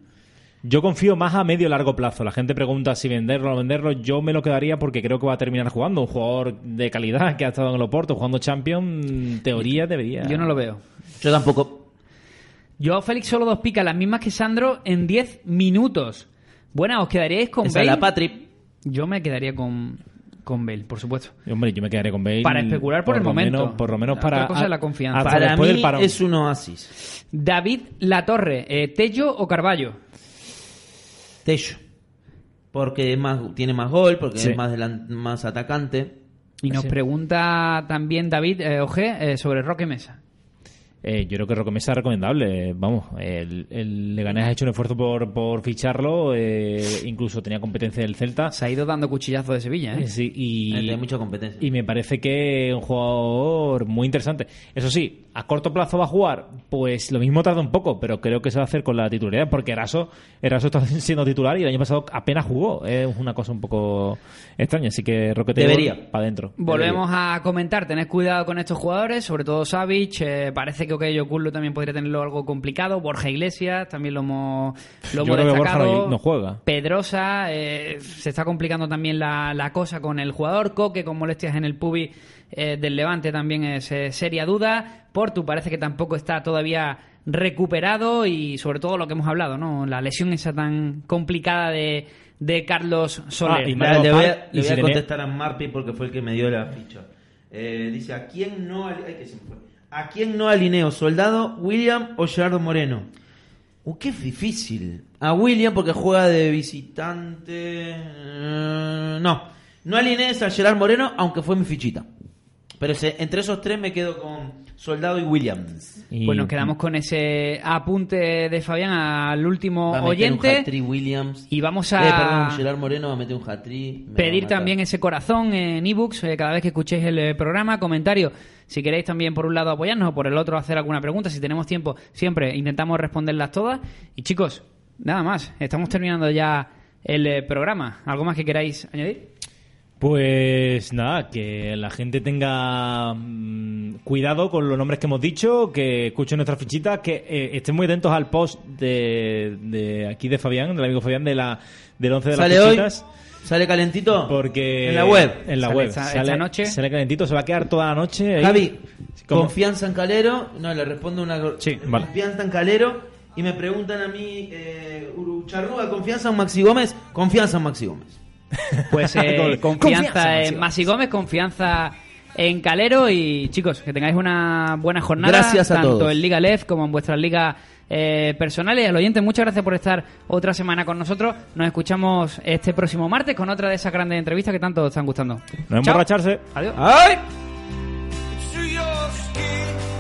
Speaker 4: Yo confío más a medio largo plazo. La gente pregunta si venderlo o no venderlo. Yo me lo quedaría porque creo que va a terminar jugando. Un jugador de calidad que ha estado en el Oporto jugando Champions, en teoría debería.
Speaker 3: Yo no lo veo.
Speaker 5: Yo tampoco.
Speaker 3: Yo, Félix, solo dos picas, las mismas que Sandro, en 10 minutos. Buena, ¿os quedaríais con
Speaker 5: Esa
Speaker 3: Bale?
Speaker 5: la Patri.
Speaker 3: Yo me quedaría con, con Bale, por supuesto.
Speaker 4: Hombre, yo me quedaré con Bale.
Speaker 3: Para especular por el
Speaker 4: lo
Speaker 3: momento.
Speaker 4: menos- por lo menos
Speaker 3: La
Speaker 4: para.
Speaker 3: otra cosa es la confianza.
Speaker 4: hasta
Speaker 5: Para
Speaker 4: después del
Speaker 5: mí
Speaker 4: parón.
Speaker 5: es un oasis.
Speaker 3: David Latorre, eh, ¿Tello o Carballo?
Speaker 5: Tello. Porque es más, tiene más gol, porque
Speaker 4: Sí.
Speaker 5: es más, delan- más atacante.
Speaker 3: Y nos pregunta también David eh, Ojé eh, sobre Roque Mesa.
Speaker 4: Eh, yo creo que Roque Mesa es recomendable. Vamos, el, el Leganés ha hecho un esfuerzo por, por ficharlo. eh, incluso tenía competencia del Celta.
Speaker 3: Se ha ido dando cuchillazo de Sevilla, ¿eh?
Speaker 4: Eh, sí,
Speaker 5: Y,
Speaker 4: y,
Speaker 5: tiene mucha competencia.
Speaker 4: Y me parece que es un jugador muy interesante. Eso sí, a corto plazo va a jugar, pues lo mismo tarda un poco, pero creo que se va a hacer con la titularidad, porque Eraso, Eraso está siendo titular y el año pasado apenas jugó. Es una cosa un poco extraña, así que Roquete
Speaker 5: Debería.
Speaker 4: para adentro.
Speaker 3: Volvemos a comentar, tened cuidado con estos jugadores, sobre todo Savic, eh, parece que Ocayo Curlo también podría tenerlo algo complicado, Borja Iglesias también lo hemos, lo
Speaker 4: Yo
Speaker 3: hemos
Speaker 4: creo que Borja
Speaker 3: destacado,
Speaker 4: no- no juega.
Speaker 3: Pedrosa, eh, se está complicando también la, la cosa con el jugador, Coque con molestias en el pubis eh, del Levante también es eh, seria duda, Portu parece que tampoco está todavía recuperado y sobre todo lo que hemos hablado, ¿no? la lesión esa tan complicada de, de Carlos Soler.
Speaker 4: Ah, y
Speaker 5: Mira,
Speaker 4: Marcos
Speaker 5: le voy a,
Speaker 4: Park,
Speaker 5: le
Speaker 4: y
Speaker 5: voy
Speaker 4: si
Speaker 5: a
Speaker 4: tenés-
Speaker 5: contestar a Marpi porque fue el que me dio la ficha. Eh, dice, ¿a quién no al- ay, que se me fue. ¿A quién no alineo? ¿Soldado, William o Gerardo Moreno? Uh, qué difícil. A William porque juega de visitante. Eh, no. No alinees a Gerard Moreno, aunque fue mi fichita. Pero se- entre esos tres me quedo con Soldado y Williams.
Speaker 4: Y-
Speaker 3: Pues nos quedamos con ese apunte de Fabián al último
Speaker 5: Va a meter un
Speaker 3: oyente.
Speaker 5: hat-trick Williams.
Speaker 3: Y vamos
Speaker 5: Eh, perdón,
Speaker 3: a
Speaker 5: Gerard Moreno va a meter un hat-trick. me va a
Speaker 3: pedir
Speaker 5: matar.
Speaker 3: también ese corazón en ebooks eh, cada vez que escuchéis el eh, programa. Comentario, si queréis también por un lado apoyarnos o por el otro hacer alguna pregunta, si tenemos tiempo, siempre intentamos responderlas todas. Y chicos, nada más, estamos terminando ya el eh, programa. ¿Algo más que queráis añadir?
Speaker 4: Pues nada, que la gente tenga mm, cuidado con los nombres que hemos dicho, que escuchen nuestras fichitas, que eh, estén muy atentos al post de, de aquí de Fabián, del amigo Fabián, de la, del 11 de las
Speaker 5: ¿Sale hoy?
Speaker 4: fichitas.
Speaker 5: ¿Sale calentito?
Speaker 4: Porque
Speaker 5: En la web.
Speaker 4: En la
Speaker 3: Sale
Speaker 4: web.
Speaker 3: esta- esta noche.
Speaker 4: Sale calentito, se va a quedar toda la noche. ahí.
Speaker 5: Javi,
Speaker 4: ¿Cómo?
Speaker 5: confianza en Calero. No, le respondo una.
Speaker 4: Sí, vale.
Speaker 5: Confianza en Calero. Y me preguntan a mí, eh, Urucharrúa, ¿confianza en Maxi Gómez? Confianza en Maxi Gómez.
Speaker 3: Pues eh,
Speaker 4: Gol.
Speaker 3: confianza,
Speaker 4: Confianza,
Speaker 3: en Masi Gómez, confianza en Calero y chicos, que tengáis una buena jornada.
Speaker 5: Gracias a
Speaker 3: tanto
Speaker 5: todos.
Speaker 3: en Liga Lef como en vuestras ligas eh, personales. Al oyente, muchas gracias por estar otra semana con nosotros. Nos escuchamos este próximo martes con otra de esas grandes entrevistas que tanto os están gustando.
Speaker 4: No
Speaker 3: Chao.
Speaker 4: emborracharse.
Speaker 3: Adiós.
Speaker 5: ¡Ay!
Speaker 2: Through your skin.